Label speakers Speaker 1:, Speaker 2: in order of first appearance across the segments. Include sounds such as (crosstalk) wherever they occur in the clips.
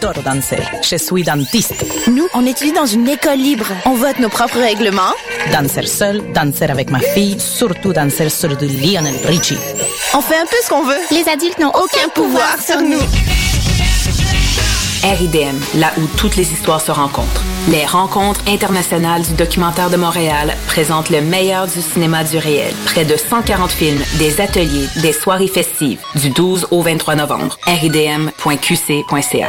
Speaker 1: pour danser. Je suis dentiste.
Speaker 2: Nous, on étudie dans une école libre. On vote nos propres règlements.
Speaker 1: Danser seul, danser avec ma fille, surtout danser sur du Lionel Richie.
Speaker 2: On fait un peu ce qu'on veut.
Speaker 3: Les adultes n'ont aucun, pouvoir, sur nous.
Speaker 4: RIDM, là où toutes les histoires se rencontrent. Les rencontres internationales du documentaire de Montréal présentent le meilleur du cinéma du réel. Près de 140 films, des ateliers, des soirées festives, du 12 au 23 novembre. ridm.qc.ca.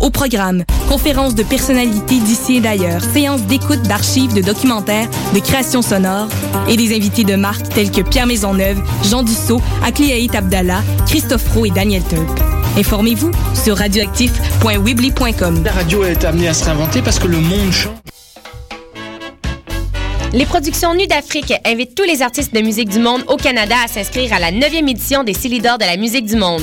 Speaker 5: Au programme, conférences de personnalités d'ici et d'ailleurs, séances d'écoute, d'archives, de documentaires, de créations sonores et des invités de marque tels que Pierre Maisonneuve, Jean Dussault, Akliaït Abdallah, Christophe Roux et Daniel Tulpe. Informez-vous sur radioactif.wibly.com.
Speaker 6: La radio est amenée à se réinventer parce que le monde change.
Speaker 7: Les productions Nues d'Afrique invitent tous les artistes de musique du monde au Canada à s'inscrire à la 9e édition des Célidors de la musique du monde.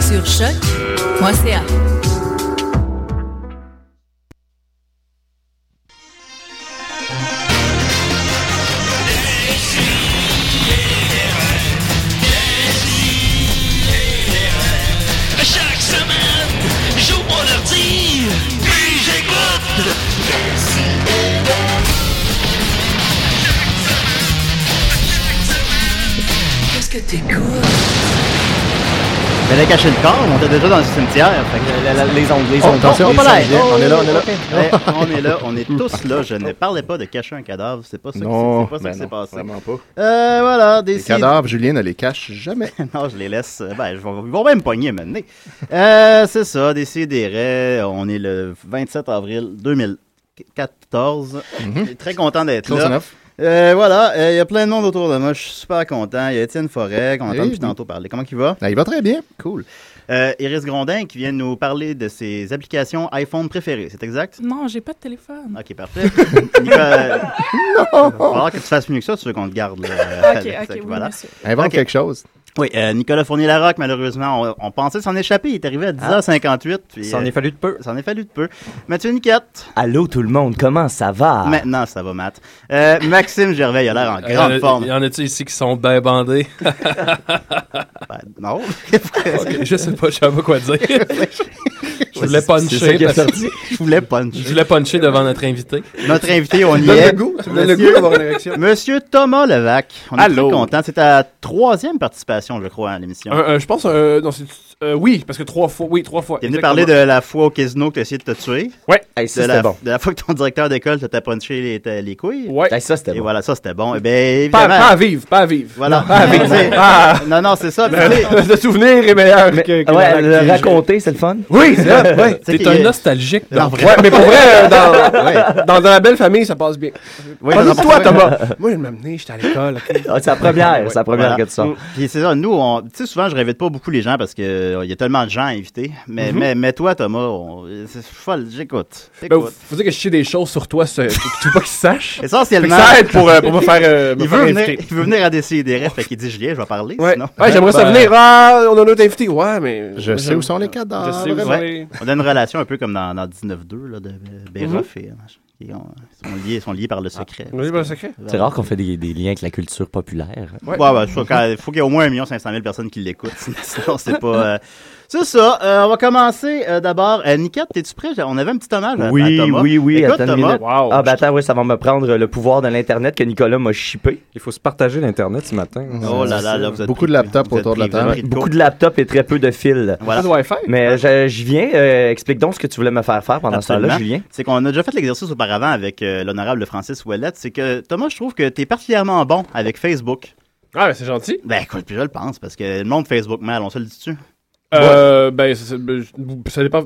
Speaker 8: Sur choc.ca.
Speaker 9: Chaque semaine, j'ouvre mon ordi, puis j'écoute.
Speaker 10: Qu'est-ce que t'es cool?
Speaker 11: J'allais cacher le corps, on était déjà dans le cimetière. fait que la- la- la- les ondes, les
Speaker 12: Oh,
Speaker 11: ondes.
Speaker 12: attention,
Speaker 11: les
Speaker 12: pas là.
Speaker 11: sujets.
Speaker 12: Oh, on est là, on est là. (laughs)
Speaker 11: Eh, on est là, on est tous là. Je ne parlais pas de cacher un cadavre, c'est pas ça qui
Speaker 12: Non,
Speaker 11: c'est pas ça
Speaker 12: ben
Speaker 11: qui s'est
Speaker 12: non,
Speaker 11: passé.
Speaker 12: vraiment pas.
Speaker 11: Euh, voilà, des
Speaker 12: Les cadavres, Julien ne les cache jamais.
Speaker 11: non, je les laisse. euh, Ben, je vais- ils vont bien me pogner maintenant. Euh, c'est ça, Décidérez. On est le 27 avril 2014. Très content d'être
Speaker 12: Close
Speaker 11: là.
Speaker 12: enough.
Speaker 11: Euh, voilà, euh, il y a plein de monde autour de moi. Je suis super content. Il y a Étienne Forêt, qu'on entend
Speaker 12: Eh
Speaker 11: depuis
Speaker 12: oui.
Speaker 11: tantôt parler. Comment il va?
Speaker 12: Ben, il va très bien.
Speaker 11: Cool. Euh, Iris Grondin qui vient de nous parler de ses applications iPhone préférées, c'est exact?
Speaker 13: Non, j'ai pas de téléphone.
Speaker 11: Ok, parfait. (laughs) Nicolas, non! Il va falloir que tu fasses mieux que ça, tu veux qu'on te garde. Là, euh,
Speaker 13: Ok, ok,
Speaker 11: Fait que
Speaker 13: oui, monsieur.
Speaker 12: Invente
Speaker 11: Ok.
Speaker 12: quelque chose.
Speaker 11: Oui, euh, Nicolas Fournier-Larocque, malheureusement, on, on pensait s'en échapper. Il est arrivé à 10h58. puis,
Speaker 14: S'en est
Speaker 11: fallu de peu. S'en est fallu de peu. Mathieu Niquette.
Speaker 14: Allô tout le monde, comment ça va?
Speaker 15: Ah.
Speaker 11: Maintenant, ça va, Matt. Euh, Maxime Gervais, il a l'air en grande forme.
Speaker 15: Euh, Y en a-tu ici qui sont bien bandés?
Speaker 11: (laughs) Ben, non.
Speaker 15: je sais pas, je sais pas
Speaker 11: (laughs)
Speaker 15: quoi dire. Je voulais
Speaker 11: Ouais, c'est- c'est ça
Speaker 15: puncher.
Speaker 11: qui est
Speaker 15: parce-
Speaker 11: sorti. Je voulais puncher.
Speaker 15: Je voulais puncher devant notre invité.
Speaker 11: Notre invité, on y
Speaker 15: Donne
Speaker 11: est.
Speaker 15: le goût, tu me donnes le
Speaker 11: Monsieur-
Speaker 15: goût d'avoir une érection.
Speaker 11: Monsieur Thomas Levac. On est
Speaker 15: (laughs) Allô.
Speaker 11: très content. C'est ta troisième participation, je crois, à l'émission.
Speaker 15: Un- un- je pense, euh, non, c'est- euh, oui, parce que trois fois, oui, trois fois.
Speaker 11: T'es venu parler de la fois au casino que t'as essayé de te tuer.
Speaker 15: Ouais.
Speaker 11: Hey,
Speaker 15: ça,
Speaker 11: de, la,
Speaker 15: c'était bon.
Speaker 11: de la fois que ton directeur d'école t'a punché les, ta- les couilles.
Speaker 15: Ouais.
Speaker 11: ça, c'était bon. Et voilà, ça, c'était bon. Eh ben,
Speaker 15: Pas,
Speaker 11: évidemment.
Speaker 15: pas à vivre, pas à vivre.
Speaker 11: Voilà.
Speaker 15: Non, pas à vivre.
Speaker 11: (laughs) C'est-
Speaker 15: Ah.
Speaker 11: Non, non, c'est ça. mais tu sais-
Speaker 14: Le,
Speaker 15: souvenir est meilleur
Speaker 14: que,
Speaker 11: que
Speaker 14: ouais,
Speaker 11: le-
Speaker 14: le raconter, c'est le fun.
Speaker 15: Oui,
Speaker 11: (laughs)
Speaker 15: c'est
Speaker 14: ça.
Speaker 15: vrai, ouais. T'es un nostalgique, donc.
Speaker 14: Ouais,
Speaker 15: mais
Speaker 14: pour vrai,
Speaker 11: (laughs)
Speaker 14: euh,
Speaker 15: dans-
Speaker 14: Ouais.
Speaker 15: dans, dans la belle famille, ça passe bien.
Speaker 11: Oui, non,
Speaker 15: Parle-nous de
Speaker 11: non,
Speaker 15: toi,
Speaker 11: pas-
Speaker 15: Thomas. Moi, je m'amenais, j'étais à l'école. ok.
Speaker 14: Ah, c'est la première, c'est la première que tu sors.
Speaker 11: Puis c'est ça, nous, on- tu sais, souvent, je réinvite pas beaucoup les gens parce qu'il y a tellement de gens à inviter. Mais,
Speaker 15: Mhm.
Speaker 11: mais, mais toi, Thomas, on- c'est folle, j'écoute.
Speaker 15: Ben,
Speaker 11: T'écoutes.
Speaker 15: faut dire que je sais des choses sur toi, ce- que tu veux pas
Speaker 11: (laughs)
Speaker 15: qu'ils sachent.
Speaker 11: Essentiellement.
Speaker 15: Fait que Ça aide pour, euh, pour me faire. euh, me
Speaker 11: il,
Speaker 15: faire
Speaker 11: veut venir,
Speaker 15: inviter.
Speaker 11: il veut venir à décider des rêves, fait qu'il dit Julien, je vais parler.
Speaker 15: Ouais,
Speaker 11: sinon.
Speaker 15: Ouais, j'aimerais ça venir. Ah, on a un autre invité. Ouais, mais.
Speaker 12: Ben, Je sais où sont les cadavres.
Speaker 15: Je sais où sont
Speaker 11: Ouais.
Speaker 15: les. Mhm.
Speaker 11: On a une relation un peu comme dans, dans 19-2 là, de Béroff et. euh, machin. Ils ont- ils sont, liés, sont liés par le secret.
Speaker 15: liés
Speaker 3: ben,
Speaker 15: par le secret?
Speaker 14: C'est rare qu'on fait des, des liens avec la culture populaire.
Speaker 11: Ouais, ouais, je crois qu'il faut qu'il y ait au moins 1 500 000 personnes qui l'écoutent. (laughs) sinon- Sinon, c'est pas. euh, C'est ça. Euh, on va commencer euh, d'abord. Euh, Niquette, es-tu prêt? On avait un petit hommage à, à
Speaker 14: Oui,
Speaker 11: Thomas.
Speaker 14: oui, oui.
Speaker 11: Écoute,
Speaker 14: attends une
Speaker 11: Thomas.
Speaker 14: minute. Ah, ben attends, oui, ça va me prendre le pouvoir de l'Internet que Nicolas m'a chippé. Il faut se partager l'Internet ce matin.
Speaker 11: Oh là là, là, vous êtes Beaucoup
Speaker 14: de laptops
Speaker 11: autour de la pris- vous êtes table. pris de
Speaker 14: Beaucoup de laptops et très peu de fils.
Speaker 11: Voilà. Pas de Wi-Fi?
Speaker 14: Mais je, je viens, euh, explique donc ce que tu voulais me faire faire pendant ce temps-là,
Speaker 11: Absolument.
Speaker 14: Julien.
Speaker 11: C'est qu'on a déjà fait l'exercice auparavant avec euh, l'honorable Francis Ouellette. C'est que, Thomas, je trouve que tu es particulièrement bon avec Facebook.
Speaker 15: Ah, ben c'est gentil.
Speaker 11: Ben écoute, puis je le pense, parce que le monde Facebook mal, on se le dit-tu?
Speaker 15: Euh, ben, c'est- c'est- ben, je- ça dépend.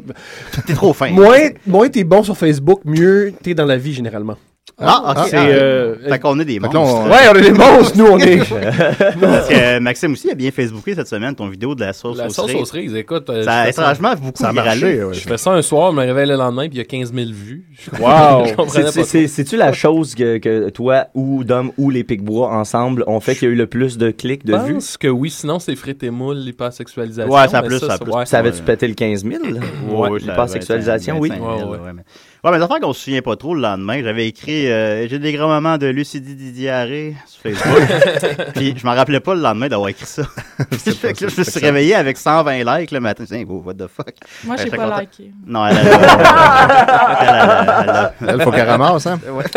Speaker 11: T'es trop fin.
Speaker 15: (laughs) Moins, moins t'es bon sur Facebook, mieux t'es dans la vie généralement.
Speaker 11: Ah, ok.
Speaker 15: C'est,
Speaker 11: Ah,
Speaker 15: euh,
Speaker 11: Fait qu'on est des
Speaker 15: Fait que
Speaker 11: monstres.
Speaker 15: là, on- Ouais, on est des monstres, nous, on est.
Speaker 11: (laughs) Parce que Maxime aussi a bien Facebooké cette semaine ton vidéo de la sauce
Speaker 13: La
Speaker 11: aux
Speaker 13: sauce
Speaker 11: cerises.
Speaker 13: aux cerises, écoute. euh, je
Speaker 11: Ça a
Speaker 13: fais
Speaker 11: étrangement beaucoup
Speaker 13: Ça a marché,
Speaker 11: viralé.
Speaker 13: ouais. Je fais ça un soir, je me réveille le lendemain, puis il y a 15 000 vues. Je- (laughs) je comprenais
Speaker 14: C'est-
Speaker 13: pas.
Speaker 14: c'est- C'est-tu la chose que, que toi ou Dom ou les Picbois ensemble ont fait qu'il y a eu le plus de clics, de
Speaker 13: Je
Speaker 14: vues?
Speaker 13: pense que oui, sinon c'est frites et moules, l'hypersexualisation.
Speaker 14: Ouais, ça a
Speaker 13: mais
Speaker 14: plus, ça a
Speaker 13: c'est-
Speaker 14: plus.
Speaker 13: ouais.
Speaker 14: Ça avait-tu pété le 15 000? là?
Speaker 11: Ouais,
Speaker 14: Ouais,
Speaker 11: ça,
Speaker 14: L'hypersexualisation,
Speaker 11: 25
Speaker 14: oui.
Speaker 11: 000, ouais, ouais, mais- Ouais, mais des affaires qu'on se souvient pas trop le lendemain. J'avais écrit euh, J'ai des grands moments de lucidité diarrhée sur
Speaker 15: (laughs)
Speaker 11: Facebook. Puis je m'en rappelais pas le lendemain d'avoir écrit ça. Fait que là, je me suis réveillé avec 120 likes le matin. Je me suis dit, Hey, oh, what the fuck.
Speaker 16: Moi, j'ai
Speaker 11: J'étais
Speaker 16: pas
Speaker 11: content.
Speaker 16: liké.
Speaker 11: Non, elle a.
Speaker 12: Elle, faut qu'elle ramasse, hein?
Speaker 11: Ouais. (laughs)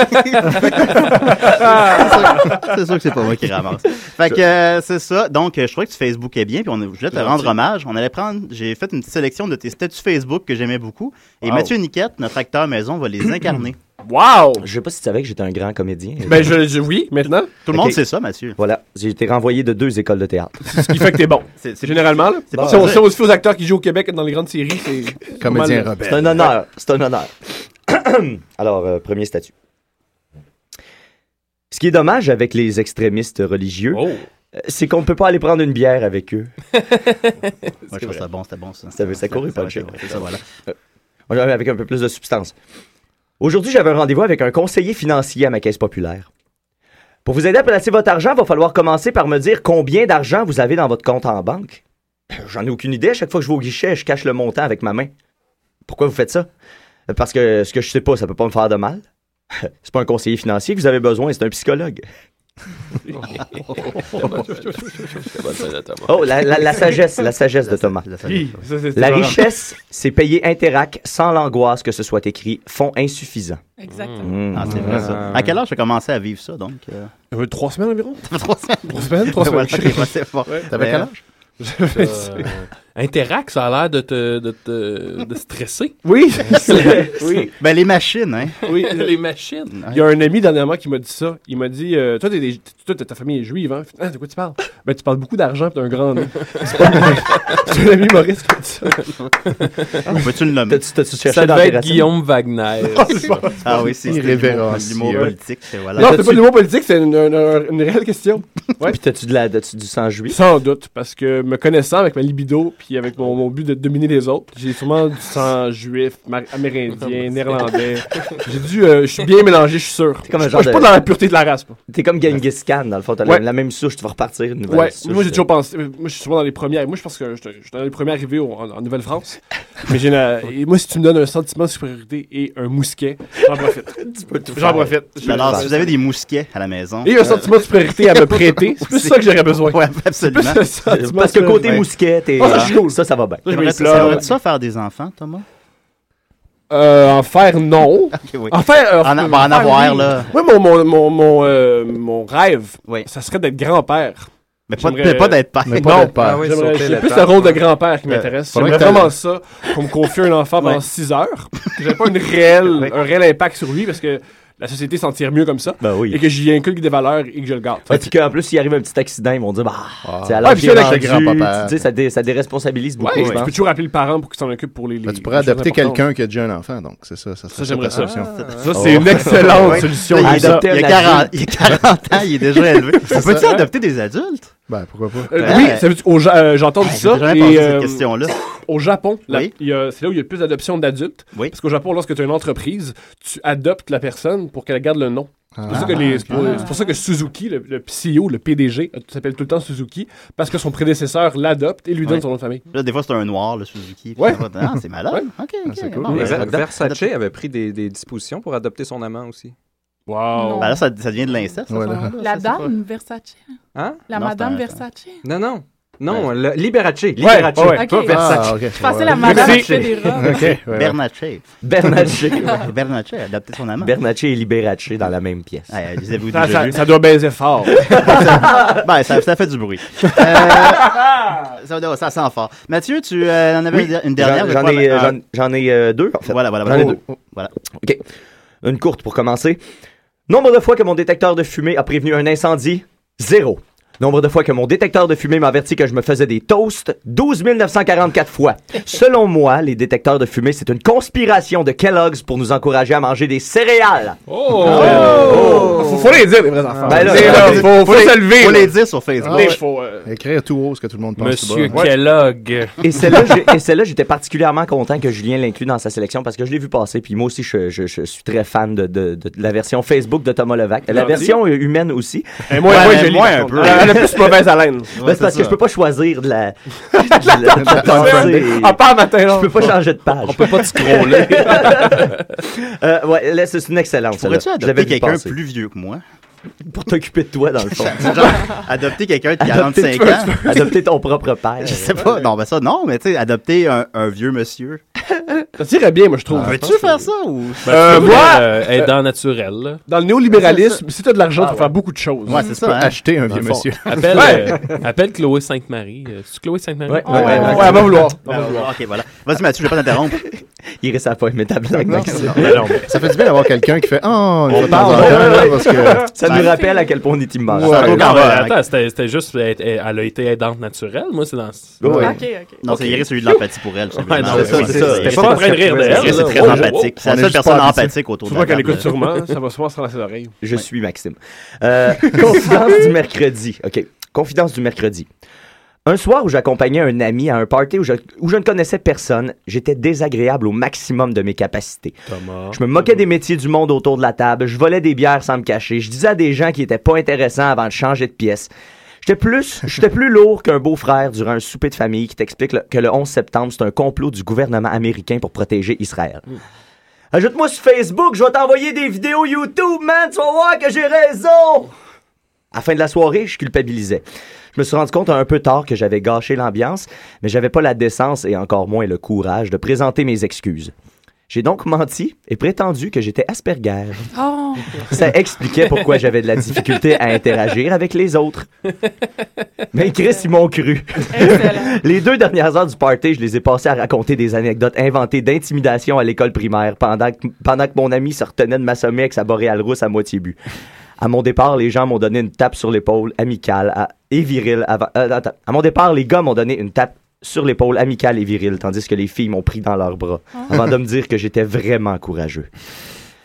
Speaker 11: C'est sûr- c'est sûr que c'est pas moi qui ramasse. Fait que euh, c'est ça. Donc, euh, je trouvais que tu Facebookais bien, puis on, je voulais te
Speaker 14: Gentil.
Speaker 11: rendre hommage. On allait prendre, j'ai fait une petite sélection de tes statuts Facebook que j'aimais beaucoup. Et
Speaker 14: Wow.
Speaker 11: Mathieu Niquette, notre acteur maison, va
Speaker 15: (clears throat)
Speaker 11: les incarner.
Speaker 15: Wow!
Speaker 14: Je sais pas si tu savais que j'étais un grand comédien.
Speaker 11: Ben,
Speaker 15: je, oui, maintenant.
Speaker 11: Tout le monde sait ça, Mathieu.
Speaker 14: Voilà, j'ai été renvoyé de deux écoles de théâtre.
Speaker 15: (laughs) Ce qui fait que t'es
Speaker 11: (laughs)
Speaker 15: bon. Généralement, là.
Speaker 14: c'est pas
Speaker 15: si, on,
Speaker 14: vrai.
Speaker 15: si on se fait aux acteurs qui jouent au Québec dans les grandes séries, c'est.
Speaker 14: Comédien
Speaker 15: pas mal-
Speaker 14: rebelle. C'est un honneur, c'est un honneur. (clears throat) Alors, euh, premier statut. Ce qui est dommage avec les extrémistes religieux,
Speaker 15: Oh.
Speaker 14: euh, c'est qu'on ne peut pas aller prendre une bière avec
Speaker 11: (laughs)
Speaker 14: eux.
Speaker 11: Moi, je trouve ça bon, c'était bon ça.
Speaker 14: Ça, ça courait pas le
Speaker 11: c'est vrai, c'est ça, voilà.
Speaker 14: On va avec un peu plus de substance. Aujourd'hui, j'avais un rendez-vous avec un conseiller financier à ma caisse populaire. Pour vous aider à placer votre argent, il va falloir commencer par me dire combien d'argent vous avez dans votre compte en banque. J'en ai aucune idée. À chaque fois que je vais au guichet, je cache le montant avec ma main. Pourquoi vous faites ça? Parce que ce que je sais pas, ça peut pas me faire de mal. C'est pas un conseiller financier que vous avez besoin, c'est un psychologue. Oh, la, la- la sagesse, la sagesse de Thomas.
Speaker 15: sagesse, oui. Ça, c'est-
Speaker 14: La
Speaker 15: c'est vraiment-
Speaker 14: richesse, c'est payer Interac sans l'angoisse que ce soit écrit fonds insuffisant.
Speaker 16: Exactement.
Speaker 14: Mm.
Speaker 11: Ah, c'est vrai ça. À quel âge tu as commencé à vivre ça, donc euh?
Speaker 15: Euh, trois semaines environ?
Speaker 11: (laughs) trois semaines.
Speaker 15: Trois semaines, trois
Speaker 11: Ben
Speaker 15: semaines.
Speaker 11: voilà, t'es passé fort.
Speaker 15: Ouais.
Speaker 11: T'avais quel âge?
Speaker 13: Euh, Interact, ça a l'air de te, de te de stresser.
Speaker 15: (laughs)
Speaker 13: (laughs)
Speaker 15: Oui,
Speaker 13: oui.
Speaker 11: Ben, les machines, hein.
Speaker 13: (laughs)
Speaker 15: Oui, les machines. Il y a
Speaker 13: Ouais.
Speaker 15: un ami dernièrement qui m'a dit ça. Il m'a dit euh, Toi, t'es des- toi, t'es- ta famille est juive, hein Ah, De quoi tu parles Ben, tu parles beaucoup d'argent, pis t'as un
Speaker 11: (laughs)
Speaker 15: grand nom. C'est pas moi. C'est un ami Maurice qui m'a dit ça.
Speaker 11: On peut-tu le nommer?
Speaker 14: T'as-tu- t'as-tu cherché
Speaker 13: Ça
Speaker 14: dans
Speaker 13: devait
Speaker 14: tes
Speaker 13: être
Speaker 14: racines?
Speaker 13: Guillaume
Speaker 15: (laughs)
Speaker 13: Wagner.
Speaker 15: Ah, c'est pas-
Speaker 11: (laughs) Ah oui, c'est
Speaker 14: Irrévérent.
Speaker 11: c'est l'humour
Speaker 14: Si, euh.
Speaker 11: politique. c'est- Voilà.
Speaker 15: Non, c'est pas de l'humour politique, c'est une, une- une- une
Speaker 14: (laughs)
Speaker 15: réelle question. Ouais.
Speaker 14: Puis t'as-tu de la- t'as-tu du sang juif?
Speaker 15: Sans doute, parce que me connaissant avec ma libido, puis avec mon, mon but de dominer les autres, j'ai sûrement du sang juif, mar-
Speaker 14: (laughs)
Speaker 15: amérindien, néerlandais. J'ai dû. euh, je suis bien mélangé, je suis sûr.
Speaker 14: T'es comme un
Speaker 15: Je suis
Speaker 14: genre
Speaker 15: pas- je suis pas
Speaker 14: de-
Speaker 15: dans la pureté de la race. moi.
Speaker 14: T'es comme Genghis Khan, dans le fond. T'as la-
Speaker 15: Ouais.
Speaker 14: la, même souche, tu vas repartir une nouvelle
Speaker 15: Ouais,
Speaker 14: souche.
Speaker 15: moi j'ai toujours pensé. euh, Moi je suis souvent dans les premières. Moi je pense que je suis dans les premiers arrivés au- en, en Nouvelle-France. mais j'ai la- et moi si tu me donnes un sentiment de supériorité et un mousquet, j'en profite. J'en profite. Je-
Speaker 11: Alors, si vous avez des mousquets à la (laughs) maison.
Speaker 15: Et un sentiment de supériorité
Speaker 11: (laughs)
Speaker 15: à me prêter, c'est plus ça que j'aurais besoin.
Speaker 11: Ouais, absolument.
Speaker 15: C'est plus le sentiment
Speaker 14: Parce que
Speaker 15: de-
Speaker 14: côté
Speaker 11: ben-
Speaker 15: Ouais.
Speaker 14: mousquet, t'es-
Speaker 15: Ah, ça, je suis cool.
Speaker 14: ça, ça va bien.
Speaker 15: Ça, je
Speaker 11: T'aimerais-
Speaker 15: me pleure.
Speaker 11: T'aimerais-tu ça faire des enfants, Thomas?
Speaker 15: Euh, en
Speaker 11: (laughs)
Speaker 15: faire, non.
Speaker 14: (laughs)
Speaker 11: oui.
Speaker 15: En faire. euh,
Speaker 11: En a-
Speaker 15: euh,
Speaker 11: ben, en
Speaker 15: faire,
Speaker 11: avoir,
Speaker 15: oui.
Speaker 11: là.
Speaker 15: Oui, mon, mon, mon, mon, euh, mon rêve, ça serait d'être grand-père.
Speaker 11: Mais pas-
Speaker 15: J'aimerais-
Speaker 11: pas d'être père. Mais pas
Speaker 15: Non,
Speaker 11: d'être père. Ah oui,
Speaker 15: j'aimerais-
Speaker 11: sauter
Speaker 15: j'ai plus le
Speaker 11: l'étape,
Speaker 15: rôle de
Speaker 11: ouais.
Speaker 15: grand-père qui
Speaker 11: Euh,
Speaker 15: m'intéresse.
Speaker 11: faudrait
Speaker 15: J'aimerais
Speaker 11: que
Speaker 15: vraiment
Speaker 11: t'ailles-
Speaker 15: ça, qu'on me confie un enfant pendant
Speaker 11: Ouais. (laughs)
Speaker 15: 6 heures, que j'avais pas une réelle, un réel impact sur lui parce que la société s'en tire mieux comme ça. Et que j'y inculque des valeurs et que je le garde.
Speaker 14: Ben Ouais, puis qu'en plus, s'il arrive un petit accident, ils vont dire Bah, tu sais,
Speaker 15: Ah,
Speaker 14: alors
Speaker 15: puis
Speaker 14: j'ai
Speaker 15: ça, là,
Speaker 14: rendu,
Speaker 15: c'est le grand-papa.
Speaker 14: tu sais, ça, dé- ça déresponsabilise beaucoup.
Speaker 15: Ouais,
Speaker 14: je
Speaker 15: tu
Speaker 14: pense.
Speaker 15: peux toujours appeler le parent pour qu'il s'en occupe pour les. les
Speaker 12: Tu pourrais
Speaker 15: les choses
Speaker 12: adopter
Speaker 15: importantes.
Speaker 12: quelqu'un qui a déjà un enfant, donc c'est ça. Ça, serait
Speaker 15: Ça, j'aimerais
Speaker 12: ta
Speaker 15: ça.
Speaker 12: solution.
Speaker 15: Ça, c'est une excellente solution.
Speaker 11: Il, est-
Speaker 15: Adopter
Speaker 11: il a
Speaker 15: un
Speaker 11: 40,
Speaker 15: adulte.
Speaker 11: il a 40 ans, il est déjà
Speaker 12: (laughs)
Speaker 11: élevé.
Speaker 15: C'est
Speaker 11: Peux-tu
Speaker 15: ça.
Speaker 11: adopter des adultes?
Speaker 12: Ben, pourquoi pas?
Speaker 15: Euh, oui, ça veut dire- au Ja- euh, j'ai entendu
Speaker 11: Ouais,
Speaker 15: ça.
Speaker 11: j'ai jamais
Speaker 15: et,
Speaker 11: pensé à cette
Speaker 15: euh,
Speaker 11: question-là.
Speaker 15: Au Japon, là,
Speaker 11: Oui.
Speaker 15: il y a- c'est là où il y a le plus d'adoption d'adultes. Parce qu'au Japon, lorsque tu as une entreprise, tu adoptes la personne pour qu'elle garde le nom. C'est pour, ça que
Speaker 12: Ah,
Speaker 15: les- c'est pour- c'est pour ça que Suzuki, le, le CEO, le PDG, euh, s'appelle tout le temps Suzuki, parce que son prédécesseur l'adopte et lui donne
Speaker 11: Ouais.
Speaker 15: son nom de famille.
Speaker 11: Là, des fois, c'est un noir, le Suzuki. puis
Speaker 15: Ouais.
Speaker 11: ça va, Ah, c'est malade.
Speaker 15: (laughs) Ouais.
Speaker 11: OK, OK.
Speaker 15: C'est
Speaker 11: C'est
Speaker 15: cool.
Speaker 11: cool.
Speaker 15: Exact.
Speaker 11: Ben,
Speaker 5: Versace avait pris des, des dispositions pour adopter son amant aussi.
Speaker 11: là,
Speaker 15: Wow!
Speaker 11: Ben ça, ça devient de l'inceste. ça,
Speaker 5: Voilà.
Speaker 11: ça.
Speaker 16: La dame Versace.
Speaker 5: Hein?
Speaker 16: La
Speaker 11: Non, c'est
Speaker 16: madame
Speaker 11: un-
Speaker 16: Versace.
Speaker 5: Non, non. Non, le- Liberace. Liberace.
Speaker 11: Liberace.
Speaker 16: ouais, pas Ok. Versace. Ah, ok. Je pensais la madame qui fait des robes. Ok, ouais, ouais.
Speaker 11: Bernacchi.
Speaker 14: Bernacchi.
Speaker 11: (laughs) Bernacchi a adopté son amant.
Speaker 14: Bernacci et Liberace dans la même pièce.
Speaker 11: vous
Speaker 15: Ça, ça- ça doit baiser fort.
Speaker 11: ben, ça, ça fait du bruit. Euh, ça, doit- ça sent fort. Mathieu, tu euh, en avais
Speaker 14: Oui,
Speaker 11: une- une
Speaker 14: j'en-
Speaker 11: dernière. je
Speaker 14: J'en
Speaker 11: crois,
Speaker 14: ai,
Speaker 11: mais-
Speaker 14: euh, j'en- j'en ai, euh, deux, en fait.
Speaker 11: Voilà, voilà, Oh,
Speaker 14: J'en ai
Speaker 11: voilà.
Speaker 14: deux. OK. Une courte pour commencer. Nombre de fois que mon détecteur de fumée a prévenu un incendie, zéro. Nombre de fois que mon détecteur de fumée m'a averti que je me faisais des toasts, 12 944
Speaker 11: (laughs)
Speaker 14: fois. Selon moi, les détecteurs de fumée, c'est une conspiration de Kellogg's pour nous encourager à manger des céréales.
Speaker 15: Oh!
Speaker 14: Faut, les dire, les vrais
Speaker 15: enfants.
Speaker 14: Ben là,
Speaker 15: C'est là,
Speaker 14: faut-
Speaker 15: faut- faut
Speaker 14: les-
Speaker 15: se lever,
Speaker 14: faut
Speaker 15: là.
Speaker 14: les dire sur Facebook.
Speaker 15: Ah ouais. Faut, euh,
Speaker 12: Écrire tout haut ce que tout le monde pense.
Speaker 14: Monsieur
Speaker 12: tout bas.
Speaker 14: Kellogg. Et celle-là, j'ai- (laughs) et celle-là, j'étais particulièrement content que Julien l'inclue dans sa sélection parce que je l'ai vu passer. Puis moi aussi, je, je- je suis très fan de, de- de la version Facebook de Thomas Levac. La
Speaker 15: Merci.
Speaker 14: version euh, humaine aussi.
Speaker 15: Et moi- Ouais, moi, mais je l'ai, moi, par un contre. peu. Elle a plus mauvaise haleine.
Speaker 14: (laughs) Ben,
Speaker 15: Ouais,
Speaker 14: c'est parce
Speaker 15: c'est
Speaker 14: que
Speaker 15: ça.
Speaker 14: je peux pas choisir de
Speaker 15: (laughs)
Speaker 14: la.
Speaker 15: Ah, pas à matin,
Speaker 14: Je peux pas changer de page. On peut pas te
Speaker 15: scroller.
Speaker 14: (laughs) euh, ouais, là, c'est une excellente. celle-là.
Speaker 11: Pourrais-tu
Speaker 14: Je l'avais
Speaker 11: adopter
Speaker 14: vu
Speaker 11: quelqu'un
Speaker 14: passer.
Speaker 11: plus vieux que moi?
Speaker 14: Pour t'occuper de toi, dans le fond.
Speaker 11: (laughs) Genre, adopter quelqu'un de
Speaker 14: Adopter-
Speaker 11: 45
Speaker 14: tu peux-
Speaker 11: ans.
Speaker 14: tu peux- Adopter ton propre père.
Speaker 11: Je sais pas. Non, ben ça, non, mais tu sais, adopter un, un vieux monsieur.
Speaker 15: Ça tirait bien, moi, je trouve.
Speaker 11: Veux-tu faire ça ou.
Speaker 15: Ben, Euh, tu peux, moi, euh,
Speaker 13: Euh, aidant naturel. là.
Speaker 15: Dans le néolibéralisme, si t'as de l'argent, tu
Speaker 11: Ah,
Speaker 15: peux faire beaucoup de choses.
Speaker 13: Ouais, c'est
Speaker 15: Tu
Speaker 13: ça,
Speaker 15: peux
Speaker 13: hein.
Speaker 12: acheter un
Speaker 13: Dans
Speaker 12: vieux
Speaker 13: le fond,
Speaker 12: monsieur.
Speaker 13: (laughs) Appelle,
Speaker 15: Ouais.
Speaker 13: euh, appelle Chloé Sainte-Marie. Euh, C'est Chloé Sainte-Marie?
Speaker 11: Ah,
Speaker 14: Ouais,
Speaker 15: ouais, ouais, ouais, elle va vouloir. Elle va vouloir.
Speaker 11: Ok, voilà. Vas-y, Mathieu, je vais pas t'interrompre.
Speaker 14: Il reste à pas aimer ta blague,
Speaker 12: Non,
Speaker 14: Maxime.
Speaker 12: non, non, mais- Ça fait du bien d'avoir quelqu'un qui fait Oh, une fois de temps en temps,
Speaker 14: Ouais, ouais,
Speaker 12: là,
Speaker 14: ouais.
Speaker 12: parce que.
Speaker 14: Ça nous rappelle à quel point on est immense.
Speaker 13: Ouais, non, mais attends, c'était c'était juste, elle, elle- elle a été aidante naturelle, moi, c'est dans...
Speaker 14: Ouais.
Speaker 11: Ouais.
Speaker 14: ok.
Speaker 11: Non,
Speaker 14: Ok.
Speaker 11: c'est Iris a eu de l'empathie pour elle.
Speaker 13: Ouais, non, c'est ça, c'est ça.
Speaker 11: C'était
Speaker 13: J'étais pas en train de rire d'elle,
Speaker 11: Iris
Speaker 13: là.
Speaker 11: est très
Speaker 13: Oh, oh,
Speaker 11: empathique.
Speaker 13: oh.
Speaker 11: C'est
Speaker 13: On
Speaker 11: la
Speaker 13: est
Speaker 11: seule
Speaker 13: juste
Speaker 11: personne
Speaker 13: pas habitué.
Speaker 11: empathique autour
Speaker 15: Faut
Speaker 11: de
Speaker 15: pas
Speaker 11: la
Speaker 15: qu'elle
Speaker 11: table.
Speaker 15: écoute sûrement,
Speaker 14: (laughs)
Speaker 15: ça va souvent se rentrer dans ses oreilles.
Speaker 14: Je suis Maxime.
Speaker 13: (laughs)
Speaker 14: Euh, confidence du mercredi. OK. Confidence du mercredi. Un soir où j'accompagnais un ami à un party où je, où je ne connaissais personne, j'étais désagréable au maximum de mes capacités.
Speaker 13: Thomas.
Speaker 14: Je me moquais des métiers du monde autour de la table, je volais des bières sans me cacher, je disais à des gens qui étaient pas intéressants avant de changer de pièce. J'étais plus, j'étais plus lourd qu'un beau-frère durant un souper de famille qui t'explique le- que le 11 septembre, c'est un complot du gouvernement américain pour protéger Israël. Ajoute-moi sur Facebook, je vais t'envoyer des vidéos YouTube, man, tu vas voir que j'ai raison! À la fin de la soirée, je culpabilisais. Je me suis rendu compte un peu tard que j'avais gâché l'ambiance, mais j'avais pas la décence et encore moins le courage de présenter mes excuses. J'ai donc menti et prétendu que j'étais Asperger.
Speaker 16: Oh!
Speaker 14: Ça expliquait pourquoi j'avais de la difficulté à interagir avec les autres. Mais Chris, ils m'ont cru. les deux dernières heures du party, je les ai passées à raconter des anecdotes inventées d'intimidation à l'école primaire pendant que, pendant que mon ami se retenait de m'assommer avec sa boréale rousse à moitié bu. À mon départ, les gens m'ont donné une tape sur l'épaule amicale à- et virile. avant- euh, attends. à mon départ, les gars m'ont donné une tape sur l'épaule amicale et virile, tandis que les filles m'ont pris dans leurs bras,
Speaker 17: Ah.
Speaker 14: avant de me dire que j'étais vraiment courageux.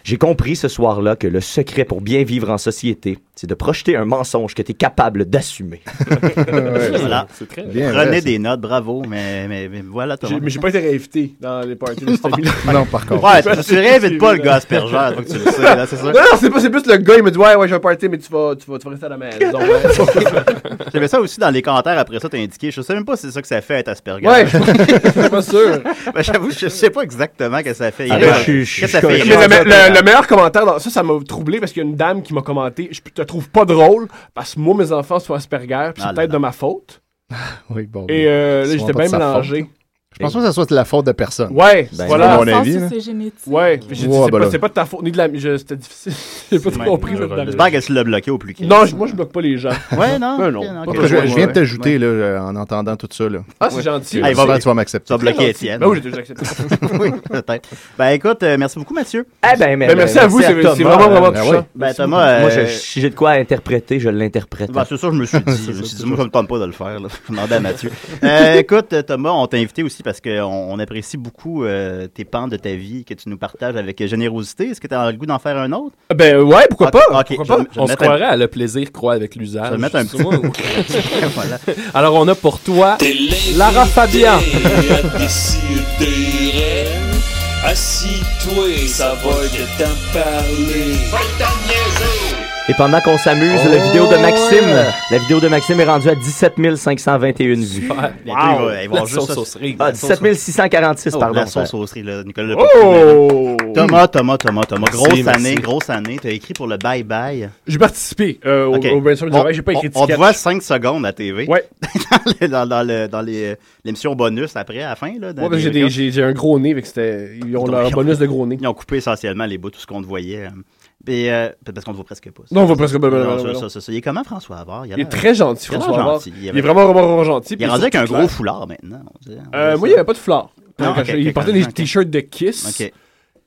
Speaker 14: J'ai compris ce soir-là que le secret pour bien vivre en société, c'est de projeter un mensonge que tu es capable d'assumer. (laughs)
Speaker 11: Voilà.
Speaker 15: C'est très-
Speaker 14: Bien
Speaker 11: Prenez
Speaker 14: vrai, ça.
Speaker 11: des notes, bravo, mais, mais, mais voilà, Thomas.
Speaker 15: J'ai- Mais j'ai pas été réinvité dans les
Speaker 12: (laughs)
Speaker 15: parties de cette famille-là.
Speaker 12: Non, par contre.
Speaker 11: Ouais,
Speaker 15: (laughs)
Speaker 11: tu- tu réinvites pas le gars Asperger, faut que tu le sais, là, c'est ça?
Speaker 15: Non, non, c'est pas, c'est plus le gars, il me dit Ouais, ouais, je vais party, mais tu vas, tu vas, tu vas rester à la maison. hein.
Speaker 11: (laughs) J'avais ça aussi dans les commentaires après ça, t'as indiqué. Je sais même pas si c'est ça que ça fait être Asperger. (laughs)
Speaker 15: Ouais, je suis pas sûr.
Speaker 11: Ben, J'avoue, je sais pas exactement que ça fait.
Speaker 15: Ah
Speaker 11: Iris.
Speaker 15: ben, je-
Speaker 11: Qu'est-ce
Speaker 15: je-
Speaker 11: que ça
Speaker 15: je-
Speaker 11: fait?
Speaker 15: je-
Speaker 11: Iris?
Speaker 15: le, le- le meilleur commentaire, dans, ça, ça m'a troublé parce qu'il y a une dame qui m'a commenté Je te trouve pas drôle parce que moi, mes enfants sont Asperger, puis
Speaker 12: Ah
Speaker 15: c'est
Speaker 12: là
Speaker 15: peut-être de ma faute.
Speaker 12: (laughs) Oui, bon.
Speaker 15: Et euh, là,
Speaker 12: C'est
Speaker 15: j'étais
Speaker 12: pas
Speaker 15: bien
Speaker 12: de sa
Speaker 15: mélangé.
Speaker 12: faute. Je pense pas que ça soit de la faute de personne.
Speaker 15: Ouais,
Speaker 12: Ben,
Speaker 15: voilà.
Speaker 12: à mon avis. là.
Speaker 16: génétique.
Speaker 15: Ouais, puis j'ai dit,
Speaker 12: Ouais,
Speaker 15: c'est
Speaker 12: ben
Speaker 15: pas,
Speaker 12: là.
Speaker 15: c'est pas de ta faute ni de la. je- C'était difficile. (laughs) j'ai pas trop compris. je- dans-
Speaker 11: J'espère que tu l'as bloqué au plus clair.
Speaker 15: Non, je- moi, je bloque pas les gens.
Speaker 11: (laughs) Ouais, non,
Speaker 15: Ben,
Speaker 11: ok,
Speaker 15: non.
Speaker 11: non,
Speaker 12: Parce
Speaker 11: ok.
Speaker 12: que je, je viens de
Speaker 11: Ouais.
Speaker 12: t'ajouter là, euh, en entendant tout ça. Là.
Speaker 15: Ah, c'est gentil.
Speaker 12: Tu-
Speaker 11: Ah, il va-
Speaker 12: tu vas- tu vas m'accepter.
Speaker 11: Tu vas bloquer
Speaker 15: gentil.
Speaker 11: Étienne.
Speaker 15: Ben oui, j'ai déjà accepté.
Speaker 11: oui, peut-être. Ben écoute, euh, merci beaucoup, Mathieu.
Speaker 14: Eh ben, mais-
Speaker 15: Ben, merci à vous, c'est-
Speaker 14: Thomas.
Speaker 15: c'est vraiment, vraiment
Speaker 14: Ben
Speaker 15: touchant.
Speaker 14: oui.
Speaker 11: Ben, Thomas, euh,
Speaker 14: Moi, je- si j'ai de quoi interpréter, je l'interprète.
Speaker 11: Ben, c'est ça, je me suis dit. je me suis dit, moi, je me tente pas de le faire. là. Je demandais à Mathieu. Euh, écoute, euh, Thomas, on t'a invité aussi parce qu'on on apprécie beaucoup euh, tes pans de ta vie que tu nous partages avec générosité. Est-ce que tu as le goût d'en faire un autre?
Speaker 15: Ben ouais, pourquoi
Speaker 11: Ok,
Speaker 15: pas?
Speaker 11: ok, je-
Speaker 15: Pourquoi pas?
Speaker 11: je vais
Speaker 13: On se
Speaker 11: mettre
Speaker 13: croirait à le plaisir croit avec l'usage.
Speaker 11: Je vais mettre un petit-
Speaker 13: Souvent, ou-
Speaker 12: (laughs)
Speaker 13: Alors, on a pour toi Lara Fabian.
Speaker 9: déciderait Assis-toi, ça va de t'en parler. Va t'en niaiser!
Speaker 14: Et pendant qu'on s'amuse, la vidéo
Speaker 15: Oh,
Speaker 14: de Maxime, la vidéo de Maxime est rendue à 17 521 vues.
Speaker 11: Bientôt, il va- il va avoir juste ça.
Speaker 14: Ah, 17 646,
Speaker 11: Oh,
Speaker 14: pardon.
Speaker 11: La sauce saucerie, là, Nicolas Lepotu.
Speaker 15: Oh!
Speaker 11: Thomas, Thomas, Thomas, Thomas.
Speaker 15: Merci,
Speaker 11: grosse
Speaker 15: merci.
Speaker 11: année, grosse année. T'as écrit pour le bye-bye.
Speaker 15: J'ai participé euh, au,
Speaker 11: Ok.
Speaker 15: au brainstorm du travail, j'ai pas écrit de
Speaker 11: on, on te
Speaker 15: sketch.
Speaker 11: voit 5 secondes à TV.
Speaker 15: Ouais.
Speaker 11: dans le- dans, dans le- dans les- l'émission bonus après, à la fin. Là, dans
Speaker 15: Ouais, parce que
Speaker 11: les-
Speaker 15: j'ai des- j'ai j'ai un gros nez, fait que c'était- ils ont leur bonus de gros nez.
Speaker 11: Ils ont coupé essentiellement les bouts, tout ce qu'on te voyait. hein. Et, euh, parce qu'on ne voit presque pas. ça.
Speaker 15: Non, on voit presque pas, non,
Speaker 11: Non,
Speaker 15: non,
Speaker 11: ça,
Speaker 15: non.
Speaker 11: ça, ça, ça. Il est comment, François Havard?
Speaker 15: Il est très gentil,
Speaker 11: il a l'air
Speaker 15: François Havard.
Speaker 11: gentil.
Speaker 15: Il est
Speaker 11: avait-
Speaker 15: vraiment, vraiment, vraiment
Speaker 11: Il
Speaker 15: gentil.
Speaker 11: est
Speaker 15: Puis
Speaker 11: rendu avec un
Speaker 15: surtout
Speaker 11: gros
Speaker 15: clair.
Speaker 11: foulard maintenant. on dirait. On
Speaker 15: Euh,
Speaker 11: dirait
Speaker 15: moi,
Speaker 11: ça.
Speaker 15: il n'y avait pas de foulard.
Speaker 11: Ah, ok,
Speaker 15: il
Speaker 11: ok,
Speaker 15: portait
Speaker 11: ok,
Speaker 15: des
Speaker 11: ok.
Speaker 15: t-shirts de Kiss
Speaker 11: Ok.
Speaker 15: et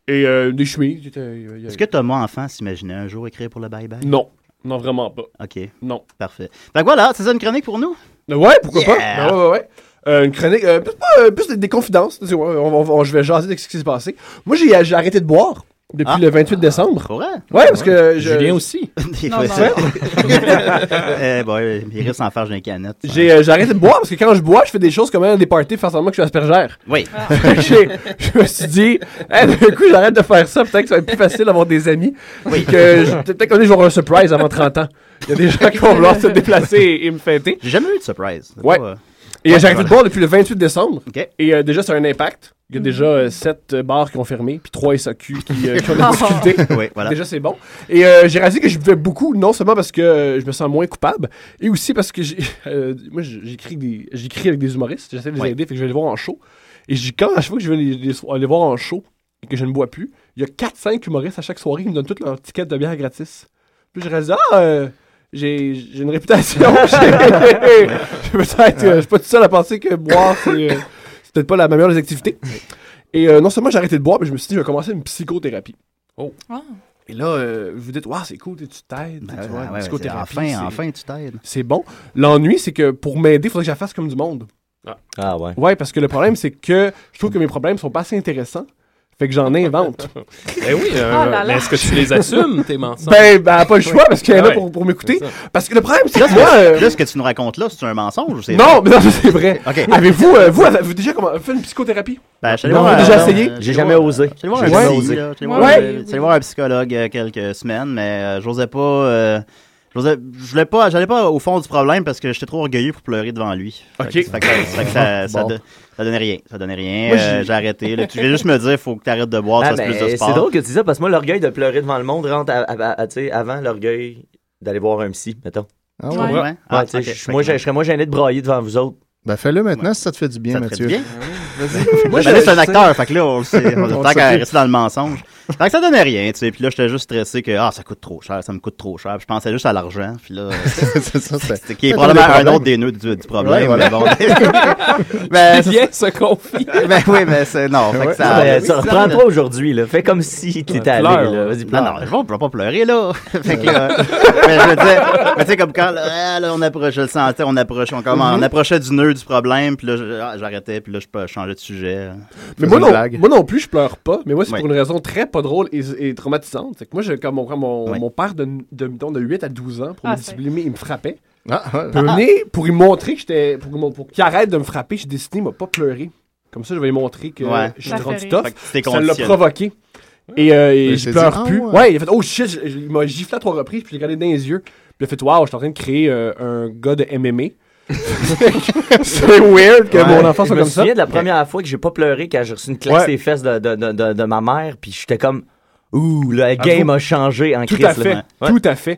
Speaker 15: euh, des chemises. Il était- il- il-
Speaker 11: Est-ce que Thomas, enfant, s'imaginait un jour écrire pour le Bye Bye?
Speaker 15: Non. Non, vraiment pas.
Speaker 11: OK.
Speaker 15: Non.
Speaker 11: Parfait. Fait que voilà, c'est ça une chronique pour nous?
Speaker 15: Ouais, pourquoi
Speaker 11: Yeah!
Speaker 15: pas? Ben ouais, ouais, ouais. Euh, une chronique, euh, peut-être pas, euh, plus des, des confidences. Tu sais, ouais, on, va- on- je vais jaser de ce qui s'est passé. Moi, j'ai, j'ai arrêté de boire depuis le 28 décembre.
Speaker 11: Ouais?
Speaker 15: Ouais, parce que. Je,
Speaker 13: Julien aussi.
Speaker 11: Il
Speaker 15: Non,
Speaker 11: fait
Speaker 15: non.
Speaker 11: ça. Eh, bon, il risque d'en faire une canette.
Speaker 15: J'ai, euh, j'ai arrêté de boire parce que quand je bois, je fais des choses comme euh, des parties, faire semblant que je suis aspergère.
Speaker 11: Oui.
Speaker 15: (laughs) J'ai- je me suis dit, hey, d'un coup, j'arrête de faire ça. Peut-être que ça va être plus facile d'avoir des amis. Puis Que je- peut-être qu'on est genre un surprise avant 30 ans. Il y a des gens qui vont vouloir se déplacer et, et me fêter.
Speaker 11: J'ai jamais eu
Speaker 15: (laughs)
Speaker 11: de surprise.
Speaker 15: Ouais.
Speaker 11: Pas, euh,
Speaker 15: Et
Speaker 11: Ouais,
Speaker 15: j'ai arrêté
Speaker 11: voilà.
Speaker 15: de boire depuis le 28 décembre. Et euh, déjà, c'est un impact. Il y a
Speaker 11: Mm.
Speaker 15: déjà 7 bars qui ont fermé, puis 3 SAQ qui, euh, qui (laughs) ont
Speaker 11: (laughs)
Speaker 15: des difficultés.
Speaker 11: Oui, voilà.
Speaker 15: Déjà, c'est bon. Et euh, j'ai réalisé que je buvais beaucoup, non seulement parce que euh, je me sens moins coupable, et aussi parce que j'ai- (laughs) euh, moi, j'- j'écris des- j'écris avec des humoristes, j'essaie de les
Speaker 11: Ouais.
Speaker 15: aider, fait que je vais les voir en show. Et je dis, quand à chaque fois que je vais les, les- les voir en show et que je ne bois plus, il y a 4-5 humoristes à chaque soirée qui me donnent toutes leurs tickets de bière gratis. Puis j'ai réalisé, ah, euh, j'ai j'ai une réputation.
Speaker 11: (laughs)
Speaker 15: j'ai- je me sens être, euh, je suis pas tout seul à penser que boire, c'est euh, c'est peut-être pas la meilleure des activités. Et euh, non seulement j'ai arrêté de boire, mais je me suis dit, je vais commencer une psychothérapie. Oh. Et là, euh, vous dites, waouh, c'est cool, tu t'aides. tu vois,
Speaker 11: ouais, ouais,
Speaker 15: psychothérapie,
Speaker 11: enfin,
Speaker 15: c'est-
Speaker 11: enfin, tu t'aides.
Speaker 15: C'est bon. L'ennui, c'est que pour m'aider, il faudrait que je la fasse comme du monde. Ah.
Speaker 14: Ah ouais.
Speaker 15: Ouais, parce que le problème, c'est que je trouve que mes problèmes sont pas assez intéressants. Fait que
Speaker 11: (laughs)
Speaker 15: j'en invente.
Speaker 13: Ben oui, euh, Oh là là. mais est-ce que tu les assumes, tes mensonges?
Speaker 15: Ben, ben pas le choix, parce qu'elle est là
Speaker 13: Ouais.
Speaker 15: pour, pour m'écouter.
Speaker 13: C'est ça.
Speaker 15: Parce que le problème, c'est
Speaker 11: Là,
Speaker 15: que
Speaker 11: ce
Speaker 15: moi.
Speaker 11: que,
Speaker 15: euh,
Speaker 11: là, ce que tu nous racontes là, c'est un mensonge ou c'est
Speaker 15: Non, mais
Speaker 11: vrai?
Speaker 15: non, c'est vrai.
Speaker 11: OK.
Speaker 15: Avez-vous euh, vous, avez-vous déjà comment, fait une psychothérapie?
Speaker 11: Ben, je
Speaker 15: Non,
Speaker 11: voir,
Speaker 15: on a
Speaker 11: euh,
Speaker 15: déjà
Speaker 11: non,
Speaker 15: essayé.
Speaker 11: euh,
Speaker 15: J'ai
Speaker 11: je vais
Speaker 15: jamais
Speaker 11: voir-
Speaker 15: osé.
Speaker 11: Je vais voir
Speaker 15: J'ai
Speaker 11: un
Speaker 15: jamais
Speaker 11: psy,
Speaker 15: osé.
Speaker 11: là. Je vais
Speaker 15: Ouais.
Speaker 11: voir un-
Speaker 15: Ouais.
Speaker 11: je vais voir un psychologue euh, quelques semaines, mais euh, j'osais pas. euh, j'osais- Je voulais pas, j'allais pas au fond du problème parce que j'étais trop orgueilleux pour pleurer devant lui. Fait
Speaker 15: Ok.
Speaker 11: que- fait que- fait que ça, ça
Speaker 15: Bon.
Speaker 11: don- ça donnait rien. Ça donnait rien.
Speaker 14: Moi,
Speaker 11: euh,
Speaker 14: j'ai-
Speaker 11: j'ai arrêté. là. tu veux juste me dire, faut que t'arrêtes de boire,
Speaker 14: Ah,
Speaker 11: tu fasses
Speaker 14: mais
Speaker 11: plus de sport.
Speaker 14: c'est drôle que tu dis ça parce que moi, l'orgueil de pleurer devant le monde rentre à- à- à- tu sais, avant l'orgueil d'aller voir un psy, mettons.
Speaker 12: Ah
Speaker 14: Je
Speaker 12: ouais.
Speaker 14: comprends.
Speaker 12: Ouais. Ah,
Speaker 14: tu sais,
Speaker 12: ok,
Speaker 14: je-
Speaker 12: fait que
Speaker 14: moi, je je serais moins gêné de brailler devant vous autres.
Speaker 12: Ben fais-le maintenant si ça te fait du bien,
Speaker 14: Ça te fait
Speaker 11: (laughs)
Speaker 12: Mathieu.
Speaker 14: du bien?
Speaker 11: Moi,
Speaker 12: je-
Speaker 11: c'est un
Speaker 12: je-
Speaker 11: acteur, fait que là, on le sait.
Speaker 12: On
Speaker 11: On
Speaker 12: le
Speaker 11: tant qu'à
Speaker 12: sait.
Speaker 11: rester dans le mensonge. Fait que ça donnait rien, tu sais. Puis là, j'étais juste stressé que, ah, ça coûte trop cher, ça me coûte trop cher. Puis je pensais juste à l'argent. Puis (laughs) là,
Speaker 12: c'est ça, c'est-
Speaker 11: C'était qui est
Speaker 12: c'est
Speaker 11: probablement
Speaker 12: un
Speaker 11: un
Speaker 12: des
Speaker 11: autre des
Speaker 12: problèmes.
Speaker 11: nœuds du, du problème.
Speaker 12: Ouais, voilà.
Speaker 11: mais bon. ben, bien se confie. Ben oui, mais c'est, non, fait que ça.
Speaker 14: Ah, ben, ça reprend pas aujourd'hui, là. Fais comme si t'étais allé,
Speaker 11: pleure,
Speaker 14: là.
Speaker 11: ouais.
Speaker 14: Vas-y,
Speaker 11: Non,
Speaker 14: pleure.
Speaker 11: non, on peut pas pleurer, là. fait que, là, mais je veux dire, (laughs) mais tu sais, comme quand, là, là, on approchait, je le sentais, on approchait, on, comment, on
Speaker 15: Mhm.
Speaker 11: approchait du nœud du problème, puis là, je- ah, j'arrêtais, puis là, je peux changer de sujet.
Speaker 15: Mais moi non, moi non plus, je pleure pas. Mais moi, c'est
Speaker 11: Ouais.
Speaker 15: pour une raison très pas drôle et, et traumatisante. C'est que moi, je- quand mon, quand mon,
Speaker 11: Ouais.
Speaker 15: mon père de, de, mettons, de 8 à 12 ans, pour
Speaker 11: Ah,
Speaker 15: me sublimer, il me frappait.
Speaker 12: Ah, ouais.
Speaker 15: Puis à un moment donné, pour lui montrer que j'étais. Pour, mon- pour qu'il arrête de me frapper, j'ai décidé de ne pas pleurer. Comme ça, je vais lui montrer que
Speaker 11: Ouais.
Speaker 15: je suis
Speaker 11: Ça fait
Speaker 15: rendu
Speaker 11: rire.
Speaker 15: tough.
Speaker 11: Fait que tu t'es
Speaker 15: Ça l'a
Speaker 11: conditionné.
Speaker 15: provoqué. Et, euh, et
Speaker 11: Il
Speaker 15: je
Speaker 11: s'est
Speaker 15: pleure
Speaker 11: dit,
Speaker 15: plus.
Speaker 11: Ah,
Speaker 15: ouais.
Speaker 11: ouais.
Speaker 15: il a fait Oh shit, je- je- il m'a giflé à trois reprises, puis je l'ai regardé dans les yeux. Puis il a fait Waouh, je suis en train de créer euh, un gars de MMA. c'est weird que
Speaker 14: Ouais.
Speaker 15: mon enfant soit
Speaker 14: Je me
Speaker 15: comme ça.
Speaker 14: souviens de la première fois que j'ai pas pleuré quand j'ai reçu une claque
Speaker 15: Ouais.
Speaker 14: ses fesses de, de, de, de, de ma mère, puis j'étais comme Ouh, le
Speaker 15: Ah,
Speaker 14: game
Speaker 15: vous-
Speaker 14: a changé en
Speaker 15: Tout
Speaker 14: crise.
Speaker 15: à fait, tout à fait.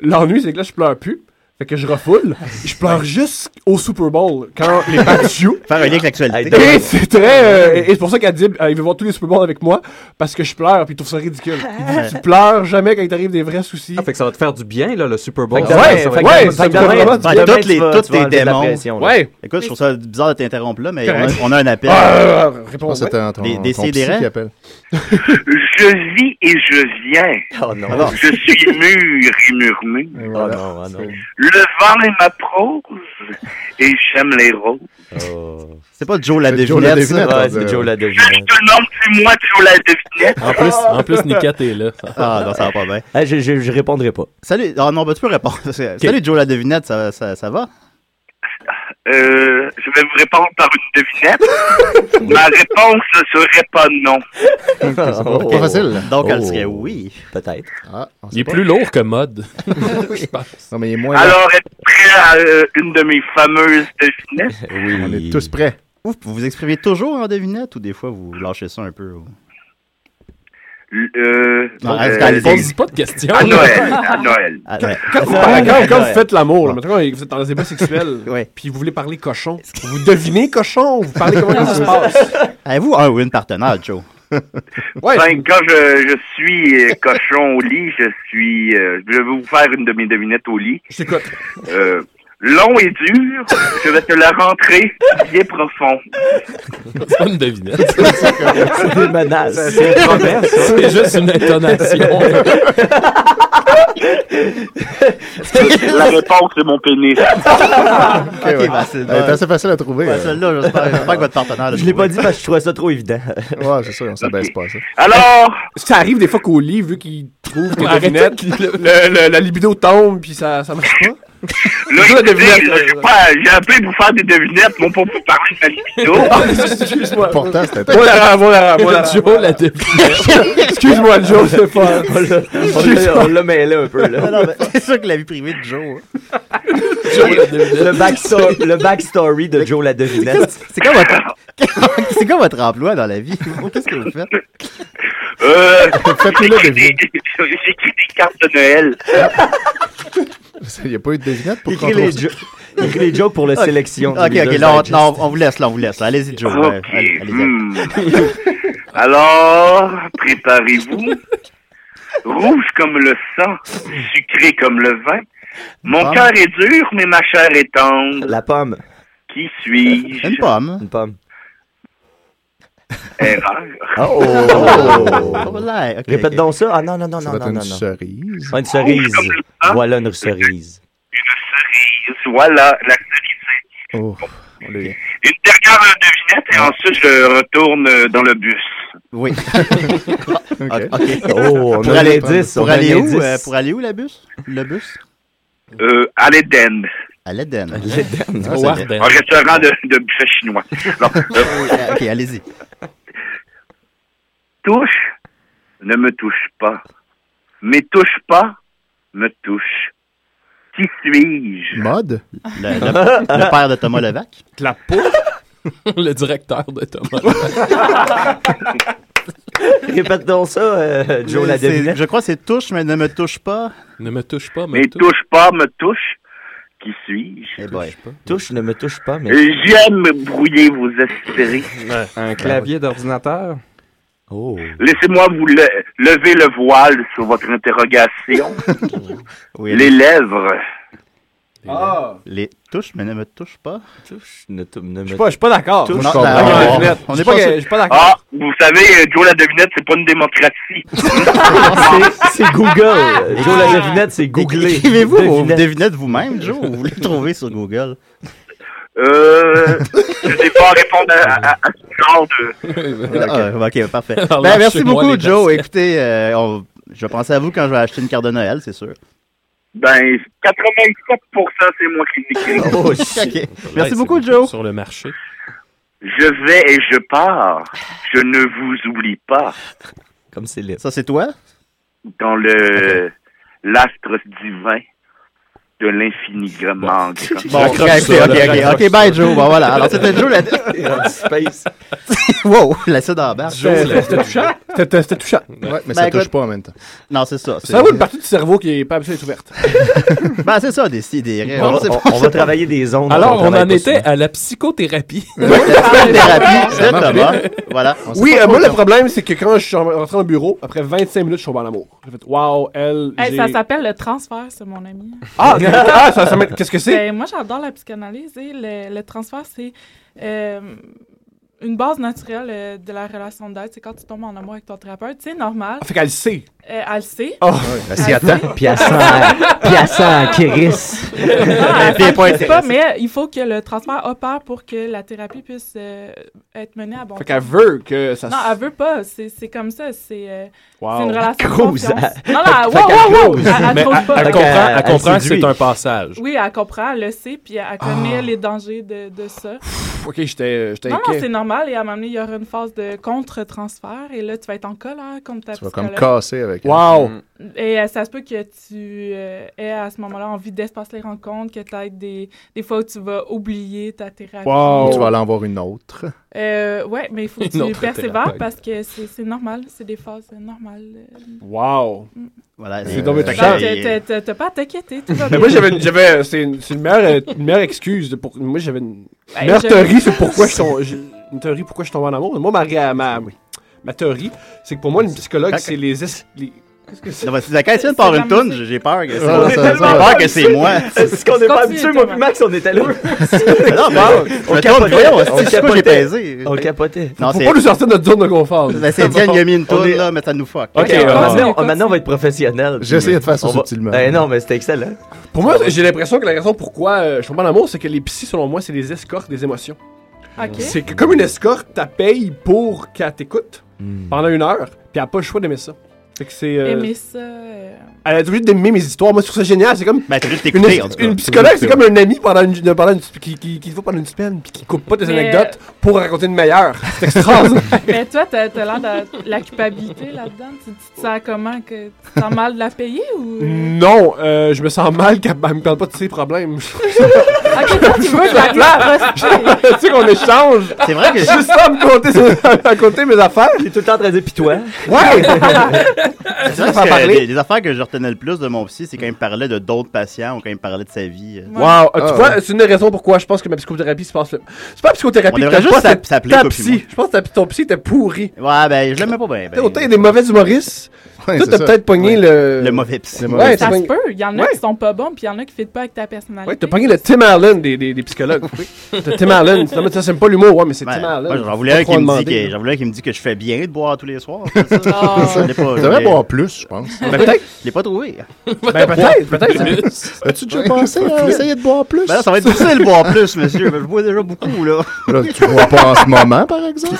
Speaker 15: L'ennui, c'est que là, je pleure plus. Fait que je refoule. Je pleure juste au Super Bowl quand les (laughs) matchs jouent.
Speaker 11: Faire un lien avec l'actualité.
Speaker 15: Et c'est très. euh, et et c'est pour ça qu'Adib, euh, il veut voir tous les Super Bowls avec moi parce que je pleure puis il trouve ça ridicule. Il
Speaker 11: (laughs)
Speaker 15: dit, tu pleures jamais quand il t'arrive des vrais soucis.
Speaker 1: fait que ça va te faire du bien, là, le Super Bowl.
Speaker 15: Fait que demain, Ouais, ça va fait être- ouais, ça va être-
Speaker 11: Fait que
Speaker 15: Demain,
Speaker 11: toutes
Speaker 15: tu
Speaker 11: les,
Speaker 15: vas-
Speaker 11: toutes
Speaker 15: tu vas
Speaker 11: tes
Speaker 15: enlever de la
Speaker 11: démons.
Speaker 15: pression, là. Ouais.
Speaker 11: Écoute, je trouve ça bizarre de t'interrompre là, mais on
Speaker 15: Correct.
Speaker 11: a, on a un appel.
Speaker 15: Ah, ah, ah, réponds,
Speaker 12: Je pense que
Speaker 15: ouais.
Speaker 12: c'était un- ton-
Speaker 11: Des-
Speaker 12: ton
Speaker 11: des
Speaker 12: psy
Speaker 11: sidérés?
Speaker 12: qui appelle.
Speaker 17: Je vis et je viens.
Speaker 11: Alors.
Speaker 17: Je suis mûr et murmure.
Speaker 11: Oh
Speaker 17: Le vent est ma prose et j'aime les roses.
Speaker 11: Oh. C'est pas Joe la
Speaker 12: C'est Joe la
Speaker 11: devinette,
Speaker 12: devinette,
Speaker 11: ça?
Speaker 12: Ouais, c'est Joe la
Speaker 11: devinette.
Speaker 17: Tout le monde, c'est moi, tu la devinette.
Speaker 11: En plus, en plus, Nickette
Speaker 13: est là.
Speaker 11: Ah non, ça va pas bien.
Speaker 14: je, je, je répondrai pas.
Speaker 11: Salut. Ah non, bah, tu peux répondre. Salut Joe la devinette, ça, ça, ça va?
Speaker 17: Euh, je vais vous répondre par une devinette. Ma réponse ne serait pas non.
Speaker 11: C'est
Speaker 12: pas facile.
Speaker 11: Donc, elle
Speaker 12: Oh. Ah,
Speaker 11: serait oui.
Speaker 14: Peut-être.
Speaker 13: Il est plus lourd que
Speaker 12: (laughs)
Speaker 13: mode. (laughs)
Speaker 12: Je pense. Non, mais il est moins.
Speaker 17: Alors, êtes prêt à euh, une de mes fameuses devinettes?
Speaker 11: Oui.
Speaker 12: On est tous prêts.
Speaker 11: Vous vous vous exprimez toujours en devinette ou des fois vous lâchez ça un peu?
Speaker 17: L- Euh,
Speaker 11: Non,
Speaker 17: euh,
Speaker 11: elle se
Speaker 13: pose pas de questions.
Speaker 17: À Noël, à Noël.
Speaker 11: Ah, ouais.
Speaker 15: Quand, vous, parlez- quand- quand vous faites l'amour, là, mettons que vous êtes dans un débat sexuel, puis vous voulez parler cochon, vous devinez cochon ou vous parlez comment ça se passe?
Speaker 11: Avez-vous un ou une partenaire, Joe?
Speaker 17: Ben, quand je, je suis euh, cochon au lit, je suis. euh, je vais vous faire une de mes devinettes au lit.
Speaker 15: Je t'écoute.
Speaker 17: Euh, long et dur,
Speaker 15: (laughs)
Speaker 17: je vais te la rentrer bien profond.
Speaker 13: C'est pas une devinette.
Speaker 14: C'est des menaces.
Speaker 13: C'est une promesse.
Speaker 12: hein.
Speaker 13: C'est juste une intonation.
Speaker 17: (laughs) La réponse, c'est
Speaker 12: (laughs)
Speaker 17: mon pénis.
Speaker 12: Ok, ouais.
Speaker 11: bah,
Speaker 12: Elle est assez facile à trouver.
Speaker 11: Ouais,
Speaker 12: euh.
Speaker 11: Bah, celle-là, j'espère j'espère que votre partenaire l'a
Speaker 14: Je l'ai pas
Speaker 11: trouvé.
Speaker 14: dit parce que je trouvais ça trop évident.
Speaker 12: Ouais, c'est ça, on s'abaisse pas à ça.
Speaker 17: Alors!
Speaker 15: Est-ce que ça arrive des fois qu'au lit, vu qu'ils trouvent tes
Speaker 13: Arrêtez
Speaker 15: devinettes, le- le- la libido tombe, puis ça, ça marche pas?
Speaker 17: Là,
Speaker 15: C'est ça, la
Speaker 17: écoutez,
Speaker 15: devinette,
Speaker 17: là, Eh, je suis pas- j'ai appelé pour faire des devinettes, non pas pour parler de ma
Speaker 15: (laughs)
Speaker 17: libido.
Speaker 15: Ah, Excuse-moi.
Speaker 12: Pourtant, c'était
Speaker 15: Moi, la moi,
Speaker 14: (laughs)
Speaker 15: la moi, la
Speaker 13: Joe, la devinette.
Speaker 15: (laughs) Excuse-moi, Joe, c'est pas.
Speaker 14: On l'a- on l'a- on l'a mêlé un peu, là.
Speaker 11: Non, non, mais c'est sûr que la vie privée de Joe. hein.
Speaker 14: Le, backstory, le backstory de Joe la devinette.
Speaker 11: C'est quoi votre, c'est quoi votre emploi dans la vie? Oh, Qu'est-ce que vous faites?
Speaker 12: (laughs)
Speaker 17: Euh,
Speaker 12: Faites-le
Speaker 17: j'ai
Speaker 12: deviner.
Speaker 17: écrit des (laughs) cartes de Noël.
Speaker 12: Il n'y a pas eu de devinette pour
Speaker 14: Écris les,
Speaker 12: contrôler.
Speaker 14: jo- écris les jokes pour la
Speaker 11: Ok.
Speaker 14: sélection.
Speaker 11: Ok,
Speaker 14: du Reader's
Speaker 11: ok, là, on,
Speaker 14: Digest.
Speaker 11: là, on- on vous laisse, là, on vous laisse. là. Allez-y, Joe.
Speaker 17: Ok.
Speaker 11: euh, allez- allez-y.
Speaker 17: hmm. Alors, préparez-vous. Rouge comme le sang, sucré comme le vin. Mon
Speaker 14: Ah.
Speaker 17: cœur est dur, mais ma chair est tendre.
Speaker 14: La pomme.
Speaker 17: Qui suis-je?
Speaker 11: Une pomme.
Speaker 14: Une pomme.
Speaker 17: Erreur.
Speaker 14: Oh!
Speaker 11: Oh, là, ok,
Speaker 14: Répète
Speaker 11: ok.
Speaker 14: donc ça. Ah non, non, non,
Speaker 12: Ça
Speaker 14: non,
Speaker 12: va
Speaker 14: non,
Speaker 12: être Ah, une
Speaker 14: non. non.
Speaker 12: cerise.
Speaker 14: Ah, Une cerise.
Speaker 17: Rouge comme le sang.
Speaker 14: Voilà une cerise.
Speaker 17: Cerise. Voilà, la cerise.
Speaker 12: Oh, on l'a eu.
Speaker 17: Une dernière euh, devinette et ensuite je retourne euh, dans le bus.
Speaker 11: Oui.
Speaker 12: Ok.
Speaker 11: Ok.
Speaker 14: Oh, on
Speaker 11: Pour
Speaker 14: a
Speaker 11: aller-
Speaker 14: l'indice.
Speaker 11: Pour
Speaker 14: on a
Speaker 11: aller où?
Speaker 14: l'indice.
Speaker 11: euh, Pour aller où, la bus? Le bus?
Speaker 17: Euh, à l'Éden,
Speaker 11: À l'Éden.
Speaker 14: L'Éden.
Speaker 11: Ah,
Speaker 13: Au
Speaker 11: ça vient.
Speaker 13: Warden.
Speaker 17: un restaurant de, de buffet
Speaker 11: (laughs)
Speaker 17: chinois. Alors, euh,
Speaker 11: Ah, Ok, allez-y.
Speaker 17: touche, ne me touche pas. Mais touche pas, me touche. Qui suis-je?
Speaker 12: Mode?
Speaker 11: Le, le- le père de Thomas Levac.
Speaker 13: La poule. Le directeur de Thomas.
Speaker 14: Répète donc ça, euh, Joe la
Speaker 11: C'est-
Speaker 14: devinette.
Speaker 11: Je crois que c'est touche, mais ne me touche pas.
Speaker 13: Ne me touche pas, me
Speaker 17: Mais
Speaker 13: touche.
Speaker 17: touche pas, me touche. Qui suis-je?
Speaker 11: Eh boy.
Speaker 14: Touche, ne me touche pas, mais.
Speaker 17: J'aime brouiller vos esprits.
Speaker 1: Un clavier d'ordinateur.
Speaker 14: Oh!
Speaker 17: Laissez-moi vous le- lever le voile sur votre interrogation.
Speaker 11: Oui, les...
Speaker 17: Les lèvres.
Speaker 15: Ah!
Speaker 11: les touches, mais ne me touche pas.
Speaker 14: Touche, ne, tou- ne me
Speaker 15: Je suis pas, je suis pas d'accord.
Speaker 11: Touche.
Speaker 15: Non,
Speaker 11: Non,
Speaker 15: la-
Speaker 11: non,
Speaker 15: la
Speaker 11: non.
Speaker 15: devinette.
Speaker 11: On
Speaker 15: Je
Speaker 11: est
Speaker 15: suis pas,
Speaker 11: pas
Speaker 15: que-
Speaker 11: sûr.
Speaker 15: je suis pas d'accord.
Speaker 17: Ah, vous savez, euh, Joe la devinette, c'est pas une démocratie.
Speaker 14: (laughs) C'est- C'est Google. Joe la devinette, c'est googlé.
Speaker 11: Écrivez-vous vos
Speaker 14: Devinette.
Speaker 11: devinettes vous-même, Joe, ou vous les trouvez sur Google.
Speaker 17: Euh, je sais pas répondre à, à- à ce genre de...
Speaker 11: Ah, ok, parfait.
Speaker 13: Alors,
Speaker 11: Ben, merci
Speaker 13: lâchez-moi
Speaker 11: beaucoup,
Speaker 13: les
Speaker 11: Joe.
Speaker 13: baskets.
Speaker 11: Écoutez, euh, on- je vais penser à vous quand je vais acheter une carte de Noël, c'est sûr.
Speaker 17: Ben, 87%, c'est moi qui l'écris.
Speaker 14: Oh, shit.
Speaker 11: Ok.
Speaker 13: Hey,
Speaker 11: Merci
Speaker 13: c'est
Speaker 11: beaucoup, Joe.
Speaker 13: Sur le marché.
Speaker 17: Je vais et je pars. Je ne vous oublie pas.
Speaker 14: Comme c'est lit.
Speaker 11: Ça, c'est toi?
Speaker 17: Dans le... L'astre divin
Speaker 14: (laughs)
Speaker 17: de l'infiniment grand.
Speaker 11: Bon, ok, ok, ok, ok, bye, Joe. Bon, voilà. Alors, c'était Joe la. (laughs)
Speaker 14: Space.
Speaker 11: Wow, la suite en barre.
Speaker 15: Joe, c'était- C'était touchant. C'était c'était touchant.
Speaker 12: Ouais, mais ça
Speaker 11: écoute-
Speaker 12: touche pas en même temps.
Speaker 11: Non, c'est ça.
Speaker 15: Ça vaut une partie du cerveau qui est pas habituée à être ouverte.
Speaker 11: Ben, c'est ça, des sidérés.
Speaker 14: On, on- on va travailler des ondes.
Speaker 13: Alors,
Speaker 14: qu'on
Speaker 13: on en
Speaker 14: travaille pas
Speaker 13: était
Speaker 14: souvent.
Speaker 13: à la psychothérapie.
Speaker 11: la thérapie, c'est Thomas. Voilà. On sait
Speaker 15: Oui,
Speaker 11: pas
Speaker 15: euh, moi,
Speaker 11: trop-
Speaker 15: le problème, c'est que quand je suis rentré au bureau, après 25 minutes, je suis tombé en amour. J'ai fait, waouh, elle.
Speaker 16: Hey,
Speaker 15: j'ai-
Speaker 16: ça s'appelle le transfert, c'est mon ami.
Speaker 15: Ah, ah, ça, ça m'a- Qu'est-ce que c'est?
Speaker 16: Ben, moi, j'adore la psychanalyse. Et le, le transfert, c'est euh, une base naturelle euh, de la relation d'aide. C'est quand tu tombes en amour avec ton thérapeute. C'est normal.
Speaker 15: Ah, Fait qu'elle sait.
Speaker 2: Euh, elle le sait.
Speaker 14: Oh, elle s'y attend. Puis elle sent, puis elle sent Kiris.
Speaker 2: Non,
Speaker 11: Ah,
Speaker 2: elle s'en occupe pas, mais il faut que le transfert opère pour que la thérapie puisse euh, être menée à bon
Speaker 15: Fait qu'elle veut que ça
Speaker 2: Non, elle veut pas. C'est c'est comme ça. C'est euh,
Speaker 15: Wow.
Speaker 2: c'est une relation de
Speaker 15: Cruise,
Speaker 2: confiance.
Speaker 11: (laughs)
Speaker 15: elle-
Speaker 2: Non, non,
Speaker 15: Fait
Speaker 2: wow,
Speaker 15: qu'elle
Speaker 2: wow, wow!
Speaker 15: cruise.
Speaker 2: Elle, elle
Speaker 15: Mais
Speaker 2: trouve
Speaker 15: elle-
Speaker 2: pas.
Speaker 15: elle
Speaker 14: Euh,
Speaker 15: comprend- elle
Speaker 2: Elle
Speaker 15: comprend que
Speaker 2: séduit.
Speaker 15: c'est un passage.
Speaker 2: Oui, elle comprend, elle le sait, puis elle connaît
Speaker 12: Ah.
Speaker 2: les dangers de, de ça.
Speaker 15: Pff, Ok, j'étais j'étais
Speaker 2: Non, non,
Speaker 15: inquiet.
Speaker 2: c'est normal. Et à un moment donné, il y aura une phase de contre-transfert. Et là, tu vas être en colère contre ta
Speaker 12: Tu vas comme
Speaker 2: psychologue.
Speaker 12: casser avec elle.
Speaker 15: Wow!
Speaker 11: Mm.
Speaker 2: Et euh, ça se peut que tu euh, aies à ce moment-là envie d'espacer les rencontres, que tu aies des, des fois où tu vas oublier ta thérapie.
Speaker 12: Tu vas aller en voir une autre.
Speaker 2: Euh, ouais, mais il faut que
Speaker 12: (laughs) Une
Speaker 2: tu
Speaker 12: autre
Speaker 2: persévères
Speaker 12: thérapeute.
Speaker 2: parce que c'est c'est normal, c'est des phases euh, normales. euh.
Speaker 15: Wow!
Speaker 11: Voilà, euh,
Speaker 15: c'est dommage.
Speaker 2: Donc, t'as- t'as- t'as t'as pas à t'inquiéter, tout va
Speaker 15: Mais
Speaker 2: bien.
Speaker 15: moi, j'avais. une- j'avais- C'est une, c'est une meilleure, une meilleure excuse. de pour, moi, j'avais une,
Speaker 2: Ben,
Speaker 15: une meilleure
Speaker 2: je-
Speaker 15: théorie sur pourquoi je tombe- je- Une théorie pourquoi je tombe en amour. Moi, ma, ma, ma, ma théorie, c'est que pour moi, une psychologue, c'est les. es- les Qu'est-ce que c'est?
Speaker 11: Non, mais si Zachary vient de part Eh, une toune, j'ai peur que c'est moi.
Speaker 15: Ouais,
Speaker 11: J'ai
Speaker 15: ça- ça-
Speaker 11: peur que c'est moi.
Speaker 14: C'est ce qu'on n'est pas habitué, moi, puis Max, on était là. (laughs) Ah
Speaker 11: Non, bon, je me trompe, voyons, c'est ce que j'ai baisé.
Speaker 14: On capotait.
Speaker 11: Non,
Speaker 15: Faut
Speaker 11: c'est-
Speaker 15: pas nous sortir de notre zone de confort.
Speaker 11: Mais c'est Étienne, il a mis une
Speaker 14: On
Speaker 11: toune,
Speaker 14: est-
Speaker 11: là, mais ça nous fuck.
Speaker 14: OK,
Speaker 15: on
Speaker 14: alors,
Speaker 15: va-
Speaker 14: maintenant, on- maintenant, on va être professionnel.
Speaker 12: J'ai essayé de faire ça
Speaker 14: On va-
Speaker 12: subtilement.
Speaker 14: Ben non, mais c'était excellent.
Speaker 15: Pour moi, j'ai l'impression que la raison pourquoi euh, je tombe en amour, c'est que les psys, selon moi, c'est les escortes des émotions.
Speaker 2: Ok.
Speaker 15: C'est que comme une escorte, t'as paye pour qu'elle t'écoute
Speaker 11: Hmm.
Speaker 15: pendant une heure, puis elle a pas le choix d'aimer ça. Fait que c'est. euh,
Speaker 2: Aimer ça. euh,
Speaker 15: Elle a obligée d'aimer mes histoires. Moi, je trouve ça génial. C'est comme.
Speaker 11: Ben,
Speaker 15: une,
Speaker 11: t'écouter, en tout cas.
Speaker 15: une psychologue, c'est
Speaker 11: T'as
Speaker 15: comme un ami pendant une, de- pendant une- qui, qui, qui te voit pendant une semaine puis qui coupe pas tes
Speaker 2: Mais-
Speaker 15: anecdotes pour raconter une meilleure. C'est extraordinaire.
Speaker 2: Mais toi, t'as t'as l'air de la culpabilité là-dedans. Tu, tu te sens comment que tu te sens mal de la payer ou.
Speaker 15: non, euh, je me sens mal qu'elle elle me parle pas de ses problèmes.
Speaker 2: Ok, toi, tu veux que la
Speaker 15: tu sais qu'on échange.
Speaker 11: C'est vrai que-
Speaker 15: (laughs) Juste là, à me compter, sur- à compter mes affaires.
Speaker 14: T'es tout le temps en train de dire, pis toi? (laughs)
Speaker 15: Ouais!
Speaker 11: C'est vrai
Speaker 15: Ça fait
Speaker 11: que
Speaker 15: parler.
Speaker 11: les, les affaires que je retenais le plus de mon psy, c'est quand il me parlait de d'autres patients ou quand il me parlait de sa vie. euh.
Speaker 15: Wow, ah, tu
Speaker 11: Ah,
Speaker 15: vois, c'est une des raisons pourquoi je pense que ma psychothérapie se passe. le- C'est pas la
Speaker 11: On
Speaker 15: psychothérapie,
Speaker 11: devrait
Speaker 15: t'as
Speaker 11: juste
Speaker 15: pas
Speaker 11: s'app-
Speaker 15: ta-
Speaker 11: s'appeler
Speaker 15: ta
Speaker 11: toi puis moi.
Speaker 15: psy. Je pense que ta- ton psy était pourri.
Speaker 11: Ouais, ben, je l'aimais pas bien.
Speaker 15: T'sais, Autant il y a des mauvais humoristes. Toi, t'as peut-être pogné le.
Speaker 11: Le mauvais psy.
Speaker 15: Ouais,
Speaker 2: ça
Speaker 15: t'as
Speaker 2: se
Speaker 15: pogné-
Speaker 2: peut. Il y en a
Speaker 15: Ouais.
Speaker 2: qui sont pas bons, puis il y en a qui ne pas avec ta personnalité.
Speaker 15: Ouais, t'as pogné le Tim Allen des, des, des
Speaker 11: (laughs)
Speaker 15: psychologues. T'as Tim Allen. Finalement, ça, c'est pas l'humour, ouais, mais c'est
Speaker 11: Ouais,
Speaker 15: Tim Allen.
Speaker 11: Ben, moi, j'en voulais
Speaker 15: Faut
Speaker 11: un
Speaker 15: pas
Speaker 11: qui me
Speaker 15: trop
Speaker 11: dit
Speaker 15: demander,
Speaker 11: que- j'en voulais un qui me dit que je fais bien de boire tous les soirs. c'est ça? Je l'ai pas-
Speaker 12: Tu
Speaker 11: je
Speaker 12: devrais
Speaker 11: l'ai-
Speaker 12: boire plus, je pense.
Speaker 11: Ben, peut-être. Je l'ai pas trouvé. ben,
Speaker 15: peut-être, peut-être.
Speaker 12: As-tu déjà pensé à essayer de boire plus?
Speaker 11: Ben là, ça va être difficile de boire plus, monsieur. mais Je bois déjà beaucoup, là.
Speaker 12: Là, tu bois pas en ce moment, par exemple?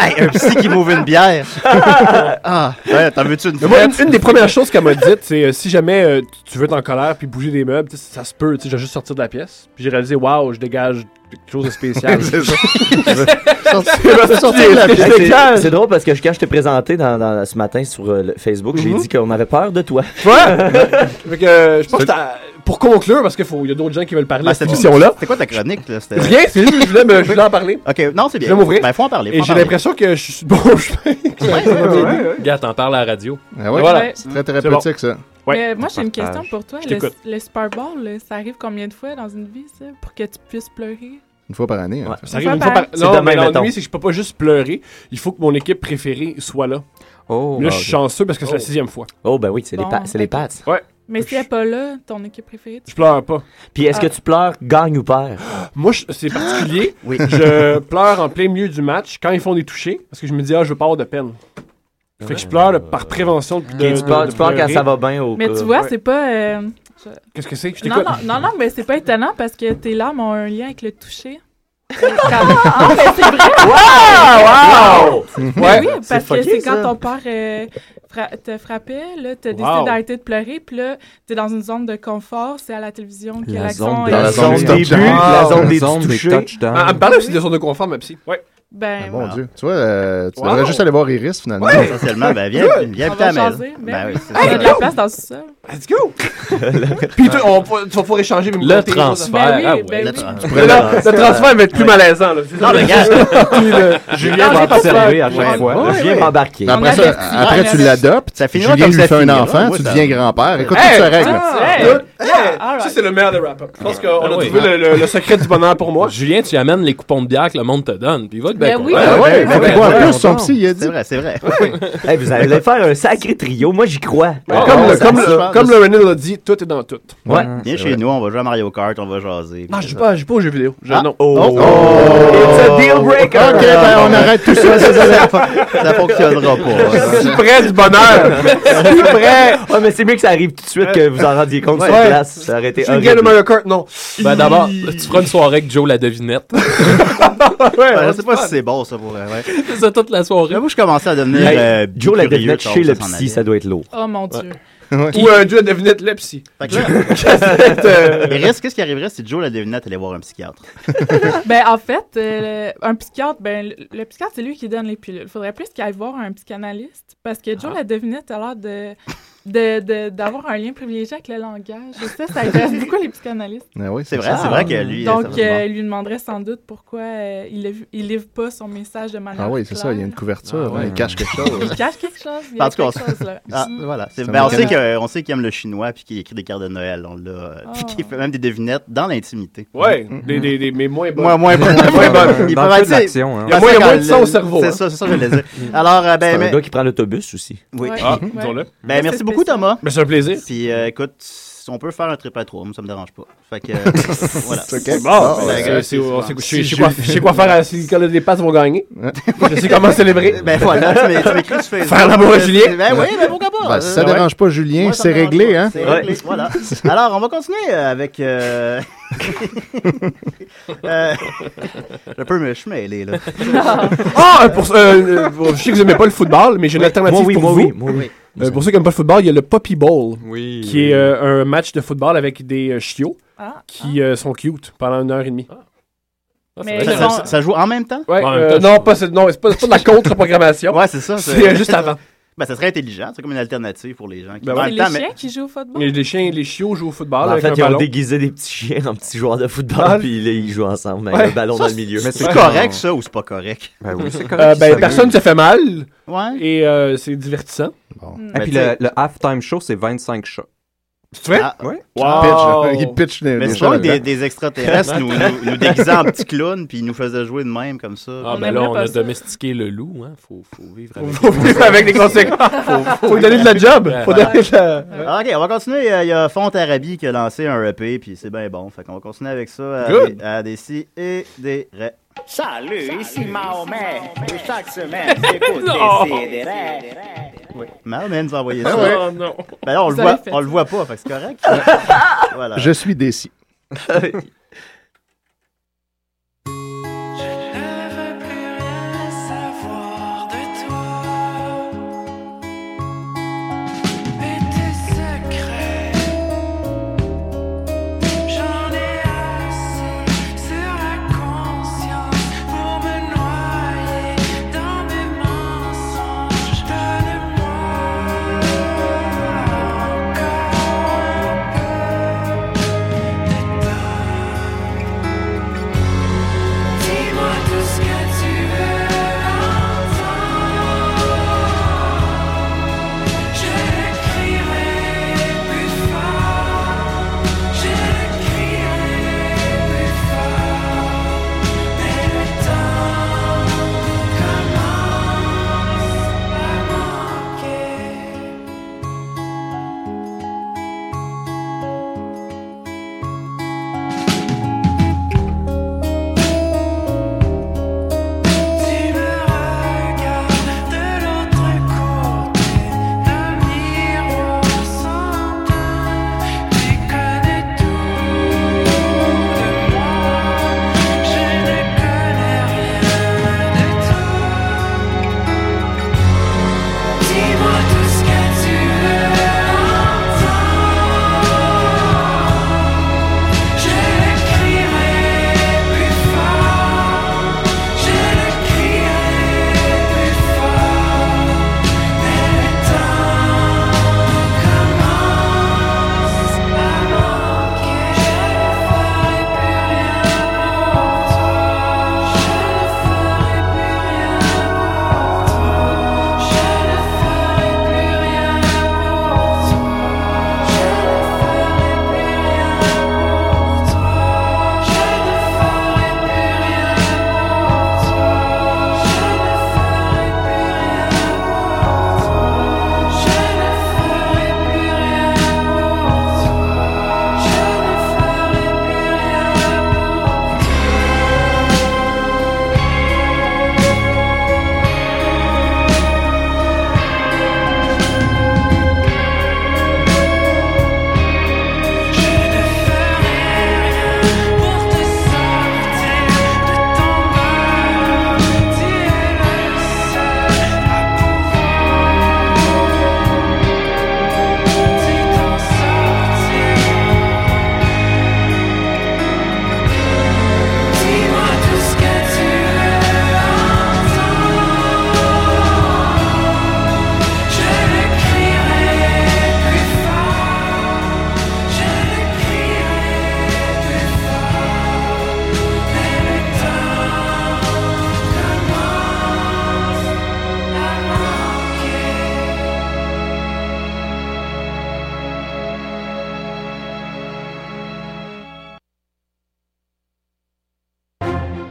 Speaker 11: Hey, un psy qui m'ouvre une bière. ah, ouais, t'en veux-tu une
Speaker 15: Mais moi, une,
Speaker 11: frette?
Speaker 15: une des premières choses qu'elle m'a dites, c'est euh, si jamais euh, tu- tu veux être en colère puis bouger des meubles, tu sais, ça se peut, tu sais, j'ai juste sortir de la pièce. Puis j'ai réalisé, waouh, je dégage quelque chose de spécial.
Speaker 12: C'est ça.
Speaker 14: Hey, c'est- C'est drôle parce que je- quand je t'ai présenté dans, dans- ce matin sur euh, le Facebook, j'ai
Speaker 15: Mhm.
Speaker 14: dit qu'on avait peur de toi.
Speaker 15: Ouais! Fait que, euh, je pense que t'as- pour conclure, parce qu'il faut- il y a d'autres gens qui veulent parler
Speaker 11: Ben,
Speaker 15: de cette
Speaker 11: c'était-
Speaker 15: émission-là.
Speaker 11: C'était quoi ta chronique, là? C'était-
Speaker 15: Rien, c'est juste que je voulais, me- je voulais en parler.
Speaker 11: Ok, non, c'est bien.
Speaker 15: Je vais m'ouvrir.
Speaker 11: Ben, faut en parler.
Speaker 15: Et j'ai l'impression que je suis bon chemin.
Speaker 3: Gars, t'en parles à la radio.
Speaker 12: Ah ouais?
Speaker 15: Voilà.
Speaker 12: C'est très thérapeutique, ça.
Speaker 2: Mais moi, j'ai une question pour toi.
Speaker 12: Je
Speaker 2: Le,
Speaker 12: t'écoute.
Speaker 2: le Super Bowl, là, ça arrive combien de fois dans une vie, ça, pour que tu puisses pleurer?
Speaker 12: Une fois par année. hein. en fait.
Speaker 15: Ça arrive une fois par. Non, mais l'ennui, c'est que je peux pas juste pleurer. Il faut que mon équipe préférée soit là.
Speaker 14: Oh,
Speaker 15: là,
Speaker 14: ah,
Speaker 15: je
Speaker 14: ok.
Speaker 15: suis chanceux parce que c'est la
Speaker 14: Oh.
Speaker 15: sixième fois.
Speaker 14: Oh, ben oui, c'est les,
Speaker 2: Bon,
Speaker 14: pa- c'est les pattes.
Speaker 15: Ouais.
Speaker 2: Mais si elle n'est pas là, ton équipe préférée, tu
Speaker 15: Je pleure pas.
Speaker 14: Puis est-ce que
Speaker 2: Ah.
Speaker 14: tu pleures, gagne ou perds?
Speaker 15: Moi, je-
Speaker 11: (gasps)
Speaker 15: c'est particulier. Je pleure en plein milieu du match quand ils font des touchés parce que je me dis, ah, je veux pas avoir de peine. Fait que je pleure de- par prévention. De,
Speaker 14: Ok, tu pleures- tu pleures quand ça va bien
Speaker 15: au
Speaker 2: Mais tu vois, c'est pas. euh, je-
Speaker 15: Qu'est-ce que c'est? Je
Speaker 2: non,
Speaker 15: t'écoute.
Speaker 2: non, non, non, mais c'est pas étonnant parce que tes larmes ont un lien avec le toucher. Ah, mais c'est vrai!
Speaker 15: Wow!
Speaker 2: Mais
Speaker 15: Ouais.
Speaker 2: oui,
Speaker 15: C'est
Speaker 2: parce que
Speaker 15: fucké,
Speaker 2: c'est
Speaker 15: ça.
Speaker 2: quand ton père euh, fra- te frappait, là, t'as décidé
Speaker 15: Wow.
Speaker 2: d'arrêter de pleurer, puis là, t'es dans une zone de confort, c'est à la télévision que
Speaker 18: La
Speaker 2: l'action
Speaker 18: zone
Speaker 2: est-
Speaker 18: de- Dans la zone
Speaker 12: des buts, la zone des touchés.
Speaker 15: Ah, Elle me parlait aussi de son de confort, ma psy. Ouais.
Speaker 2: Ben,
Speaker 12: Ah, Mon Dieu. Tu vois, euh, tu
Speaker 15: Wow.
Speaker 12: devrais juste aller voir Iris, finalement.
Speaker 11: Ouais. Essentiellement, ben, viens-
Speaker 12: Good.
Speaker 11: viens
Speaker 2: On
Speaker 11: habiter à
Speaker 2: va
Speaker 11: la
Speaker 2: jaser,
Speaker 11: maison.
Speaker 2: ben
Speaker 11: Ben oui, c'est
Speaker 2: Il y a
Speaker 11: ça.
Speaker 2: de la place dans ce sol.
Speaker 15: Let's go! Puis tu, on, va- tu vas pouvoir échanger mais me
Speaker 3: Le
Speaker 15: compter les choses.
Speaker 3: transfert, Ben oui, ah ouais. ben
Speaker 15: Le,
Speaker 3: oui.
Speaker 15: tra-
Speaker 3: Tu
Speaker 15: le,
Speaker 3: pourrais-
Speaker 15: le transfert va être plus malaisant. Là.
Speaker 11: Non, mais gars,
Speaker 15: Puis le-
Speaker 11: Julien
Speaker 15: Non,
Speaker 11: va
Speaker 15: j'ai pas
Speaker 11: observer
Speaker 15: peur.
Speaker 11: à chaque
Speaker 15: Ouais,
Speaker 11: fois.
Speaker 15: ouais,
Speaker 11: Julien
Speaker 15: ouais.
Speaker 11: va embarquer.
Speaker 12: Après,
Speaker 11: On
Speaker 12: ça,
Speaker 11: adopte.
Speaker 12: après
Speaker 11: Ouais.
Speaker 12: tu l'adoptes.
Speaker 11: Ça finira
Speaker 12: Julien
Speaker 11: comme
Speaker 12: lui
Speaker 11: ça
Speaker 12: fait un
Speaker 11: finira,
Speaker 12: enfant,
Speaker 11: moi,
Speaker 12: tu
Speaker 11: ça.
Speaker 12: deviens grand-père. Écoute,
Speaker 15: Hey!
Speaker 12: tout se règle.
Speaker 15: Ah,
Speaker 2: Hey!
Speaker 15: là, hein, hey, Ça, c'est le meilleur de wrap-up. Je pense qu'on a trouvé le- le- le secret du bonheur pour moi.
Speaker 3: Julien, tu amènes les coupons de bière que le monde te donne, puis il va être bien
Speaker 2: Ben oui.
Speaker 3: content.
Speaker 12: Ah ouais, il faut
Speaker 3: Ouais,
Speaker 12: qu'il boive
Speaker 3: ouais,
Speaker 12: plus,
Speaker 3: on
Speaker 12: son
Speaker 3: dort.
Speaker 12: psy, il a dit.
Speaker 11: C'est vrai, c'est vrai.
Speaker 14: Hey, vous allez faire un sacré trio, moi j'y crois.
Speaker 15: Comme, le, comme, le-
Speaker 14: Ça-
Speaker 15: comme Comme le René l'a dit, tout est dans tout.
Speaker 11: Ouais. Viens chez nous, on va jouer à Mario Kart, on va jaser.
Speaker 15: Non, je joue pas, je joue pas aux jeux vidéo. Je-
Speaker 11: Ah.
Speaker 15: Non.
Speaker 11: Oh. Oh. It's a deal breaker.
Speaker 15: Ok, ben, on arrête tout ça.
Speaker 11: Ça, ça,
Speaker 15: (laughs)
Speaker 11: ça fonctionnera pas.
Speaker 15: Je suis prêt du bonheur. Je suis prêt.
Speaker 14: Ouais, mais c'est mieux que ça arrive tout de suite que vous en rendiez compte sur
Speaker 15: Ouais.
Speaker 14: place. Ça aurait été
Speaker 15: Je gagne le
Speaker 14: horrible.
Speaker 15: Mario Kart, non.
Speaker 3: Ben d'abord, tu feras une soirée avec Joe la devinette.
Speaker 11: Ouais, je sais pas si c'est bon, ça, pour vrai. ouais.
Speaker 3: ça toute la soirée.
Speaker 11: Moi, je commençais à devenir.
Speaker 14: Hey,
Speaker 11: euh,
Speaker 14: Joe, la
Speaker 11: curieux,
Speaker 14: devinette
Speaker 11: je pense
Speaker 14: chez
Speaker 11: que
Speaker 14: le
Speaker 11: ça s'en
Speaker 14: psy,
Speaker 11: allait.
Speaker 14: ça doit être lourd.
Speaker 2: Oh mon Dieu.
Speaker 15: Ou un Dieu à devinette Lepsy.
Speaker 11: Fait que là, Iris, qu'est-ce qui arriverait si Joe la devinette allait voir un psychiatre?
Speaker 2: ben, en fait, euh, un psychiatre, ben, le, le psychiatre, c'est lui qui donne les pilules. Il faudrait plus qu'il aille voir un psychanalyste parce que Joe la devinette a l'air de. de- de- D'avoir un lien privilégié avec le langage. Et ça, ça intéresse beaucoup les psychanalystes.
Speaker 12: Ah oui,
Speaker 11: C'est vrai, c'est vrai que lui.
Speaker 2: Donc,
Speaker 11: sérieusement.
Speaker 2: euh, il lui demanderait sans doute pourquoi euh, il, livre, il livre pas son message de manière.
Speaker 12: Ah oui, c'est ça, il y a une couverture,
Speaker 11: Ah ouais.
Speaker 12: il cache quelque chose.
Speaker 2: Il cache quelque chose. Il y a
Speaker 11: En tout cas,
Speaker 2: quelque
Speaker 11: on-
Speaker 2: chose, là.
Speaker 11: Ah,
Speaker 2: Mm.
Speaker 11: voilà. C'est-
Speaker 12: Ça
Speaker 11: ben, on, sait
Speaker 12: m'étonne.
Speaker 11: que- on sait qu'il aime le chinois puis qu'il écrit des cartes de Noël. On l'a, euh, Puis qu'il fait même des devinettes dans l'intimité. Mm-hmm.
Speaker 15: Ouais, des, des, des, mais moins bonnes.
Speaker 11: Moins, moins bonnes. moins bonnes.
Speaker 15: Il
Speaker 11: Il
Speaker 15: peut
Speaker 11: pourrait
Speaker 15: être-
Speaker 11: dire-
Speaker 15: Il y a moins, il y a moins de sang au cerveau.
Speaker 11: hein. C'est ça, c'est ça que je voulais dire. Alors, euh, ben,
Speaker 14: C'est
Speaker 11: mais-
Speaker 14: un gars qui prend l'autobus aussi.
Speaker 11: Oui.
Speaker 15: Ouais. Ah, disons-le.
Speaker 11: Ben, merci
Speaker 15: C'est
Speaker 11: beaucoup, Thomas.
Speaker 15: Ben, c'est un plaisir.
Speaker 11: Puis, euh, écoute, si on peut faire un trip à trois, moi, ça me dérange pas. Fait que,
Speaker 12: (laughs)
Speaker 11: euh, voilà.
Speaker 15: C'est
Speaker 12: Ah,
Speaker 15: bon. Ben, c'est- c'est- on sait- Je sais- je sais quoi- je sais quoi faire à- si les des passes vont
Speaker 11: (laughs)
Speaker 15: gagner. Je sais comment célébrer.
Speaker 11: Ben voilà, tu m'é- tu m'écris sur Facebook.
Speaker 15: Faire l'amour à Julien.
Speaker 11: Ben oui, ben pourquoi pas.
Speaker 12: Ben, si ça
Speaker 11: Ouais.
Speaker 12: dérange pas Julien,
Speaker 11: Moi, ça
Speaker 12: c'est
Speaker 11: me dérange
Speaker 12: réglé,
Speaker 11: pas.
Speaker 12: hein?
Speaker 11: C'est
Speaker 12: Ouais.
Speaker 11: réglé, voilà. Alors, on va continuer euh, avec...
Speaker 14: (laughs)
Speaker 11: euh, euh, Je peux me chmêler, là.
Speaker 15: Ah, pour, euh, euh, je sais que vous aimez pas le football, mais j'ai une
Speaker 11: Oui.
Speaker 15: alternative
Speaker 11: Moi, oui,
Speaker 15: pour
Speaker 11: moi,
Speaker 15: vous.
Speaker 11: oui, moi, oui.
Speaker 15: Euh, pour ceux qui aiment pas le football, il y a le Poppy Bowl,
Speaker 3: Oui.
Speaker 15: qui est euh, un match de football avec des euh, chiots
Speaker 11: Ah,
Speaker 15: qui euh, sont cute pendant une heure et demie.
Speaker 2: Mais
Speaker 11: Ça,
Speaker 2: ils
Speaker 11: ça-
Speaker 2: ont-
Speaker 11: ça joue en même temps?
Speaker 15: Ouais,
Speaker 11: En
Speaker 15: euh,
Speaker 11: même temps,
Speaker 15: non, pas, c'est, non, c'est pas, c'est pas de
Speaker 11: (laughs)
Speaker 15: la contre-programmation.
Speaker 11: Ouais, c'est ça.
Speaker 15: C'est
Speaker 11: (laughs)
Speaker 15: euh, juste avant.
Speaker 11: Ben, ça serait intelligent. C'est comme une alternative pour les gens. Qui...
Speaker 15: Ben
Speaker 11: en
Speaker 15: ouais.
Speaker 11: même
Speaker 2: C'est
Speaker 11: temps,
Speaker 2: les
Speaker 11: mais-
Speaker 2: chiens qui jouent au football.
Speaker 15: Les, les chiens, les chiots jouent au football
Speaker 14: en
Speaker 15: avec
Speaker 14: fait,
Speaker 15: un
Speaker 14: ils ont
Speaker 15: ballon.
Speaker 14: déguisé des petits chiens en petits joueurs de
Speaker 15: Ah.
Speaker 14: football, puis là, ils jouent ensemble avec
Speaker 15: Ouais.
Speaker 14: le ballon
Speaker 15: Ça,
Speaker 14: dans le milieu.
Speaker 11: C'est correct, ça, ou c'est pas correct?
Speaker 1: Ben oui, c'est correct.
Speaker 15: Euh, ben,
Speaker 1: Ça-
Speaker 15: personne ne se fait mal.
Speaker 11: Ouais. Mm.
Speaker 15: Et euh, c'est divertissant.
Speaker 1: Et puis le, le halftime show, c'est 25 chats.
Speaker 15: Tu fais?
Speaker 11: Ah,
Speaker 1: Ouais.
Speaker 15: Wow.
Speaker 12: Il pitch, il pitch les-
Speaker 11: Mais
Speaker 12: les
Speaker 11: c'est pas
Speaker 12: gens
Speaker 11: que des,
Speaker 12: dedans.
Speaker 11: des extraterrestres nous, nous, nous déguisaient en petits clowns puis ils nous faisaient jouer de même comme ça.
Speaker 3: Ah, ben là, on a domestiqué le loup, hein. Faut, faut vivre avec.
Speaker 15: Faut vivre avec les conséquences. Faut lui donner de la job. Faut donner de la-
Speaker 11: Ah, ok, on va continuer. Euh, Il y a Font Arabi qui a lancé un EP, puis c'est bien bon. Fait qu'on va continuer avec ça à,
Speaker 15: Good.
Speaker 11: des, à des si et des ré.
Speaker 4: Salut, ici Mahomet. Et chaque semaine, j'écoute
Speaker 11: Non.
Speaker 4: Décidérez.
Speaker 11: Mahomet nous a envoyé
Speaker 4: Ah
Speaker 11: ça.
Speaker 4: ouais.
Speaker 11: Oh, non. Ben là, on le
Speaker 4: Vous
Speaker 11: voit,
Speaker 4: avez fait
Speaker 11: on le
Speaker 4: ça.
Speaker 11: voit pas, fait que c'est correct.
Speaker 12: (laughs)
Speaker 11: voilà.
Speaker 12: Je suis décis.
Speaker 9: savoir de toi et tes secrets. J'en ai assez sur la conscience pour me noyer dans mes mensonges. Donne-moi encore un peu de toi.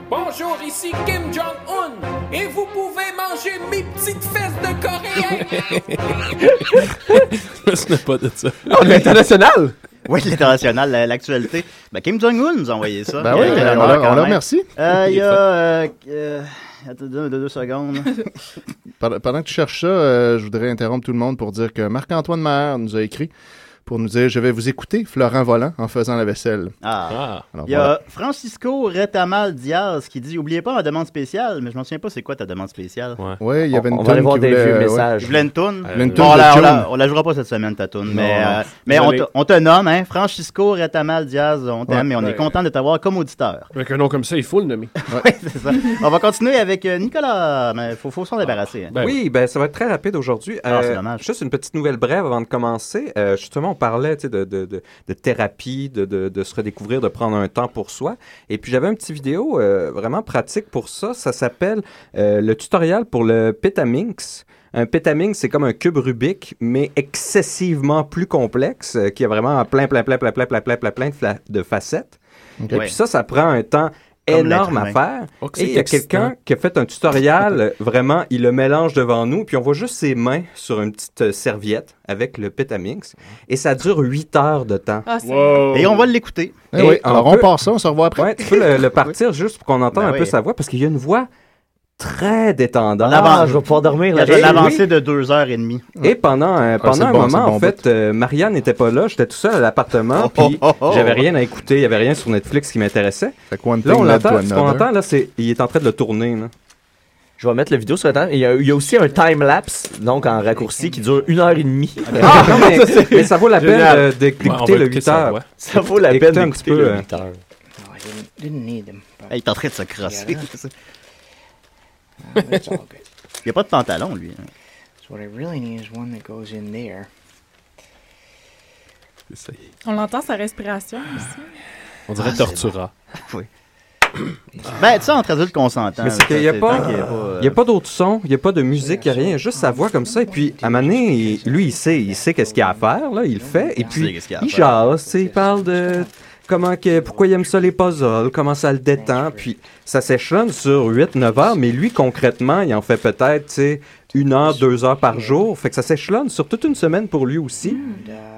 Speaker 19: Bonjour, ici Kim Jong-un et vous pouvez manger mes petites fesses de Coréen.
Speaker 3: Je me pas de ça.
Speaker 11: Oh, l'international! Oui, l'international, la- l'actualité. Ben, Kim Jong-un nous a envoyé ça.
Speaker 12: Ben oui,
Speaker 11: Quel
Speaker 12: on
Speaker 11: honneur
Speaker 12: le-
Speaker 11: quand
Speaker 12: on le
Speaker 11: même.
Speaker 12: remercie.
Speaker 11: Euh, Il
Speaker 12: Il est
Speaker 11: y a... euh, euh, attends deux, deux- deux secondes.
Speaker 12: (laughs) Pendant pendant que tu cherches ça, euh, je voudrais interrompre tout le monde pour dire que Marc-Antoine Maher nous a écrit pour nous dire Je vais vous écouter, Florent Volant, en faisant la vaisselle.
Speaker 11: Ah.
Speaker 12: Alors,
Speaker 11: Il y a
Speaker 12: voilà.
Speaker 11: Francisco Retamal Diaz qui dit Oubliez pas ma demande spéciale, mais je m'en souviens pas c'est quoi ta demande spéciale. Ouais,
Speaker 12: Ouais, il y avait une toune qui voulait, euh, ouais.
Speaker 11: Il voulait une toune.
Speaker 12: Il voulait une
Speaker 11: Bon,
Speaker 12: toune
Speaker 11: on,
Speaker 12: Euh, de
Speaker 11: la, on,
Speaker 12: June.
Speaker 11: la, on la jouera pas cette semaine, ta toune.
Speaker 12: Non,
Speaker 11: mais
Speaker 12: non.
Speaker 11: euh, mais on,
Speaker 12: Désolé.
Speaker 11: te, on te nomme, hein. Francisco Retamal Diaz, on t'aime
Speaker 13: Ouais,
Speaker 11: et on est
Speaker 13: ouais.
Speaker 11: content de t'avoir comme auditeur.
Speaker 13: Avec un nom comme ça, il faut le nommer.
Speaker 11: Ouais, (laughs) c'est ça. on va continuer avec euh, Nicolas, mais faut, faut s'en débarrasser. hein.
Speaker 1: oui, ben ça va être très rapide aujourd'hui.
Speaker 11: Ah, c'est
Speaker 1: Euh, juste une petite nouvelle brève avant de commencer. Euh, justement, on parlait tu sais, de, de, de, de thérapie, de, de, de se redécouvrir, de prendre un temps pour soi. Et puis j'avais un petit vidéo euh, vraiment pratique pour ça. Ça s'appelle euh, le tutoriel pour le Petaminx. Un Petaminx, c'est comme un cube Rubik, mais excessivement plus complexe, euh, qui a vraiment plein, plein, plein, plein, plein, plein, plein, plein, plein de, fla- de facettes.
Speaker 12: Ok.
Speaker 1: Et
Speaker 12: Ouais.
Speaker 1: puis ça, ça prend un temps
Speaker 12: Comme
Speaker 1: énorme
Speaker 12: l'être
Speaker 1: à
Speaker 12: humain.
Speaker 1: faire.
Speaker 12: Oh, que
Speaker 1: Et
Speaker 12: c'est
Speaker 1: il y a
Speaker 12: excitant.
Speaker 1: quelqu'un qui a fait un tutoriel,
Speaker 12: (laughs)
Speaker 1: euh, vraiment, il le mélange devant nous, puis on voit juste ses mains sur une petite euh, serviette avec le Petamix, et ça dure 8 heures de temps.
Speaker 11: Ah, c'est- Wow. Et on va l'écouter.
Speaker 12: Eh oui, alors, on part ça, on se revoit après.
Speaker 1: Ouais, tu peux le, le partir juste pour qu'on entende
Speaker 12: Ben
Speaker 1: un peu
Speaker 12: oui.
Speaker 1: sa voix, parce qu'il y a une voix très détendante.
Speaker 11: Ah, je vais pouvoir
Speaker 1: dormir
Speaker 11: Il y a une avancée de deux heures et demie.
Speaker 1: et pendant, euh,
Speaker 11: c'est
Speaker 1: pendant un
Speaker 11: bon, c'est
Speaker 1: moment,
Speaker 11: bon
Speaker 1: en fait, euh, Marianne n'était pas là. J'étais tout seul à l'appartement.
Speaker 11: Oh,
Speaker 1: puis
Speaker 11: oh, oh, oh.
Speaker 1: j'avais rien à écouter. Il n'y avait rien sur Netflix qui m'intéressait.
Speaker 12: thing
Speaker 1: Là, on
Speaker 12: led
Speaker 1: l'entend.
Speaker 12: to
Speaker 1: Ce qu'on
Speaker 12: another.
Speaker 1: entend, là, c'est il est en train de le tourner. là.
Speaker 14: Je vais mettre la vidéo sur Internet. Il y a, il y a aussi un time-lapse, donc en raccourci, qui dure une heure et demie.
Speaker 1: Ah, non,
Speaker 14: (laughs)
Speaker 1: mais- mais ça vaut la peine,
Speaker 14: Génial.
Speaker 1: euh, d'éc- d'écouter Ouais, on va le écouter 8 ça, heures. ouais.
Speaker 14: Ça vaut la
Speaker 1: Écoutez
Speaker 14: peine
Speaker 1: un
Speaker 14: d'écouter
Speaker 1: petit peu,
Speaker 14: le
Speaker 1: euh,
Speaker 14: 8 heures.
Speaker 4: Didn't need them. but-
Speaker 11: Hey, il est en train de se crosser.
Speaker 4: Yeah.
Speaker 11: il
Speaker 4: That's all good.
Speaker 11: n'y a pas de pantalon, lui.
Speaker 4: So what I really need is one that goes in there.
Speaker 2: On l'entend sa respiration aussi.
Speaker 3: On dirait
Speaker 11: Ah,
Speaker 3: Tortura.
Speaker 11: Oui. Ben, tu sais, entre adultes consentants.
Speaker 1: Mais c'est qu'il n'y a
Speaker 11: ça,
Speaker 1: pas, euh,
Speaker 11: tant qu'il y
Speaker 1: il y a pas d'autre son, il n'y a pas de musique, il n'y a rien, juste sa voix comme ça. Et puis, à un moment donné, il- lui, il sait, il sait qu'est-ce qu'il a à faire, là, il le fait.
Speaker 11: Il
Speaker 1: Et
Speaker 11: sait
Speaker 1: puis,
Speaker 11: qu'est-ce qu'il a à
Speaker 1: il
Speaker 11: faire.
Speaker 1: jase, tu sais, il parle de comment que, pourquoi il aime ça les puzzles, comment ça le détend. hein. Puis, ça s'échelonne sur 8-9 heures, mais lui, concrètement, il en fait peut-être, tu sais, une heure, deux heures par jour. Fait que ça s'échelonne sur toute une semaine pour lui aussi.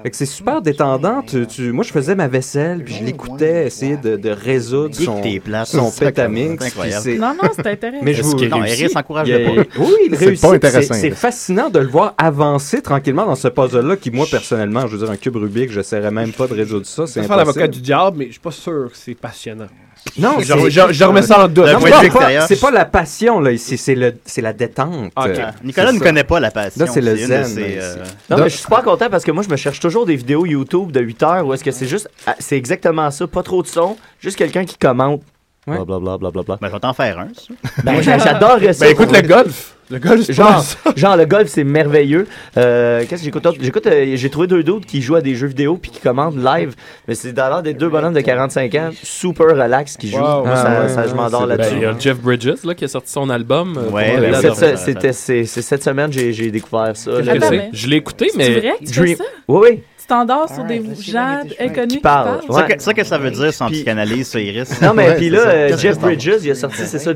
Speaker 1: Fait que c'est super détendant. Tu, tu- moi, je faisais ma vaisselle, puis je l'écoutais essayer de, de résoudre
Speaker 11: Geek
Speaker 1: son,
Speaker 11: tes places.
Speaker 1: son
Speaker 11: C'est
Speaker 1: pétamix.
Speaker 11: incroyable.
Speaker 1: puis c'est-
Speaker 2: Non, non, c'est intéressant.
Speaker 1: mais je vous
Speaker 11: Non, Iris encourage le
Speaker 1: Il
Speaker 11: pas.
Speaker 1: est- Oui, il
Speaker 11: C'est
Speaker 1: réussit.
Speaker 11: pas intéressant,
Speaker 1: C'est- C'est
Speaker 11: Iris.
Speaker 1: fascinant de le voir avancer tranquillement dans ce puzzle-là qui, moi, personnellement, je veux dire, un cube Rubik, je n'essaierais même pas de résoudre ça.
Speaker 13: Je
Speaker 1: C'est
Speaker 13: vais faire l'avocat
Speaker 1: impossible.
Speaker 13: du diable, mais je suis pas sûr que c'est passionnant.
Speaker 1: Non,
Speaker 13: je,
Speaker 1: c'est-
Speaker 13: je- je remets ça en doute.
Speaker 1: Non,
Speaker 13: Non,
Speaker 1: c'est
Speaker 13: pas-
Speaker 1: pas- C'est pas la passion, là, ici, c'est le- c'est la détente.
Speaker 14: Ok.
Speaker 1: Euh,
Speaker 11: Nicolas
Speaker 1: c'est
Speaker 11: ne
Speaker 1: ça.
Speaker 11: connaît pas la passion.
Speaker 1: Là, c'est le
Speaker 11: C'est une de
Speaker 1: zen.
Speaker 11: ses,
Speaker 1: là,
Speaker 11: euh,
Speaker 1: ici.
Speaker 14: Non, mais je suis pas content parce que moi, je me cherche toujours des vidéos YouTube de 8 heures où est-ce que c'est juste. ah, C'est exactement ça, pas trop de son, juste quelqu'un qui commente. Blablabla.
Speaker 11: Ben, je vais t'en faire un, ça.
Speaker 14: Ben, j'a- j'adorerais ça.
Speaker 11: Ben, écoute le
Speaker 14: golf.
Speaker 13: Le golf, c'est pas
Speaker 14: genre,
Speaker 13: mal
Speaker 14: genre, le golf, c'est merveilleux. Euh, Qu'est-ce que j'écoute d'autre? J'écoute, euh, j'ai trouvé deux d'autres qui jouent à des jeux vidéo puis qui commandent live. Mais c'est dans l'ordre des deux bonhommes de 45 ans, super relax qui jouent. Moi, ça,
Speaker 1: Ah
Speaker 14: ça, je m'endors
Speaker 3: Ben,
Speaker 14: là-dessus.
Speaker 3: Il y a Jeff Bridges là, qui a sorti son album. euh,
Speaker 14: Ouais,
Speaker 3: pour
Speaker 14: ben,
Speaker 3: les
Speaker 14: cette-
Speaker 3: adorer.
Speaker 14: c'était- c'est c'est cette semaine j'ai j'ai découvert ça.
Speaker 3: Qu'est-ce que c'est? Je l'ai écouté,
Speaker 2: C'est mais- vrai que tu fais ça?
Speaker 14: Oui, oui.
Speaker 2: Tu t'endors sur des gens inconnus qui
Speaker 14: parle,
Speaker 2: parlent.
Speaker 11: C'est ça que- c'est ça que ça veut dire, sans psychanalyse, ça, Iris.
Speaker 14: Non, mais
Speaker 11: Ouais,
Speaker 14: puis
Speaker 11: c'est
Speaker 14: là,
Speaker 11: ça.
Speaker 14: euh,
Speaker 11: Qu'est-ce
Speaker 14: Jeff
Speaker 11: que t'en
Speaker 14: Bridges, il a sorti, c'est ça,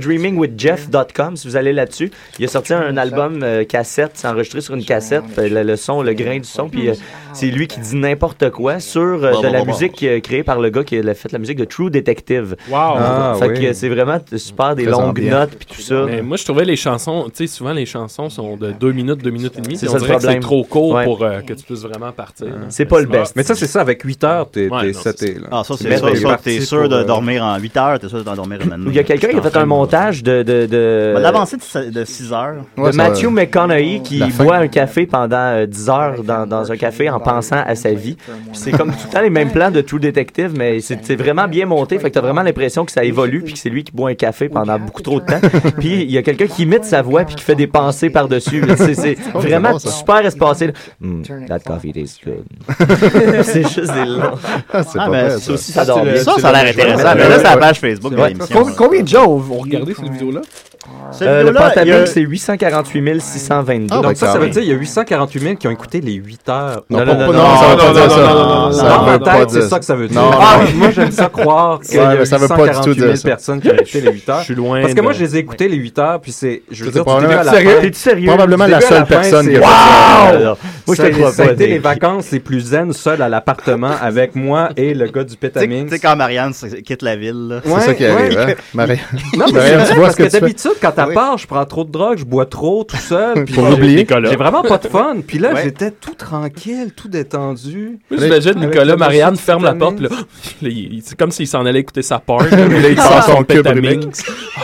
Speaker 14: dreamingwithjeff.com, si vous allez là-dessus. Il a sorti un album euh, cassette, c'est enregistré sur une cassette, euh, le, le son, le grain du son, puis euh, c'est lui qui dit n'importe quoi sur euh,
Speaker 11: Bon,
Speaker 14: de
Speaker 11: bon,
Speaker 14: la
Speaker 11: bon, bon.
Speaker 14: musique euh, créée par le gars qui a fait la musique de True Detective.
Speaker 3: Wow! Ah,
Speaker 14: fait
Speaker 3: oui.
Speaker 14: que c'est vraiment t- super, des
Speaker 3: Faisant
Speaker 14: longues
Speaker 3: bien.
Speaker 14: notes, puis tout ça.
Speaker 3: Mais moi, je trouvais les chansons, tu sais, souvent les chansons sont de 2 minutes, 2 minutes et demie.
Speaker 14: C'est
Speaker 3: puis
Speaker 14: ça
Speaker 3: on
Speaker 14: le
Speaker 3: dirait que c'est
Speaker 14: problème.
Speaker 3: trop court
Speaker 14: Ouais.
Speaker 3: pour euh, que tu puisses vraiment partir. là.
Speaker 1: Mais ça, c'est ça, avec 8 heures, t'es
Speaker 3: Ouais,
Speaker 1: t'es
Speaker 3: non,
Speaker 1: seté. là.
Speaker 11: Ah, ça, c'est
Speaker 1: Mais
Speaker 11: sûr.
Speaker 1: t'es
Speaker 11: ça,
Speaker 1: parti
Speaker 11: T'es sûr
Speaker 1: pour,
Speaker 11: de
Speaker 1: euh,
Speaker 11: dormir en 8 heures, t'es sûr d'en dormir une
Speaker 14: Il y a quelqu'un qui a fait un montage de... de, de
Speaker 11: Ben, L'avancée de sa- de 6 heures.
Speaker 14: de Matthew McConaughey qui boit un café pendant euh, 10 heures dans, dans un café en pensant à sa vie. Puis C'est comme tout le temps les mêmes plans de True Detective, mais c'est c'est vraiment bien monté. Fait que t'as vraiment l'impression que ça évolue puis que c'est lui qui boit un café pendant beaucoup trop de temps. Puis il y a quelqu'un qui imite sa voix puis qui fait des pensées par-dessus. là. C'est- (laughs) C'est
Speaker 11: Oh, c'est
Speaker 14: vraiment
Speaker 11: bon, ça.
Speaker 14: super espacé. là. Hmm, that coffee tastes good. (laughs) c'est juste des longs.
Speaker 11: Ah, c'est pas
Speaker 14: mais
Speaker 11: vrai,
Speaker 14: ça
Speaker 11: ça.
Speaker 14: aussi, ça
Speaker 11: C'est
Speaker 14: dort
Speaker 11: le-
Speaker 14: bien.
Speaker 11: ça, ça a l'air intéressant. Mais là, c'est la page Facebook de
Speaker 14: Ouais.
Speaker 11: l'émission.
Speaker 13: Combien de gens ont ont regardé cette vidéo-là?
Speaker 11: Ce
Speaker 14: Euh, le
Speaker 11: vidéo-là, il y
Speaker 14: Pentaplug,
Speaker 11: a-
Speaker 14: c'est 848 622.
Speaker 1: Donc ça, ça veut dire qu'il y a 848 000 qui ont écouté les 8 heures.
Speaker 14: Non, non, non, non, non, non, non, non, non, non,
Speaker 1: Dans
Speaker 14: non, non, non,
Speaker 1: ma tête, c'est
Speaker 14: non.
Speaker 1: ça que ça veut dire.
Speaker 14: Non,
Speaker 1: Ah,
Speaker 14: non.
Speaker 1: oui, moi, j'aime ça croire qu'il
Speaker 14: Ouais,
Speaker 1: y a
Speaker 14: mais ça veut pas du tout
Speaker 1: 848 000
Speaker 14: dire ça.
Speaker 1: personnes qui ont écouté les 8 heures.
Speaker 14: Je suis loin
Speaker 1: Parce que moi,
Speaker 14: de-
Speaker 1: je les ai écoutés les 8 heures, puis c'est... Je veux
Speaker 12: T'es
Speaker 1: dire, du début
Speaker 12: probablement-
Speaker 1: à la
Speaker 12: Sérieux?
Speaker 1: fin...
Speaker 12: T'es-tu sérieux? Probablement
Speaker 1: Du
Speaker 12: la
Speaker 1: début à
Speaker 12: seule personne
Speaker 1: c'est-
Speaker 12: qui a fait ça. Wow! Moi, je
Speaker 1: Ça-
Speaker 12: te crois
Speaker 1: Ça a
Speaker 12: pas,
Speaker 1: été les
Speaker 12: Nick.
Speaker 1: vacances les plus zen, seul à l'appartement, avec moi et le gars du
Speaker 11: Tu
Speaker 1: pétamine.
Speaker 11: sais, quand Marianne se- quitte la ville, là.
Speaker 1: Ouais, ouais. (laughs) Non, mais c'est
Speaker 12: Marianne,
Speaker 1: vrai,
Speaker 12: hein. tu vois
Speaker 1: parce
Speaker 12: ce que
Speaker 1: que,
Speaker 12: tu fais.
Speaker 1: d'habitude, quand à part, je prends trop de drogue, je bois trop tout
Speaker 12: (laughs)
Speaker 1: seul. Puis
Speaker 12: Pour
Speaker 1: j'ai-
Speaker 12: oublier.
Speaker 1: J'ai vraiment pas de fun. Puis là,
Speaker 3: Ouais.
Speaker 1: j'étais tout tranquille, tout détendu.
Speaker 3: Moi, J'imagine
Speaker 1: Avec
Speaker 3: Nicolas
Speaker 1: le
Speaker 3: Marianne
Speaker 1: monsieur
Speaker 3: ferme la
Speaker 1: Vitamine.
Speaker 3: porte. là. (gasps) Là, il- il- C'est comme s'il s'en allait écouter
Speaker 12: (laughs)
Speaker 3: sa part.
Speaker 12: Là, il sort son cube Rubik.
Speaker 3: (laughs)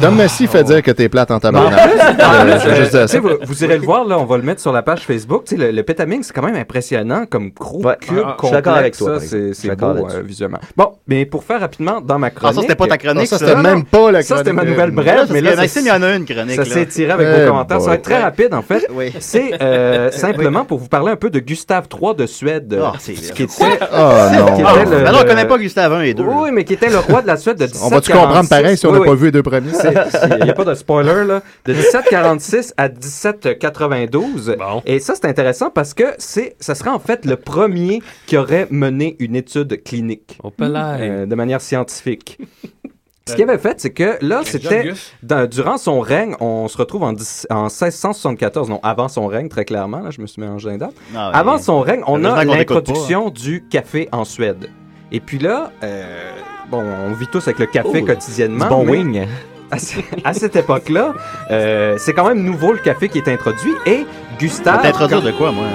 Speaker 12: Dom Messi fait dire que t'es plate
Speaker 1: (laughs)
Speaker 12: en tabarnak. Euh, je veux juste
Speaker 1: Euh, tu sais,
Speaker 12: dire ça.
Speaker 1: vous, vous irez le voir, là, on va le mettre sur la page Facebook. Tu sais, le, le Petaming, c'est quand même impressionnant comme gros cube
Speaker 14: Ah, ah, je suis
Speaker 1: complexe,
Speaker 14: d'accord avec toi,
Speaker 1: ça,
Speaker 14: par exemple.
Speaker 1: C'est
Speaker 14: Je suis
Speaker 1: c'est
Speaker 14: d'accord
Speaker 1: beau
Speaker 14: là-dessus.
Speaker 1: euh, visuellement. Bon, mais pour faire rapidement dans ma
Speaker 11: Ah,
Speaker 1: chronique. euh,
Speaker 11: ça, c'était pas ta chronique,
Speaker 1: Non,
Speaker 11: ça.
Speaker 1: c'était
Speaker 11: Non,
Speaker 1: même
Speaker 11: non.
Speaker 1: pas la
Speaker 11: Ça, c'était
Speaker 1: chronique.
Speaker 11: ma nouvelle brève,
Speaker 1: Là,
Speaker 11: mais
Speaker 1: parce que
Speaker 11: là,
Speaker 1: Maxime, il y en a une chronique.
Speaker 11: là.
Speaker 1: Ça s'est tiré avec
Speaker 11: Eh
Speaker 1: vos commentaires. Ça va être
Speaker 11: boy.
Speaker 1: très rapide, en fait.
Speaker 11: Oui.
Speaker 1: C'est (laughs) euh, simplement
Speaker 11: Oui.
Speaker 1: pour vous parler un peu de Gustave III de Suède.
Speaker 11: Ah,
Speaker 1: ce
Speaker 11: c'est-
Speaker 1: qui était-
Speaker 11: Quoi?
Speaker 12: Ah, non.
Speaker 1: qui était
Speaker 12: Ah,
Speaker 1: le-
Speaker 12: mais non, on connaît
Speaker 11: pas Gustave I et II,
Speaker 1: Oui, mais qui était le roi de la Suède de
Speaker 12: (laughs) On va-tu comprendre pareil si on n'a
Speaker 1: n'a
Speaker 12: pas vu les deux premiers?
Speaker 1: Il n'y a pas de spoiler, là. De 1746 à 1792. Et ça, c'est intéressant parce que c'est, ça serait en fait le premier qui aurait mené une étude clinique. Euh, de manière scientifique. Ce
Speaker 12: Ben,
Speaker 1: qu'il avait fait, c'est que là, c'était
Speaker 3: Gus.
Speaker 1: dans- durant son règne, on se retrouve en, 10 en 1674, non, avant son règne, très clairement, là, je me suis mélangé les dates.
Speaker 11: Ah ouais.
Speaker 1: Avant son règne, on a
Speaker 11: Heureusement qu'on t'écoute pas, hein.
Speaker 1: l'introduction du café en Suède. Et puis là, euh, bon, on vit tous avec le café
Speaker 14: Oh,
Speaker 1: quotidiennement.
Speaker 14: du bon
Speaker 1: mais
Speaker 14: wing.
Speaker 1: À, ce- à cette époque-là, euh, c'est quand même nouveau le café qui est introduit et Gustave.
Speaker 11: Faut t'introduire de quoi, moi?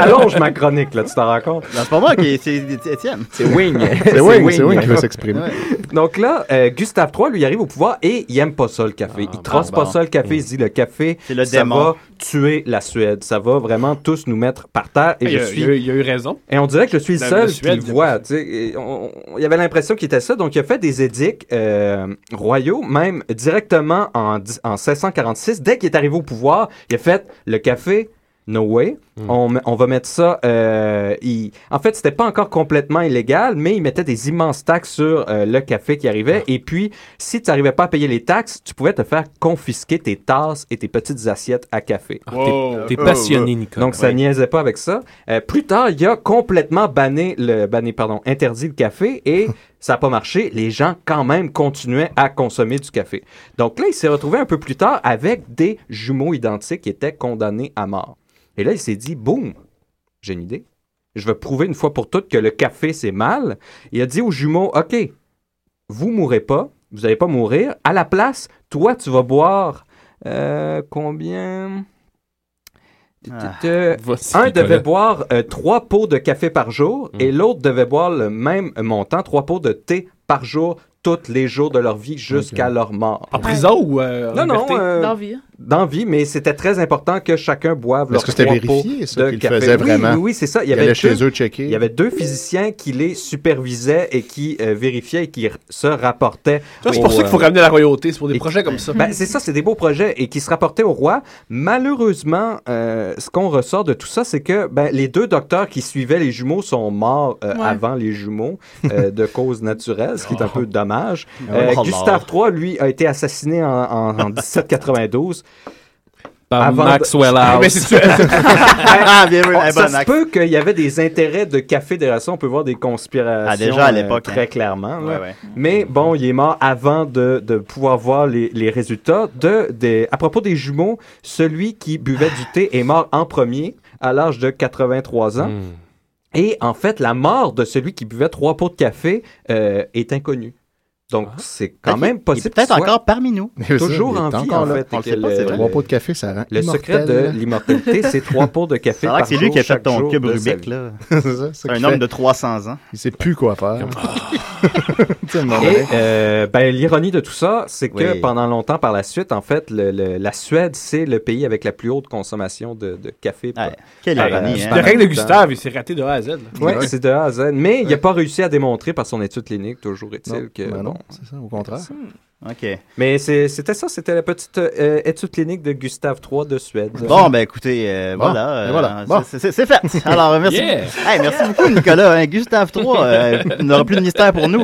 Speaker 1: Allonge ma chronique, là, tu t'en rends compte?
Speaker 11: C'est pas moi qui. C'est c'est Étienne.
Speaker 1: C'est Wing.
Speaker 12: C'est Wing, c'est Wing qui veut s'exprimer.
Speaker 11: Ouais.
Speaker 1: Donc là, euh, Gustave III, lui, arrive au pouvoir et il aime pas ça le café.
Speaker 3: Ah,
Speaker 1: il trosse
Speaker 11: Ah, bon,
Speaker 1: pas
Speaker 11: bon.
Speaker 1: ça le café. Il se dit le café,
Speaker 11: le
Speaker 1: ça
Speaker 11: démon.
Speaker 1: va tuer la Suède. Ça va vraiment tous nous mettre par terre. Et
Speaker 13: Il y
Speaker 1: je
Speaker 13: a-
Speaker 1: suis.
Speaker 13: il y a eu- il y a eu raison.
Speaker 1: Et on dirait que je suis le
Speaker 11: Ben,
Speaker 13: La-
Speaker 1: seul
Speaker 13: la
Speaker 1: qui
Speaker 13: Suède,
Speaker 1: le
Speaker 13: il y a
Speaker 1: voit. tu sais. Et on- on- Il y avait l'impression qu'il était ça. Donc, il a fait des édicts euh, royaux, même directement en, dix- en 1646. Dès qu'il est arrivé au pouvoir, il a fait le café. No way.
Speaker 13: Hmm.
Speaker 1: On, met- on va mettre ça. euh, il- En fait, c'était pas encore complètement illégal, mais il mettait des immenses taxes sur euh, le café qui arrivait.
Speaker 13: Hmm.
Speaker 1: Et puis, si tu n'arrivais pas à payer les taxes, tu pouvais te faire confisquer tes tasses et tes petites assiettes à café.
Speaker 13: Ah.
Speaker 3: Wow. t'es- t'es passionné, Nicolas.
Speaker 1: Donc, ça
Speaker 3: Oui.
Speaker 1: niaisait pas avec ça. Euh, plus tard, il a complètement banné le, banné, pardon, interdit le café et ça n'a pas marché. Les gens, quand même, continuaient à consommer du café. Donc là, il s'est retrouvé un peu plus tard avec des jumeaux identiques qui étaient condamnés à mort. Et là, il s'est dit, boum, j'ai une idée. Je vais prouver une fois pour toutes que le café, c'est mal. Il a dit aux jumeaux, OK, vous mourrez pas, vous n'allez pas mourir. À la place, toi, tu vas boire euh, combien Euh,
Speaker 3: Voici
Speaker 1: Un
Speaker 3: Nicolas.
Speaker 1: devait boire euh, trois pots de café par jour et l'autre devait boire le même euh, montant, trois pots de thé par jour, tous les jours de leur vie jusqu'à leur mort.
Speaker 13: En prison ou euh, en
Speaker 1: Non, non,
Speaker 13: liberté?
Speaker 1: euh,
Speaker 2: Dans vie.
Speaker 1: dans vie, mais c'était très important que chacun boive leurs
Speaker 12: que c'était
Speaker 1: trois
Speaker 12: vérifié,
Speaker 1: pots
Speaker 12: ça,
Speaker 1: de
Speaker 12: qu'ils le
Speaker 1: café.
Speaker 12: faisaient
Speaker 1: Oui,
Speaker 12: vraiment?
Speaker 1: Oui, oui, c'est ça. Il y
Speaker 12: Ils
Speaker 1: avait
Speaker 12: allaient chez
Speaker 1: deux-
Speaker 12: eux checker.
Speaker 1: Il y avait deux physiciens qui les supervisaient et qui euh, vérifiaient et qui r- se rapportaient.
Speaker 13: Ça, C'est
Speaker 1: au,
Speaker 13: pour ça qu'il faut
Speaker 1: euh,
Speaker 13: ramener la royauté, c'est pour des projets comme ça.
Speaker 1: ben, c'est ça, c'est des beaux projets et qui se rapportaient au roi. Malheureusement, euh, ce qu'on ressort de tout ça, c'est que ben, les deux docteurs qui suivaient les jumeaux sont morts euh,
Speaker 14: Ouais.
Speaker 1: avant les jumeaux euh, (laughs) de cause naturelle, ce qui est un peu dommage.
Speaker 14: Oh.
Speaker 1: Euh,
Speaker 14: Oh,
Speaker 1: Gustave III, lui, a été assassiné en, en- (laughs) en 1792.
Speaker 3: Par
Speaker 1: Avant de-
Speaker 3: Maxwell House.
Speaker 1: Mais c'est- (laughs)
Speaker 11: Ah, bien vu,
Speaker 1: On-
Speaker 11: un
Speaker 1: ça
Speaker 11: bon
Speaker 1: se
Speaker 11: acte.
Speaker 1: peut qu'il y avait des intérêts de Café-Fédération. On peut voir des conspirations
Speaker 11: Ah, déjà à
Speaker 1: euh,
Speaker 11: l'époque,
Speaker 1: très
Speaker 11: hein.
Speaker 1: clairement. là.
Speaker 11: Ouais, ouais.
Speaker 1: Mais bon, il est mort avant de, de pouvoir voir les, les résultats. De, des- à propos des jumeaux, celui qui buvait du thé est mort en premier à l'âge de 83 ans. Et en fait, la mort de celui qui buvait trois pots de café euh, est inconnue. Donc, c'est quand
Speaker 11: Ok.
Speaker 1: même possible.
Speaker 11: Il est peut-être
Speaker 1: qu'il soit
Speaker 11: encore parmi nous.
Speaker 12: Mais ça,
Speaker 1: Toujours
Speaker 12: il est
Speaker 1: en vie,
Speaker 12: encore
Speaker 1: en
Speaker 12: là.
Speaker 1: fait. et
Speaker 12: On le sait
Speaker 1: que
Speaker 12: pas, c'est
Speaker 1: le-
Speaker 12: vrai. Trois pots de café, ça hein. rend
Speaker 1: Le secret de
Speaker 12: immortel.
Speaker 1: l'immortalité, c'est trois pots de café
Speaker 11: Ça a l'air
Speaker 1: par
Speaker 11: que c'est lui
Speaker 1: jour,
Speaker 11: qui a fait
Speaker 1: chaque
Speaker 11: ton
Speaker 1: jour
Speaker 11: cube
Speaker 1: de sa
Speaker 11: Rubik,
Speaker 1: vie.
Speaker 11: là.
Speaker 12: (laughs) C'est ça, ça
Speaker 11: un
Speaker 12: qu'il
Speaker 11: homme
Speaker 12: fait.
Speaker 11: de 300
Speaker 1: hein.
Speaker 11: ans.
Speaker 12: Il sait plus quoi faire. Tu sais, mon
Speaker 1: Et
Speaker 12: mec.
Speaker 1: euh, ben, l'ironie de tout ça, c'est que
Speaker 12: Oui.
Speaker 1: pendant longtemps, par la suite, en fait, le- le- la Suède, c'est le pays avec la plus haute consommation de, de café. par-
Speaker 11: quelle
Speaker 1: par-
Speaker 11: ironie,
Speaker 1: par
Speaker 13: Le règne de
Speaker 1: habitant.
Speaker 13: Gustave, il s'est raté de A à Z. là.
Speaker 1: Ouais, c'est de A à Z. Mais il n'a pas réussi à démontrer par son étude clinique, toujours est-il que.
Speaker 12: Ben non,
Speaker 1: bon.
Speaker 12: c'est ça, au contraire.
Speaker 11: OK.
Speaker 1: Mais c'est- c'était ça, c'était la petite euh, étude clinique de Gustave III de Suède.
Speaker 11: Bon, ben écoutez, euh,
Speaker 1: Bon,
Speaker 11: voilà.
Speaker 1: et
Speaker 11: euh,
Speaker 1: voilà.
Speaker 11: c'est-
Speaker 1: Bon.
Speaker 11: c'est- C'est c'est fait. Alors, euh, merci.
Speaker 1: Yeah.
Speaker 11: Hey, merci beaucoup, Nicolas. Hein, Gustave III, euh, il n'aura plus de mystère pour nous.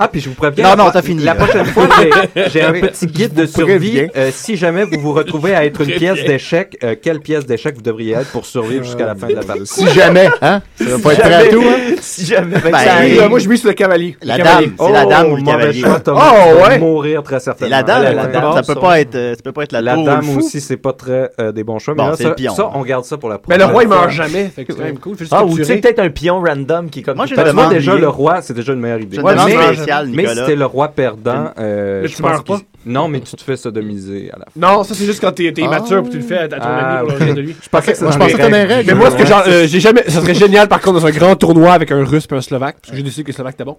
Speaker 1: Ah, puis je vous préviens.
Speaker 11: Non,
Speaker 1: la-
Speaker 11: non, t'as fini,
Speaker 1: La
Speaker 11: là.
Speaker 1: prochaine fois, j'ai- j'ai un
Speaker 11: Oui.
Speaker 1: petit guide
Speaker 11: Je
Speaker 1: de
Speaker 11: vous préviens.
Speaker 1: survie. euh, si jamais vous vous retrouvez à être une
Speaker 11: Préviens.
Speaker 1: pièce d'échec, euh, quelle pièce d'échec vous devriez être pour survivre jusqu'à la fin de la partie?
Speaker 12: Si jamais, hein? Ça va pas être prêt à tout, hein?
Speaker 14: Si jamais.
Speaker 12: Ben,
Speaker 13: Et, euh, moi, je mise sur le cavalier.
Speaker 11: La
Speaker 13: Le
Speaker 11: dame,
Speaker 13: cavalier.
Speaker 11: c'est la
Speaker 13: Oh,
Speaker 11: dame ou le
Speaker 13: mauvais
Speaker 11: cavalier.
Speaker 13: choix, Thomas.
Speaker 1: Tu vas
Speaker 13: ouais?
Speaker 1: Mourir très certainement.
Speaker 11: La dame, la dame, ça peut pas
Speaker 1: sont-
Speaker 11: être, euh, ça peut pas être la
Speaker 1: La
Speaker 13: Oh,
Speaker 11: tour ou
Speaker 1: dame
Speaker 11: le fou.
Speaker 1: aussi, c'est pas très euh, des bons choix.
Speaker 11: Bon,
Speaker 1: mais là,
Speaker 11: c'est
Speaker 1: ça,
Speaker 11: le pion,
Speaker 1: ça,
Speaker 11: hein.
Speaker 1: on garde ça pour la
Speaker 13: Mais
Speaker 1: prochaine.
Speaker 13: le roi, il meurt
Speaker 1: fois.
Speaker 13: jamais. Fait que c'est quand même cool. Faut juste
Speaker 14: Ah, ou tu
Speaker 13: capturer.
Speaker 14: sais, peut-être un pion random qui est comme.
Speaker 13: Moi, j'ai
Speaker 1: Ben, tu vois,
Speaker 13: demande
Speaker 1: déjà,
Speaker 13: liée.
Speaker 1: le roi, c'est déjà une meilleure idée.
Speaker 13: J'ai une Ouais, demande
Speaker 1: mais,
Speaker 13: spéciale,
Speaker 1: mais si
Speaker 13: Nicolas.
Speaker 1: t'es le roi perdant, euh,
Speaker 13: Mais
Speaker 1: je
Speaker 13: tu
Speaker 1: pense
Speaker 13: meurs pas.
Speaker 1: qu'il- Non, mais tu te fais sodomiser à la fin.
Speaker 13: Non, ça c'est juste quand t'es t'es immature puis tu le fais à, à ton
Speaker 1: Ah,
Speaker 13: ami pour le
Speaker 1: ok.
Speaker 13: rire de lui.
Speaker 1: Je pensais que
Speaker 13: Moi, je
Speaker 1: c'était dans
Speaker 13: pensais
Speaker 1: les
Speaker 13: que t'en
Speaker 1: règles.
Speaker 13: avais- Mais moi, ce que
Speaker 1: Ouais.
Speaker 13: j'en- euh, j'ai jamais. Ça serait génial par contre dans un grand tournoi avec un Russe puis un Slovaque, parce que j'ai décidé que les Slovaques étaient bons,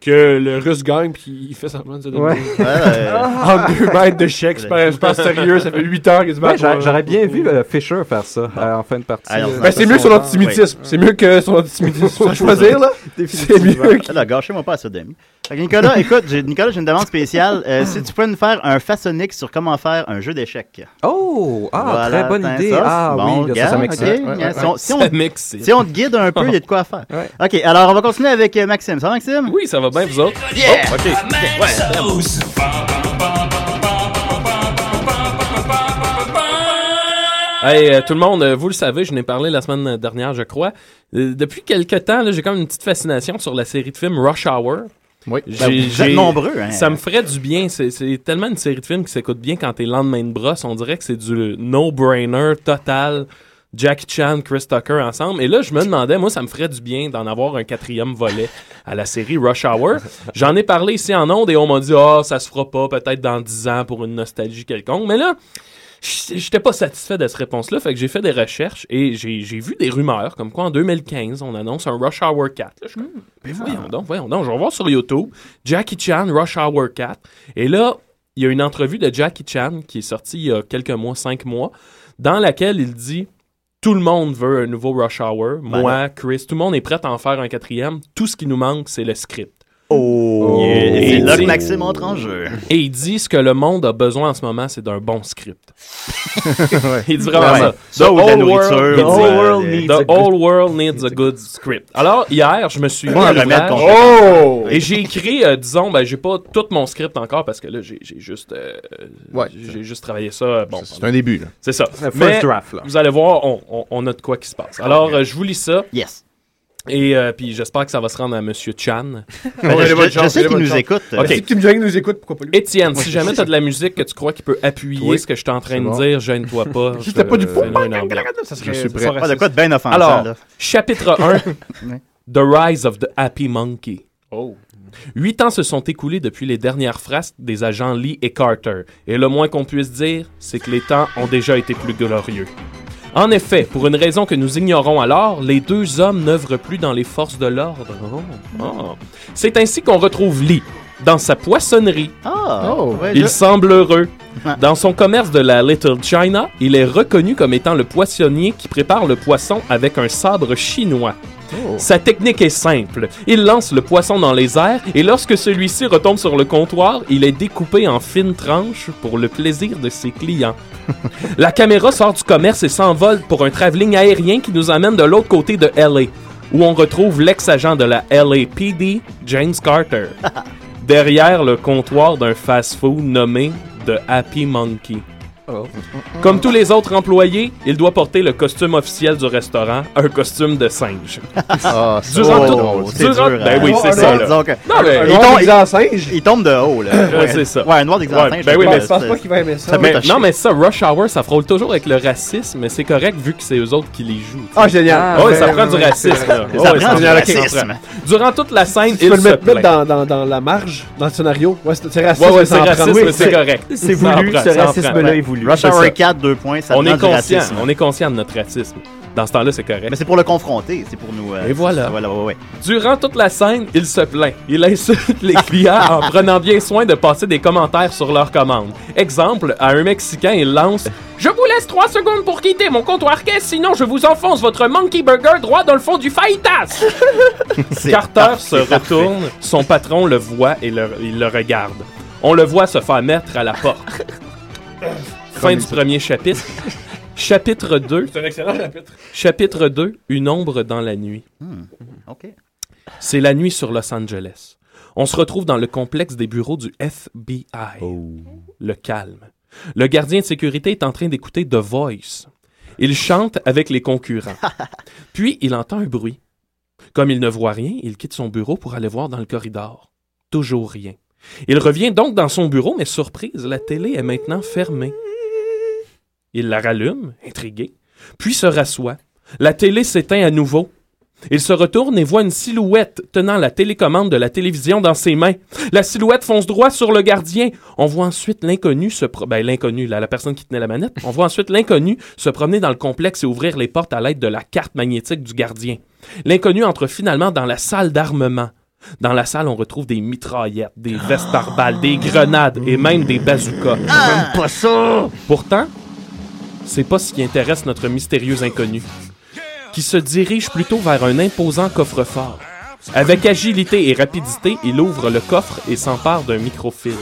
Speaker 13: que le Russe gagne puis il fait semblant de se donner.
Speaker 1: Ouais. Ouais, ouais.
Speaker 13: (laughs) En deux mètres de chèque, c'est pas c'est pas sérieux, ça fait 8 heures qu'il se bat.
Speaker 1: Ouais, j'a- J'aurais bien vu euh, Fisher faire ça euh, en fin de partie.
Speaker 13: Ben,
Speaker 1: Euh,
Speaker 13: c'est mieux que son antisémitisme. C'est mieux que son
Speaker 11: (laughs)
Speaker 13: antisémitisme. Faut choisir, là. C'est mieux que.
Speaker 11: Là, gâchez-moi pas à ça, Demi. Fait que Nicolas, (laughs) écoute, j'ai, Nicolas, j'ai une demande spéciale. Euh, si tu peux nous faire un façonnique sur comment faire un jeu d'échecs.
Speaker 1: Oh! Ah,
Speaker 11: Voilà,
Speaker 1: très bonne
Speaker 11: attends
Speaker 1: idée.
Speaker 11: ça.
Speaker 1: Ah
Speaker 11: Bon,
Speaker 1: oui, là, ça, ça
Speaker 11: regarde,
Speaker 1: m'excite.
Speaker 11: ok,
Speaker 1: Ouais,
Speaker 11: yeah,
Speaker 1: ouais,
Speaker 11: si on-
Speaker 1: ouais.
Speaker 11: si on- Si on te guide un peu, il y a de quoi
Speaker 3: (laughs)
Speaker 11: faire.
Speaker 1: Ouais.
Speaker 11: OK, alors on va continuer avec euh, Maxime. Ça va, Maxime?
Speaker 3: Oui, ça va bien, vous autres?
Speaker 11: Yeah!
Speaker 3: Oh, OK.
Speaker 11: Ouais,
Speaker 3: sauce. Hey, euh, tout le monde, euh, vous le savez, je n'ai parlé la semaine dernière, je crois. Euh, depuis quelques temps, là, j'ai comme une petite fascination sur la série de films Rush Hour.
Speaker 12: Oui,
Speaker 3: J'ai-
Speaker 11: Ben, vous êtes
Speaker 3: j'ai-
Speaker 11: nombreux, hein.
Speaker 3: Ça me ferait du bien. C'est- C'est tellement une série de films qui s'écoute bien quand t'es lendemain de brosse. On dirait que c'est du no-brainer total. Jackie Chan, Chris Tucker ensemble. Et là, je me demandais, moi, ça me ferait du bien d'en avoir un quatrième volet à la série Rush Hour. J'en ai parlé ici en ondes et on m'a dit, ah, ça se fera pas peut-être dans 10 ans pour une nostalgie quelconque. Mais là, j- j'étais pas satisfait de cette réponse-là. Fait que j'ai fait des recherches et j'ai j'ai vu des rumeurs comme quoi en 2015, on annonce un Rush Hour 4. Là, je suis
Speaker 11: Hmm.
Speaker 3: comme, ben
Speaker 11: Ah.
Speaker 3: voyons donc, voyons donc. Je vais voir sur YouTube Jackie Chan, Rush Hour 4. Et là, il y a une entrevue de Jackie Chan qui est sortie il y a quelques mois, cinq mois, dans laquelle il dit Tout le monde veut un nouveau Rush Hour. Moi,
Speaker 11: Voilà.
Speaker 3: Chris, tout le monde est prêt à en faire un quatrième. Tout ce qui nous manque, c'est le script.
Speaker 11: Oh! Yeah,
Speaker 3: Et
Speaker 11: C'est là que
Speaker 3: dit-
Speaker 11: Maxime entre en jeu.
Speaker 3: Et il dit ce que le monde a besoin en ce moment, c'est d'un bon script. Il dit
Speaker 11: Ben Ouais.
Speaker 3: vraiment ça.
Speaker 11: Ça ou de la
Speaker 3: whole world-
Speaker 11: nourriture,
Speaker 3: il dit,
Speaker 11: ou, euh, des-
Speaker 3: the whole world needs a good script. Alors, hier, je me suis mis
Speaker 11: Bon,
Speaker 3: à
Speaker 11: remettre
Speaker 3: l'ouvrage.
Speaker 11: ton
Speaker 13: Oh!
Speaker 3: Et j'ai écrit, euh, disons, ben, j'ai pas tout mon script encore parce que là, j'ai j'ai juste, euh, j'ai juste travaillé ça. euh, Bon,
Speaker 12: C'est un début, là.
Speaker 3: c'est ça.
Speaker 1: First
Speaker 3: Mais
Speaker 1: draft, là.
Speaker 3: Vous allez voir, on, on- on a de quoi qui se passe. Alors, euh, je vous lis ça.
Speaker 11: Yes.
Speaker 3: Et euh, puis j'espère que ça va se rendre à Monsieur
Speaker 11: (laughs)
Speaker 3: Chan.
Speaker 11: Ben, je- je- je sais qu'il nous écoute.
Speaker 3: Ok.
Speaker 13: Si tu me dis qu'il nous écoute, pourquoi pas lui?
Speaker 3: Étienne, si jamais t'as de la musique que tu crois qui peut appuyer
Speaker 13: Oui.
Speaker 3: ce que je suis en train
Speaker 13: C'est
Speaker 3: de
Speaker 13: bon.
Speaker 3: dire, gêne-toi pas.
Speaker 13: (laughs) Si c'était pas du
Speaker 3: fais-nous
Speaker 13: pop-
Speaker 3: une ambiance.
Speaker 13: Ça serait- Je suis ça prêt. serait
Speaker 11: Pas de quoi de bien offensant,
Speaker 3: Alors,
Speaker 11: là. (laughs)
Speaker 3: chapitre 1,
Speaker 11: Ouais.
Speaker 3: The Rise of the Happy Monkey.
Speaker 13: Oh.
Speaker 3: Huit ans se sont écoulés depuis les dernières frasques des agents Lee et Carter, et le moins qu'on puisse dire, c'est que les temps ont déjà été plus glorieux. En effet, pour une raison que nous ignorons alors, les deux hommes n'œuvrent plus dans les forces de l'ordre. Oh. C'est ainsi qu'on retrouve Lee dans sa poissonnerie.
Speaker 11: Ah! ouais,
Speaker 3: Il
Speaker 11: là.
Speaker 3: semble heureux. Dans son commerce de la Little China, il est reconnu comme étant le poissonnier qui prépare le poisson avec un sabre chinois. Sa technique est simple. Il lance le poisson dans les airs et lorsque celui-ci retombe sur le comptoir, il est découpé en fines tranches pour le plaisir de ses clients. la caméra sort du commerce et s'envole pour un travelling aérien qui nous amène de l'autre côté de LA, où on retrouve l'ex-agent de la LAPD, James Carter, derrière le comptoir d'un fast-food nommé The Happy Monkey. Comme tous les autres employés, il doit porter le costume officiel du restaurant, un costume de singe.
Speaker 11: Ah,
Speaker 3: c'est Durant tout-
Speaker 11: drôle, c'est
Speaker 3: durant-
Speaker 11: dur,
Speaker 3: ben
Speaker 11: hein.
Speaker 3: oui,
Speaker 11: Oh,
Speaker 3: c'est
Speaker 11: un
Speaker 3: ça.
Speaker 11: noir
Speaker 3: là.
Speaker 11: disant que-
Speaker 3: Non, mais-
Speaker 11: Un
Speaker 3: il
Speaker 11: noir
Speaker 3: tombe-
Speaker 11: déguisé en singe? Il tombe de haut, là.
Speaker 3: Ouais,
Speaker 11: Ouais.
Speaker 3: c'est ça.
Speaker 11: Ouais, un noir déguisé en
Speaker 3: Ouais,
Speaker 11: singe,
Speaker 3: Ben oui,
Speaker 11: je
Speaker 3: mais
Speaker 11: pense pas qu'il va aimer ça. Ça peut
Speaker 3: Mais-
Speaker 11: être
Speaker 3: non,
Speaker 11: chier.
Speaker 3: mais ça, Rush Hour, ça frôle toujours avec le racisme, mais c'est correct vu que c'est eux autres qui les jouent.
Speaker 13: Ah, génial.
Speaker 3: Oh,
Speaker 13: Ah,
Speaker 3: ça
Speaker 13: ben,
Speaker 3: prend du
Speaker 13: ouais,
Speaker 3: racisme.
Speaker 13: c'est
Speaker 3: là.
Speaker 13: vrai.
Speaker 3: Oh,
Speaker 13: Ça
Speaker 3: ouais,
Speaker 13: prend
Speaker 3: c'est
Speaker 13: du
Speaker 3: vrai,
Speaker 13: racisme.
Speaker 3: comprends. Durant toute la scène,
Speaker 13: Tu
Speaker 3: il
Speaker 13: peux
Speaker 3: se
Speaker 13: le mettre, mettre
Speaker 3: plaint.
Speaker 13: dans, dans, dans la marge, dans le scénario. Ouais, c'est c'est raciste.
Speaker 3: Ouais, ouais,
Speaker 13: mais
Speaker 3: c'est
Speaker 13: ça en prend.
Speaker 3: raciste,
Speaker 13: Oui,
Speaker 3: mais c'est correct.
Speaker 14: c'est
Speaker 3: Ça en
Speaker 14: voulu,
Speaker 3: prend,
Speaker 14: ce
Speaker 3: ça en
Speaker 14: racisme-là
Speaker 3: prend.
Speaker 14: est voulu.
Speaker 11: Rush
Speaker 3: C'est
Speaker 11: Hour
Speaker 3: ça.
Speaker 11: 4, deux points, ça
Speaker 3: On
Speaker 11: prend
Speaker 3: est
Speaker 11: du
Speaker 3: conscient,
Speaker 11: racisme.
Speaker 3: on est conscient de notre racisme. Dans ce temps-là, c'est correct.
Speaker 11: Mais c'est pour le confronter, c'est pour nous. euh,
Speaker 3: Et voilà.
Speaker 11: ouais, ouais.
Speaker 3: Durant toute la scène, il se plaint. Il insulte les clients en prenant bien soin de passer des commentaires sur leurs commandes. Exemple, à un Mexicain, il lance Je vous laisse 3 secondes pour quitter mon comptoir caisse, sinon je vous enfonce votre monkey burger droit dans le fond du fajitas.
Speaker 11: (laughs)
Speaker 3: Carter se retourne, son patron le voit et le- il le regarde. On le voit se faire mettre à la porte. fin du premier chapitre. Chapitre 2.
Speaker 13: C'est un excellent chapitre.
Speaker 3: Chapitre 2, Une ombre dans la nuit.
Speaker 11: OK.
Speaker 3: C'est la nuit sur Los Angeles. On se retrouve dans le complexe des bureaux du FBI. Le calme. Le gardien de sécurité est en train d'écouter The Voice. Il chante avec les concurrents. Puis il entend un bruit. Comme il ne voit rien, il quitte son bureau pour aller voir dans le corridor. Toujours rien. Il revient donc dans son bureau, mais surprise, la télé est maintenant fermée. Il la rallume, intrigué, puis se rassoit. La télé s'éteint à nouveau. Il se retourne et voit une silhouette tenant la télécommande de la télévision dans ses mains. La silhouette fonce droit sur le gardien. On voit ensuite l'inconnu se pro- ben, l'inconnu là, la personne qui tenait la manette. On voit ensuite l'inconnu se promener dans le complexe et ouvrir les portes à l'aide de la carte magnétique du gardien. L'inconnu entre finalement dans la salle d'armement. Dans la salle, on retrouve des mitraillettes, des vestes par balles, des grenades et même des bazookas. pas ça! Pourtant, c'est pas ce qui intéresse notre mystérieux inconnu, qui se dirige plutôt vers un imposant coffre-fort. Avec agilité et rapidité, il ouvre le coffre et s'empare d'un microfilm.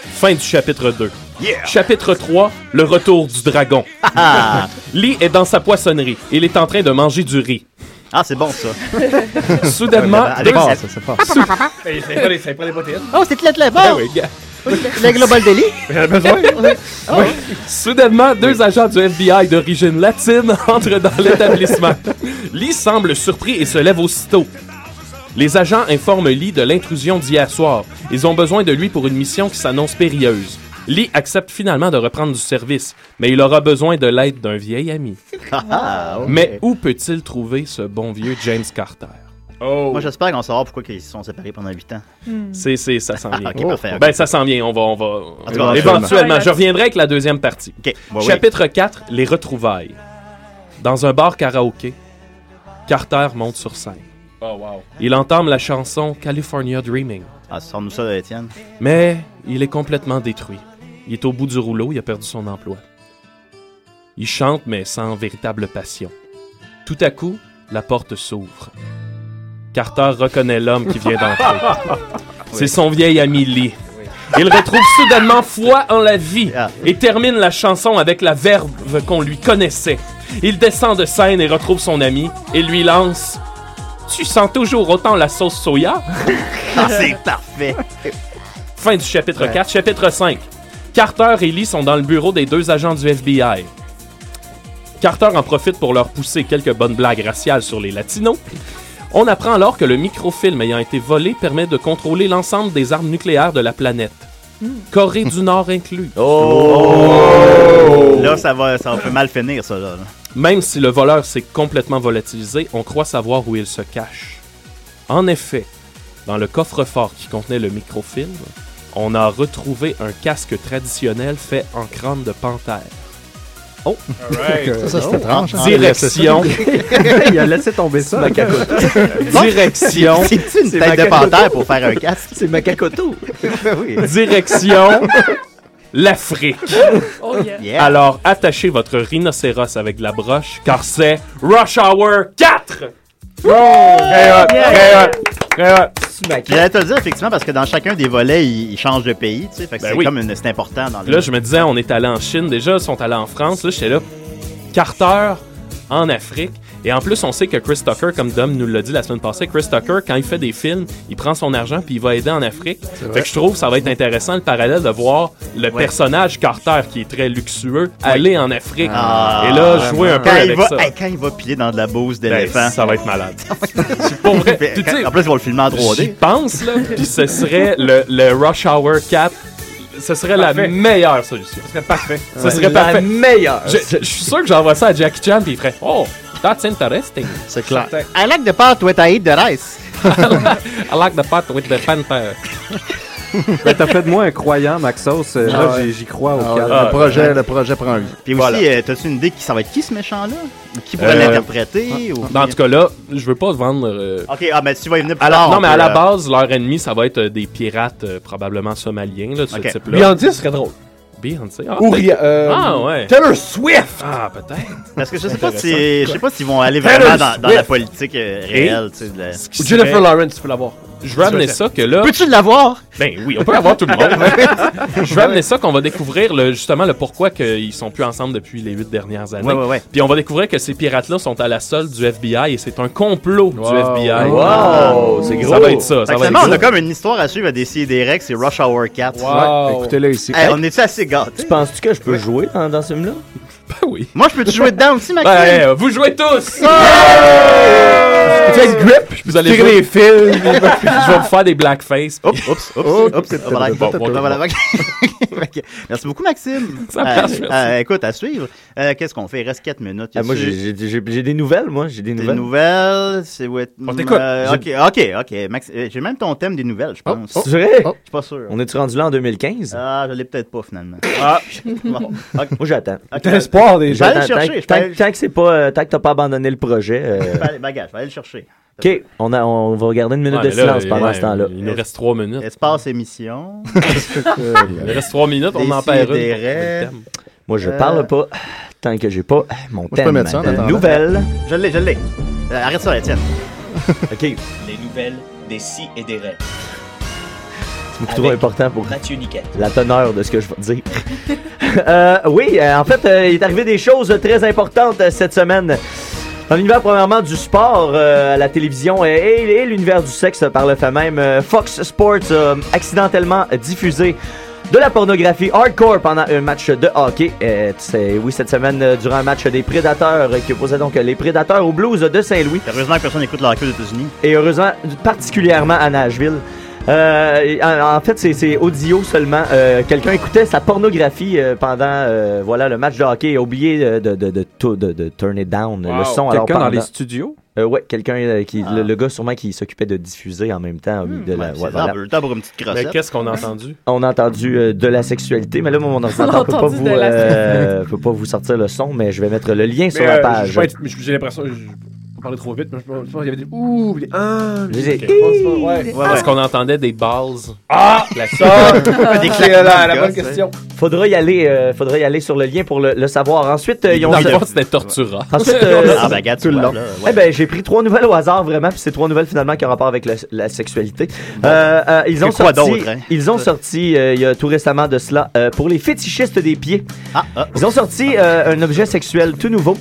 Speaker 3: Fin du chapitre 2.
Speaker 9: Yeah.
Speaker 3: Chapitre 3, le retour du dragon. Lee est dans sa poissonnerie. Il est en train de manger du riz.
Speaker 11: Ah, c'est
Speaker 13: (laughs)
Speaker 11: bon ça.
Speaker 3: Soudainement,
Speaker 1: Ah,
Speaker 3: deux-
Speaker 15: C'est pas les potines.
Speaker 11: Oh, c'est le
Speaker 3: Ah
Speaker 11: bon!
Speaker 3: oui, gars.
Speaker 11: Le Global Daily?
Speaker 3: Oui. Soudainement, deux agents du FBI d'origine latine (laughs) entrent dans l'établissement. Lee semble surpris et se lève aussitôt. Les agents informent Lee de l'intrusion d'hier soir. Ils ont besoin de lui pour une mission qui s'annonce périlleuse. Lee accepte finalement de reprendre du service, mais il aura besoin de l'aide d'un vieil ami.
Speaker 11: Ah, ok.
Speaker 3: Mais où peut-il trouver ce bon vieux James Carter?
Speaker 11: Moi, j'espère qu'on saura pourquoi ils se sont séparés pendant 8 ans.
Speaker 3: C'est, c'est, ça s'en vient.
Speaker 11: Ok, parfait.
Speaker 3: Ben, ça s'en vient, on va, on va.
Speaker 11: tout cas,
Speaker 3: éventuellement,
Speaker 11: éventuellement.
Speaker 3: je reviendrai avec la deuxième partie.
Speaker 11: Bon, oui.
Speaker 3: Chapitre 4, les retrouvailles. Dans un bar karaoké, Carter monte sur scène.
Speaker 15: Oh, wow.
Speaker 3: Il entame la chanson California Dreaming.
Speaker 11: Ah, sors-nous ça, Étienne.
Speaker 3: Mais il est complètement détruit. Il est au bout du rouleau, il a perdu son emploi. Il chante, mais sans véritable passion. Tout à coup, la porte s'ouvre. Carter reconnaît l'homme qui
Speaker 11: (laughs)
Speaker 3: vient d'entrer. C'est son vieil ami Lee. Il retrouve soudainement foi en la vie et termine la chanson avec la verve qu'on lui connaissait. Il descend de scène et retrouve son ami et lui lance Tu sens toujours autant la sauce soya
Speaker 11: (laughs) Ah, c'est parfait.
Speaker 3: Fin du chapitre
Speaker 11: Ouais.
Speaker 3: 4. Chapitre 5. Carter et Lee sont dans le bureau des deux agents du FBI. Carter en profite pour leur pousser quelques bonnes blagues raciales sur les latinos. On apprend alors que le microfilm ayant été volé permet de contrôler l'ensemble des armes nucléaires de la planète. Corée du Nord inclus.
Speaker 11: Là, ça va, ça peut mal finir, ça, là.
Speaker 3: Même si le voleur s'est complètement volatilisé, on croit savoir où il se cache. En effet, dans le coffre-fort qui contenait le microfilm, on a retrouvé un casque traditionnel fait en crâne de panthère. Oh!
Speaker 12: Alright. Ça, ça,
Speaker 11: Oh.
Speaker 12: c'est étrange, hein.
Speaker 3: Direction.
Speaker 12: Il a laissé tomber ça.
Speaker 14: (laughs) Macacoto.
Speaker 3: Direction.
Speaker 11: C'est une
Speaker 14: C'est
Speaker 11: tête de
Speaker 14: Macacoto.
Speaker 11: panthère pour faire un casque.
Speaker 14: C'est Macacoto. Ben
Speaker 11: (laughs)
Speaker 3: Direction. L'Afrique.
Speaker 9: Oh yeah.
Speaker 11: Yeah.
Speaker 3: Alors attachez votre rhinocéros avec de la broche, car c'est Rush Hour 4!
Speaker 11: Oh, Très hot,
Speaker 3: Yeah.
Speaker 11: très hot, très J'allais te le dire, effectivement, parce que dans chacun des volets, ils, ils changent de pays, tu sais. Fait que
Speaker 3: Ben
Speaker 11: c'est
Speaker 3: oui.
Speaker 11: comme une, c'est important dans le.
Speaker 3: Là, je me disais, on est allé en Chine déjà, ils sont allés en France. Là, j'étais là. Carter en Afrique. Et en plus, on sait que Chris Tucker, comme Dom nous l'a dit la semaine passée, Chris Tucker, quand il fait des films, il prend son argent puis il va aider en Afrique.
Speaker 1: vrai.
Speaker 3: Fait que je trouve que ça va être intéressant le parallèle de voir le personnage Carter, qui est très luxueux, aller en Afrique.
Speaker 11: Ah,
Speaker 3: et là,
Speaker 11: vraiment.
Speaker 3: jouer un peu
Speaker 11: Quand il
Speaker 3: avec
Speaker 11: va-
Speaker 3: ça. Ben,
Speaker 11: hey, quand il va piler dans de la bouse d'éléphant.
Speaker 3: ça va
Speaker 11: (laughs)
Speaker 3: être malade. C'est pour vrai.
Speaker 11: Puis,
Speaker 3: Tu sais-
Speaker 11: en plus, ils vont le filmer en 3D.
Speaker 3: J'y pense, là. Puis ce serait le, le Rush Hour 4. Ce serait la
Speaker 11: Parfait.
Speaker 3: meilleure solution. Ce serait parfait. Ce serait
Speaker 14: La
Speaker 3: parfait.
Speaker 14: meilleure.
Speaker 3: Je, je- je suis sûr que j'envoie ça à Jackie Chan puis il ferait Oh, that's interesting.
Speaker 11: C'est clair. I like the part with I eat the rice.
Speaker 3: (laughs) I like the part with the panther.
Speaker 1: Ben, t'as fait de moi un croyant, Maxos. Euh,
Speaker 11: Ah
Speaker 1: là,
Speaker 11: ouais.
Speaker 1: j'y- j'y crois au
Speaker 11: Ah
Speaker 1: calme.
Speaker 11: ouais, le projet-
Speaker 1: Ouais.
Speaker 11: le projet prend vie. Puis aussi,
Speaker 1: Voilà.
Speaker 11: euh, t'as-tu une idée qui ça va être qui ce méchant-là Ou Qui pourrait
Speaker 3: Euh,
Speaker 11: l'interpréter ou...
Speaker 3: Dans En tout cas, là, je veux pas vendre. euh,
Speaker 11: Ok, ah, mais tu vas y venir plus
Speaker 3: à la-
Speaker 11: tard,
Speaker 3: non,
Speaker 11: on
Speaker 3: mais à
Speaker 11: peut,
Speaker 3: la
Speaker 11: euh,
Speaker 3: base, leur ennemi, ça va être euh, des pirates, euh, probablement somaliens, là, de
Speaker 11: Ok.
Speaker 3: ce type-là.
Speaker 11: Beyoncé
Speaker 15: serait drôle.
Speaker 3: Beyoncé. Ah,
Speaker 15: Ou
Speaker 3: peut-être.
Speaker 15: Ria- euh,
Speaker 3: ah ouais.
Speaker 15: Taylor Swift!
Speaker 3: Ah, peut-être.
Speaker 11: Parce que je sais pas si,
Speaker 15: Intéressant.
Speaker 11: je sais pas s'ils vont aller
Speaker 15: Taylor
Speaker 11: vraiment dans, dans la
Speaker 15: Swift.
Speaker 11: politique euh,
Speaker 15: Et-
Speaker 11: réelle, tu sais. de la-
Speaker 15: Ou Jennifer Lawrence, tu peux l'avoir.
Speaker 3: Je veux amener ça que là.
Speaker 11: Peux-tu l'avoir?
Speaker 3: Ben oui, on peut avoir tout
Speaker 15: (laughs)
Speaker 3: le monde. je veux amener ça qu'on va découvrir le, justement le pourquoi qu'ils sont plus ensemble depuis les huit dernières années.
Speaker 11: Ouais, ouais, ouais.
Speaker 3: Puis on va découvrir que ces pirates-là sont à la solde du FBI et c'est un complot
Speaker 11: Wow.
Speaker 3: du FBI.
Speaker 11: Wow, c'est gros.
Speaker 3: Ça va être ça. ça
Speaker 11: Fait que
Speaker 3: va être
Speaker 11: finalement, on a
Speaker 3: gros.
Speaker 11: comme une histoire à suivre à décider des règles, c'est E Rush Hour 4.
Speaker 14: Ouais, écoutez-le ici.
Speaker 11: Hey, on est assez gâtés?
Speaker 14: Tu penses-tu que je peux jouer dans, dans ce film-là?
Speaker 3: Ben oui.
Speaker 11: Moi, je peux te jouer dedans aussi, Maxime?
Speaker 3: Ben, euh, vous jouez tous!
Speaker 11: Tu
Speaker 3: fais le grip, vous allez
Speaker 11: tirer
Speaker 3: jouer-
Speaker 11: les fils.
Speaker 3: (laughs) je vais vous faire des blackface. puis-
Speaker 11: Oups, oups, oups,
Speaker 3: Oups, oups,
Speaker 11: voilà,
Speaker 3: bon,
Speaker 11: bon,
Speaker 3: bon,
Speaker 11: voilà,
Speaker 3: bon.
Speaker 11: ok. (laughs) Merci beaucoup, Maxime. Euh,
Speaker 14: Ça marche, merci.
Speaker 11: écoute, à suivre. Euh, Qu'est-ce qu'on fait? Il reste 4 minutes.
Speaker 14: Ah, moi, j'ai- j'ai j'ai- j'ai des nouvelles, moi. J'ai des
Speaker 11: Des
Speaker 14: nouvelles.
Speaker 11: nouvelles, c'est what-
Speaker 14: On t'écoute.
Speaker 11: Euh, ok,
Speaker 14: J'ai-
Speaker 11: ok, ok. Max- euh, J'ai même ton thème des nouvelles, je pense.
Speaker 14: c'est vrai?
Speaker 11: Je suis pas sûr.
Speaker 14: On est-tu rendu là en 2015?
Speaker 11: Ah, je l'ai peut-être pas finalement.
Speaker 14: (laughs)
Speaker 11: Bon.
Speaker 14: Ah. Moi, j'attends.
Speaker 11: T'as espoir, déjà. Je vais aller
Speaker 14: J'attends.
Speaker 11: chercher,
Speaker 14: Tant-
Speaker 11: je vais aller-
Speaker 14: Tant tant que c'est pas, euh, tant que t'as pas abandonné le projet. euh,
Speaker 11: Je vais aller- Bagage, je vais aller le chercher.
Speaker 14: OK, on, a, on va garder une minute de
Speaker 3: Ouais, mais là,
Speaker 14: silence
Speaker 3: il-
Speaker 14: pendant
Speaker 3: ouais,
Speaker 14: ce temps-là.
Speaker 3: Il nous reste trois minutes.
Speaker 11: Espace émission.
Speaker 3: (laughs) Il reste trois minutes, on en perd une.
Speaker 11: une.
Speaker 14: Moi, je
Speaker 11: Euh,
Speaker 14: parle pas tant que j'ai pas mon
Speaker 11: je
Speaker 14: thème. de nouvelles.
Speaker 11: Je l'ai, je l'ai. Euh, arrête ça, Étienne.
Speaker 14: (laughs) OK,
Speaker 6: Les nouvelles des si et des raies.
Speaker 14: C'est beaucoup trop
Speaker 6: Avec
Speaker 14: important pour
Speaker 6: Mathieu Niquette.
Speaker 14: la teneur de ce que je vais dire. (laughs) Euh, oui, euh, en fait, euh, il est arrivé des choses très importantes euh, cette semaine. Dans l'univers, premièrement, du sport euh, à la télévision euh, et, et l'univers du sexe euh, par le fait même, euh, Fox Sports a accidentellement diffusé de la pornographie hardcore pendant un match de hockey. Euh, c'est- oui, cette semaine, euh, durant un match des Prédateurs euh, qui opposait donc euh, les Prédateurs aux Blues de Saint-Louis.
Speaker 11: Heureusement que personne n'écoute la queue aux États-Unis.
Speaker 14: Et heureusement, particulièrement à Nashville. Euh, en, en fait, c'est- c'est audio seulement. Euh, Quelqu'un écoutait sa pornographie euh, pendant euh, voilà le match de hockey et a oublié euh, de, de, de, tout- de- de turn it down
Speaker 1: Wow.
Speaker 14: le son.
Speaker 1: Quelqu'un
Speaker 14: alors
Speaker 1: dans
Speaker 14: pendant-
Speaker 1: les studios?
Speaker 14: Euh, ouais, quelqu'un euh, qui
Speaker 11: Ah.
Speaker 14: le, le gars sûrement qui s'occupait de diffuser en même temps. oui, de la, ouais,
Speaker 11: C'est
Speaker 14: voilà.
Speaker 11: ça, le temps pour une petite crossette.
Speaker 3: Mais qu'est-ce qu'on a entendu?
Speaker 14: On a entendu euh, de la sexualité, mais
Speaker 11: (laughs)
Speaker 14: là mon ordinateur peut pas
Speaker 11: entendu
Speaker 14: vous
Speaker 11: de la
Speaker 14: euh, peut pas vous sortir le son, mais je vais mettre le lien
Speaker 15: euh,
Speaker 14: sur la page.
Speaker 15: J'ai l'impression. je- J'ai parlé trop vite, mais je pense je pense qu'il y avait des ouh, des ah.
Speaker 14: Je les ai-
Speaker 15: Ok, je pense pas, ouais.
Speaker 3: Ouais, Est-ce qu'on entendait des balls?
Speaker 15: Ah! (laughs)
Speaker 3: La-
Speaker 15: Ça! Des claques C'est la- la de bonne gosse, question.
Speaker 14: Faudra y aller, euh, faudra y aller sur le lien pour le, le savoir. Ensuite, euh, ils ont.
Speaker 3: D'abord, c'était Tortura.
Speaker 14: (laughs) Ensuite,
Speaker 3: (laughs)
Speaker 14: euh,
Speaker 11: Ah, ben, regarde, tu
Speaker 14: tout le
Speaker 11: vois,
Speaker 14: long.
Speaker 11: là, ouais.
Speaker 14: Eh ben, j'ai pris trois nouvelles au hasard vraiment, puis c'est trois nouvelles finalement qui ont rapport avec la, la sexualité. Euh, euh, ils ont
Speaker 11: Et quoi
Speaker 14: sorti,
Speaker 11: d'autre, hein?
Speaker 14: ils ont sorti euh, il y a tout récemment de cela euh, pour les fétichistes des pieds.
Speaker 11: Ah, oh.
Speaker 14: Ils ont sorti euh, un objet sexuel tout nouveau,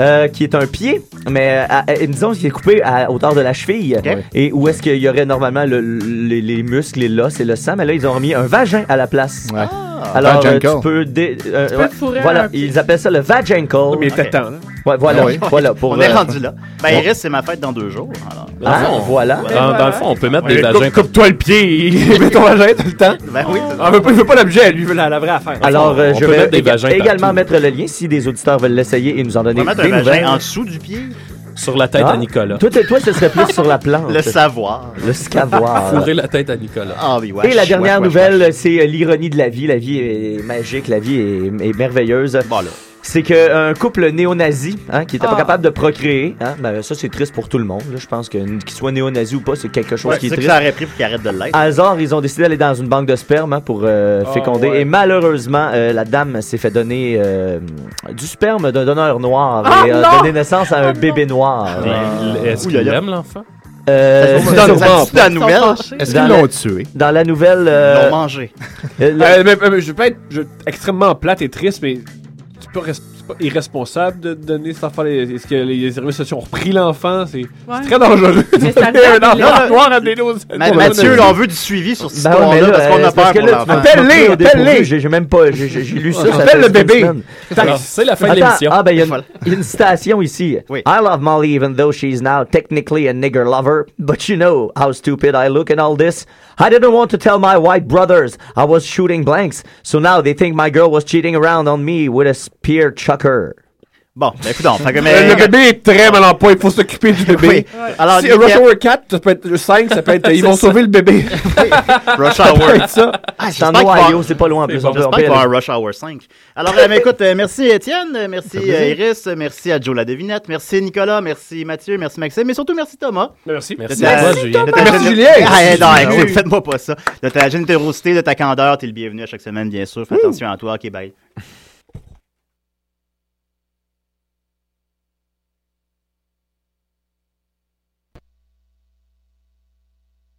Speaker 14: euh, qui est un pied, mais euh, à- à- disons qu'il est coupé à hauteur de la cheville, et où est-ce qu'il y aurait normalement le- les, les muscles, les l'os et le sang, mais là ils ont remis un vagin à la place.
Speaker 11: Ah.
Speaker 14: Alors euh,
Speaker 12: Vaginkle.
Speaker 14: tu peux, dé- euh,
Speaker 12: Tu peux
Speaker 14: ouais,
Speaker 12: fourrer un
Speaker 14: voilà, ils appellent ça le vaginkle.
Speaker 11: mais il était Ok. temps, là.
Speaker 14: Ouais, voilà,
Speaker 11: Ah oui.
Speaker 14: voilà pour.
Speaker 11: On est
Speaker 14: euh,
Speaker 11: rendu là. Ben,
Speaker 14: Ouais.
Speaker 11: il reste, c'est ma fête dans deux jours. Alors.
Speaker 14: Ah, voilà.
Speaker 3: Dans, dans le fond, on peut mettre
Speaker 15: Ouais,
Speaker 3: des
Speaker 15: coupe-
Speaker 3: vagins.
Speaker 15: Coupe-toi le pied, mets ton vagin tout le temps.
Speaker 11: Ben oui, c'est ça.
Speaker 15: Ah, veut pas- il veut pas l'objet, lui, il veut la, la vraie affaire.
Speaker 14: Alors, euh,
Speaker 15: On
Speaker 14: je
Speaker 15: peut
Speaker 14: vais
Speaker 15: mettre des
Speaker 14: éga-
Speaker 15: vagins
Speaker 14: également mettre le lien si des auditeurs veulent l'essayer et nous en donner
Speaker 11: On va mettre
Speaker 14: des
Speaker 11: un
Speaker 14: nouvelles.
Speaker 11: vagin en dessous du pied.
Speaker 3: Sur la tête
Speaker 14: Ah.
Speaker 3: à Nicolas.
Speaker 14: Toi, t'es- toi, ce serait plus sur la (laughs) planche.
Speaker 11: Le savoir.
Speaker 14: Le
Speaker 3: (laughs)
Speaker 14: savoir.
Speaker 3: Fourrer la tête à Nicolas.
Speaker 11: Ah oui,
Speaker 14: Et la dernière nouvelle, c'est euh, l'ironie de la vie. La vie est magique, la vie est, est merveilleuse. C'est qu'un couple néo-nazi hein, qui n'était
Speaker 11: Ah.
Speaker 14: pas capable de procréer, hein, ben, ça c'est triste pour tout le monde. là. Je pense que qu'il soit néo-nazi ou pas, c'est quelque chose
Speaker 11: Ouais,
Speaker 14: qui
Speaker 11: c'est ça
Speaker 14: est
Speaker 11: que
Speaker 14: triste.
Speaker 11: ça aurait pris pour qu'il arrête de l'être.
Speaker 14: hasard, ils ont décidé d'aller dans une banque de sperme hein, pour euh,
Speaker 11: Ah,
Speaker 14: féconder.
Speaker 11: ouais.
Speaker 14: Et malheureusement, euh, la dame s'est fait donner euh, du sperme d'un donneur noir
Speaker 11: Ah,
Speaker 14: et a
Speaker 11: non! Oh,
Speaker 14: donné naissance à un bébé noir.
Speaker 3: Mais Est-ce qu'il aime l'enfant?
Speaker 14: Euh,
Speaker 3: Ça se voit-
Speaker 14: sûrement
Speaker 3: ça se dit
Speaker 14: pas.
Speaker 3: dans la nouvelle?
Speaker 15: Est-ce
Speaker 14: Dans
Speaker 15: qu'ils l'ont
Speaker 14: la-
Speaker 15: tué?
Speaker 14: Dans la nouvelle.
Speaker 15: Ils
Speaker 14: euh,
Speaker 15: l'ont mangé.
Speaker 14: euh, le-
Speaker 15: Euh, mais- mais- mais je peux être je- extrêmement plate et triste, mais tu peux res- c'est pas irresponsable de donner cet enfant. les- Est-ce que les, les services sociaux ont repris l'enfant? C'est c'est très dangereux.
Speaker 11: Mais ça
Speaker 15: Donner
Speaker 11: regarde
Speaker 15: un
Speaker 11: les-
Speaker 15: enfant noir à des nos-
Speaker 11: Ma- Mathieu, là, on veut du suivi sur cette
Speaker 14: Ben ouais, mais
Speaker 11: histoire-là
Speaker 14: là,
Speaker 11: parce qu'on
Speaker 14: euh,
Speaker 11: a
Speaker 14: c'est parce
Speaker 11: peur
Speaker 14: que
Speaker 11: pour
Speaker 14: là, tu
Speaker 11: l'enfant.
Speaker 14: m'as pris au dépourvu. J'ai j'ai même pas. J'ai j'ai- j'ai lu ça. ça
Speaker 11: Appelle
Speaker 14: fait
Speaker 11: le bébé.
Speaker 14: une semaine.
Speaker 11: Alors, c'est la fin de
Speaker 14: Attends,
Speaker 11: l'émission.
Speaker 14: Ah, ben, il y a une- il y a une citation ici. I love Molly even though she's now technically a nigger lover. But you know how stupid I look in all this. I didn't want to tell my white brothers I was shooting blanks. So now they think my girl was cheating around on me with a spear chucker.
Speaker 11: Bon, ben, écoute, on fait que- mais-
Speaker 15: Euh, Le bébé est très mal en point, il faut s'occuper du bébé.
Speaker 11: Oui. Alors,
Speaker 15: si
Speaker 11: Nicolas-
Speaker 15: Rush Hour 4, ça peut être le 5, ça peut être euh, ils
Speaker 11: (laughs)
Speaker 15: vont
Speaker 11: C'est ça.
Speaker 15: sauver le bébé.
Speaker 11: Rush
Speaker 15: (laughs) Ça peut
Speaker 11: Hour.
Speaker 15: être ça.
Speaker 11: Ah,
Speaker 15: C'est
Speaker 11: j'espère qu'il
Speaker 15: en
Speaker 11: va y
Speaker 15: Ohio,
Speaker 11: avoir-
Speaker 15: c'est pas loin, en
Speaker 11: C'est
Speaker 15: plus,
Speaker 11: bon,
Speaker 15: on peut- on
Speaker 11: J'espère
Speaker 15: peut
Speaker 11: qu'il va y avoir un
Speaker 15: aller.
Speaker 11: Rush Hour 5. Alors, euh, mais écoute, euh, merci Étienne, euh, merci
Speaker 15: Ça fait plaisir.
Speaker 11: euh, Iris, euh, merci à Joe la devinette, merci Nicolas, merci Mathieu, merci Maxime, mais surtout merci Thomas.
Speaker 15: Merci. Merci
Speaker 11: De ta-
Speaker 15: à toi, Julien.
Speaker 11: de ta-
Speaker 15: Merci, Julien.
Speaker 11: Ah, eh, non,
Speaker 15: Ah,
Speaker 11: écoute,
Speaker 15: oui.
Speaker 11: faites-moi pas ça. De ta générosité, de ta candeur, t'es le bienvenu à chaque semaine, bien sûr. Fais attention à toi. Ok, bye.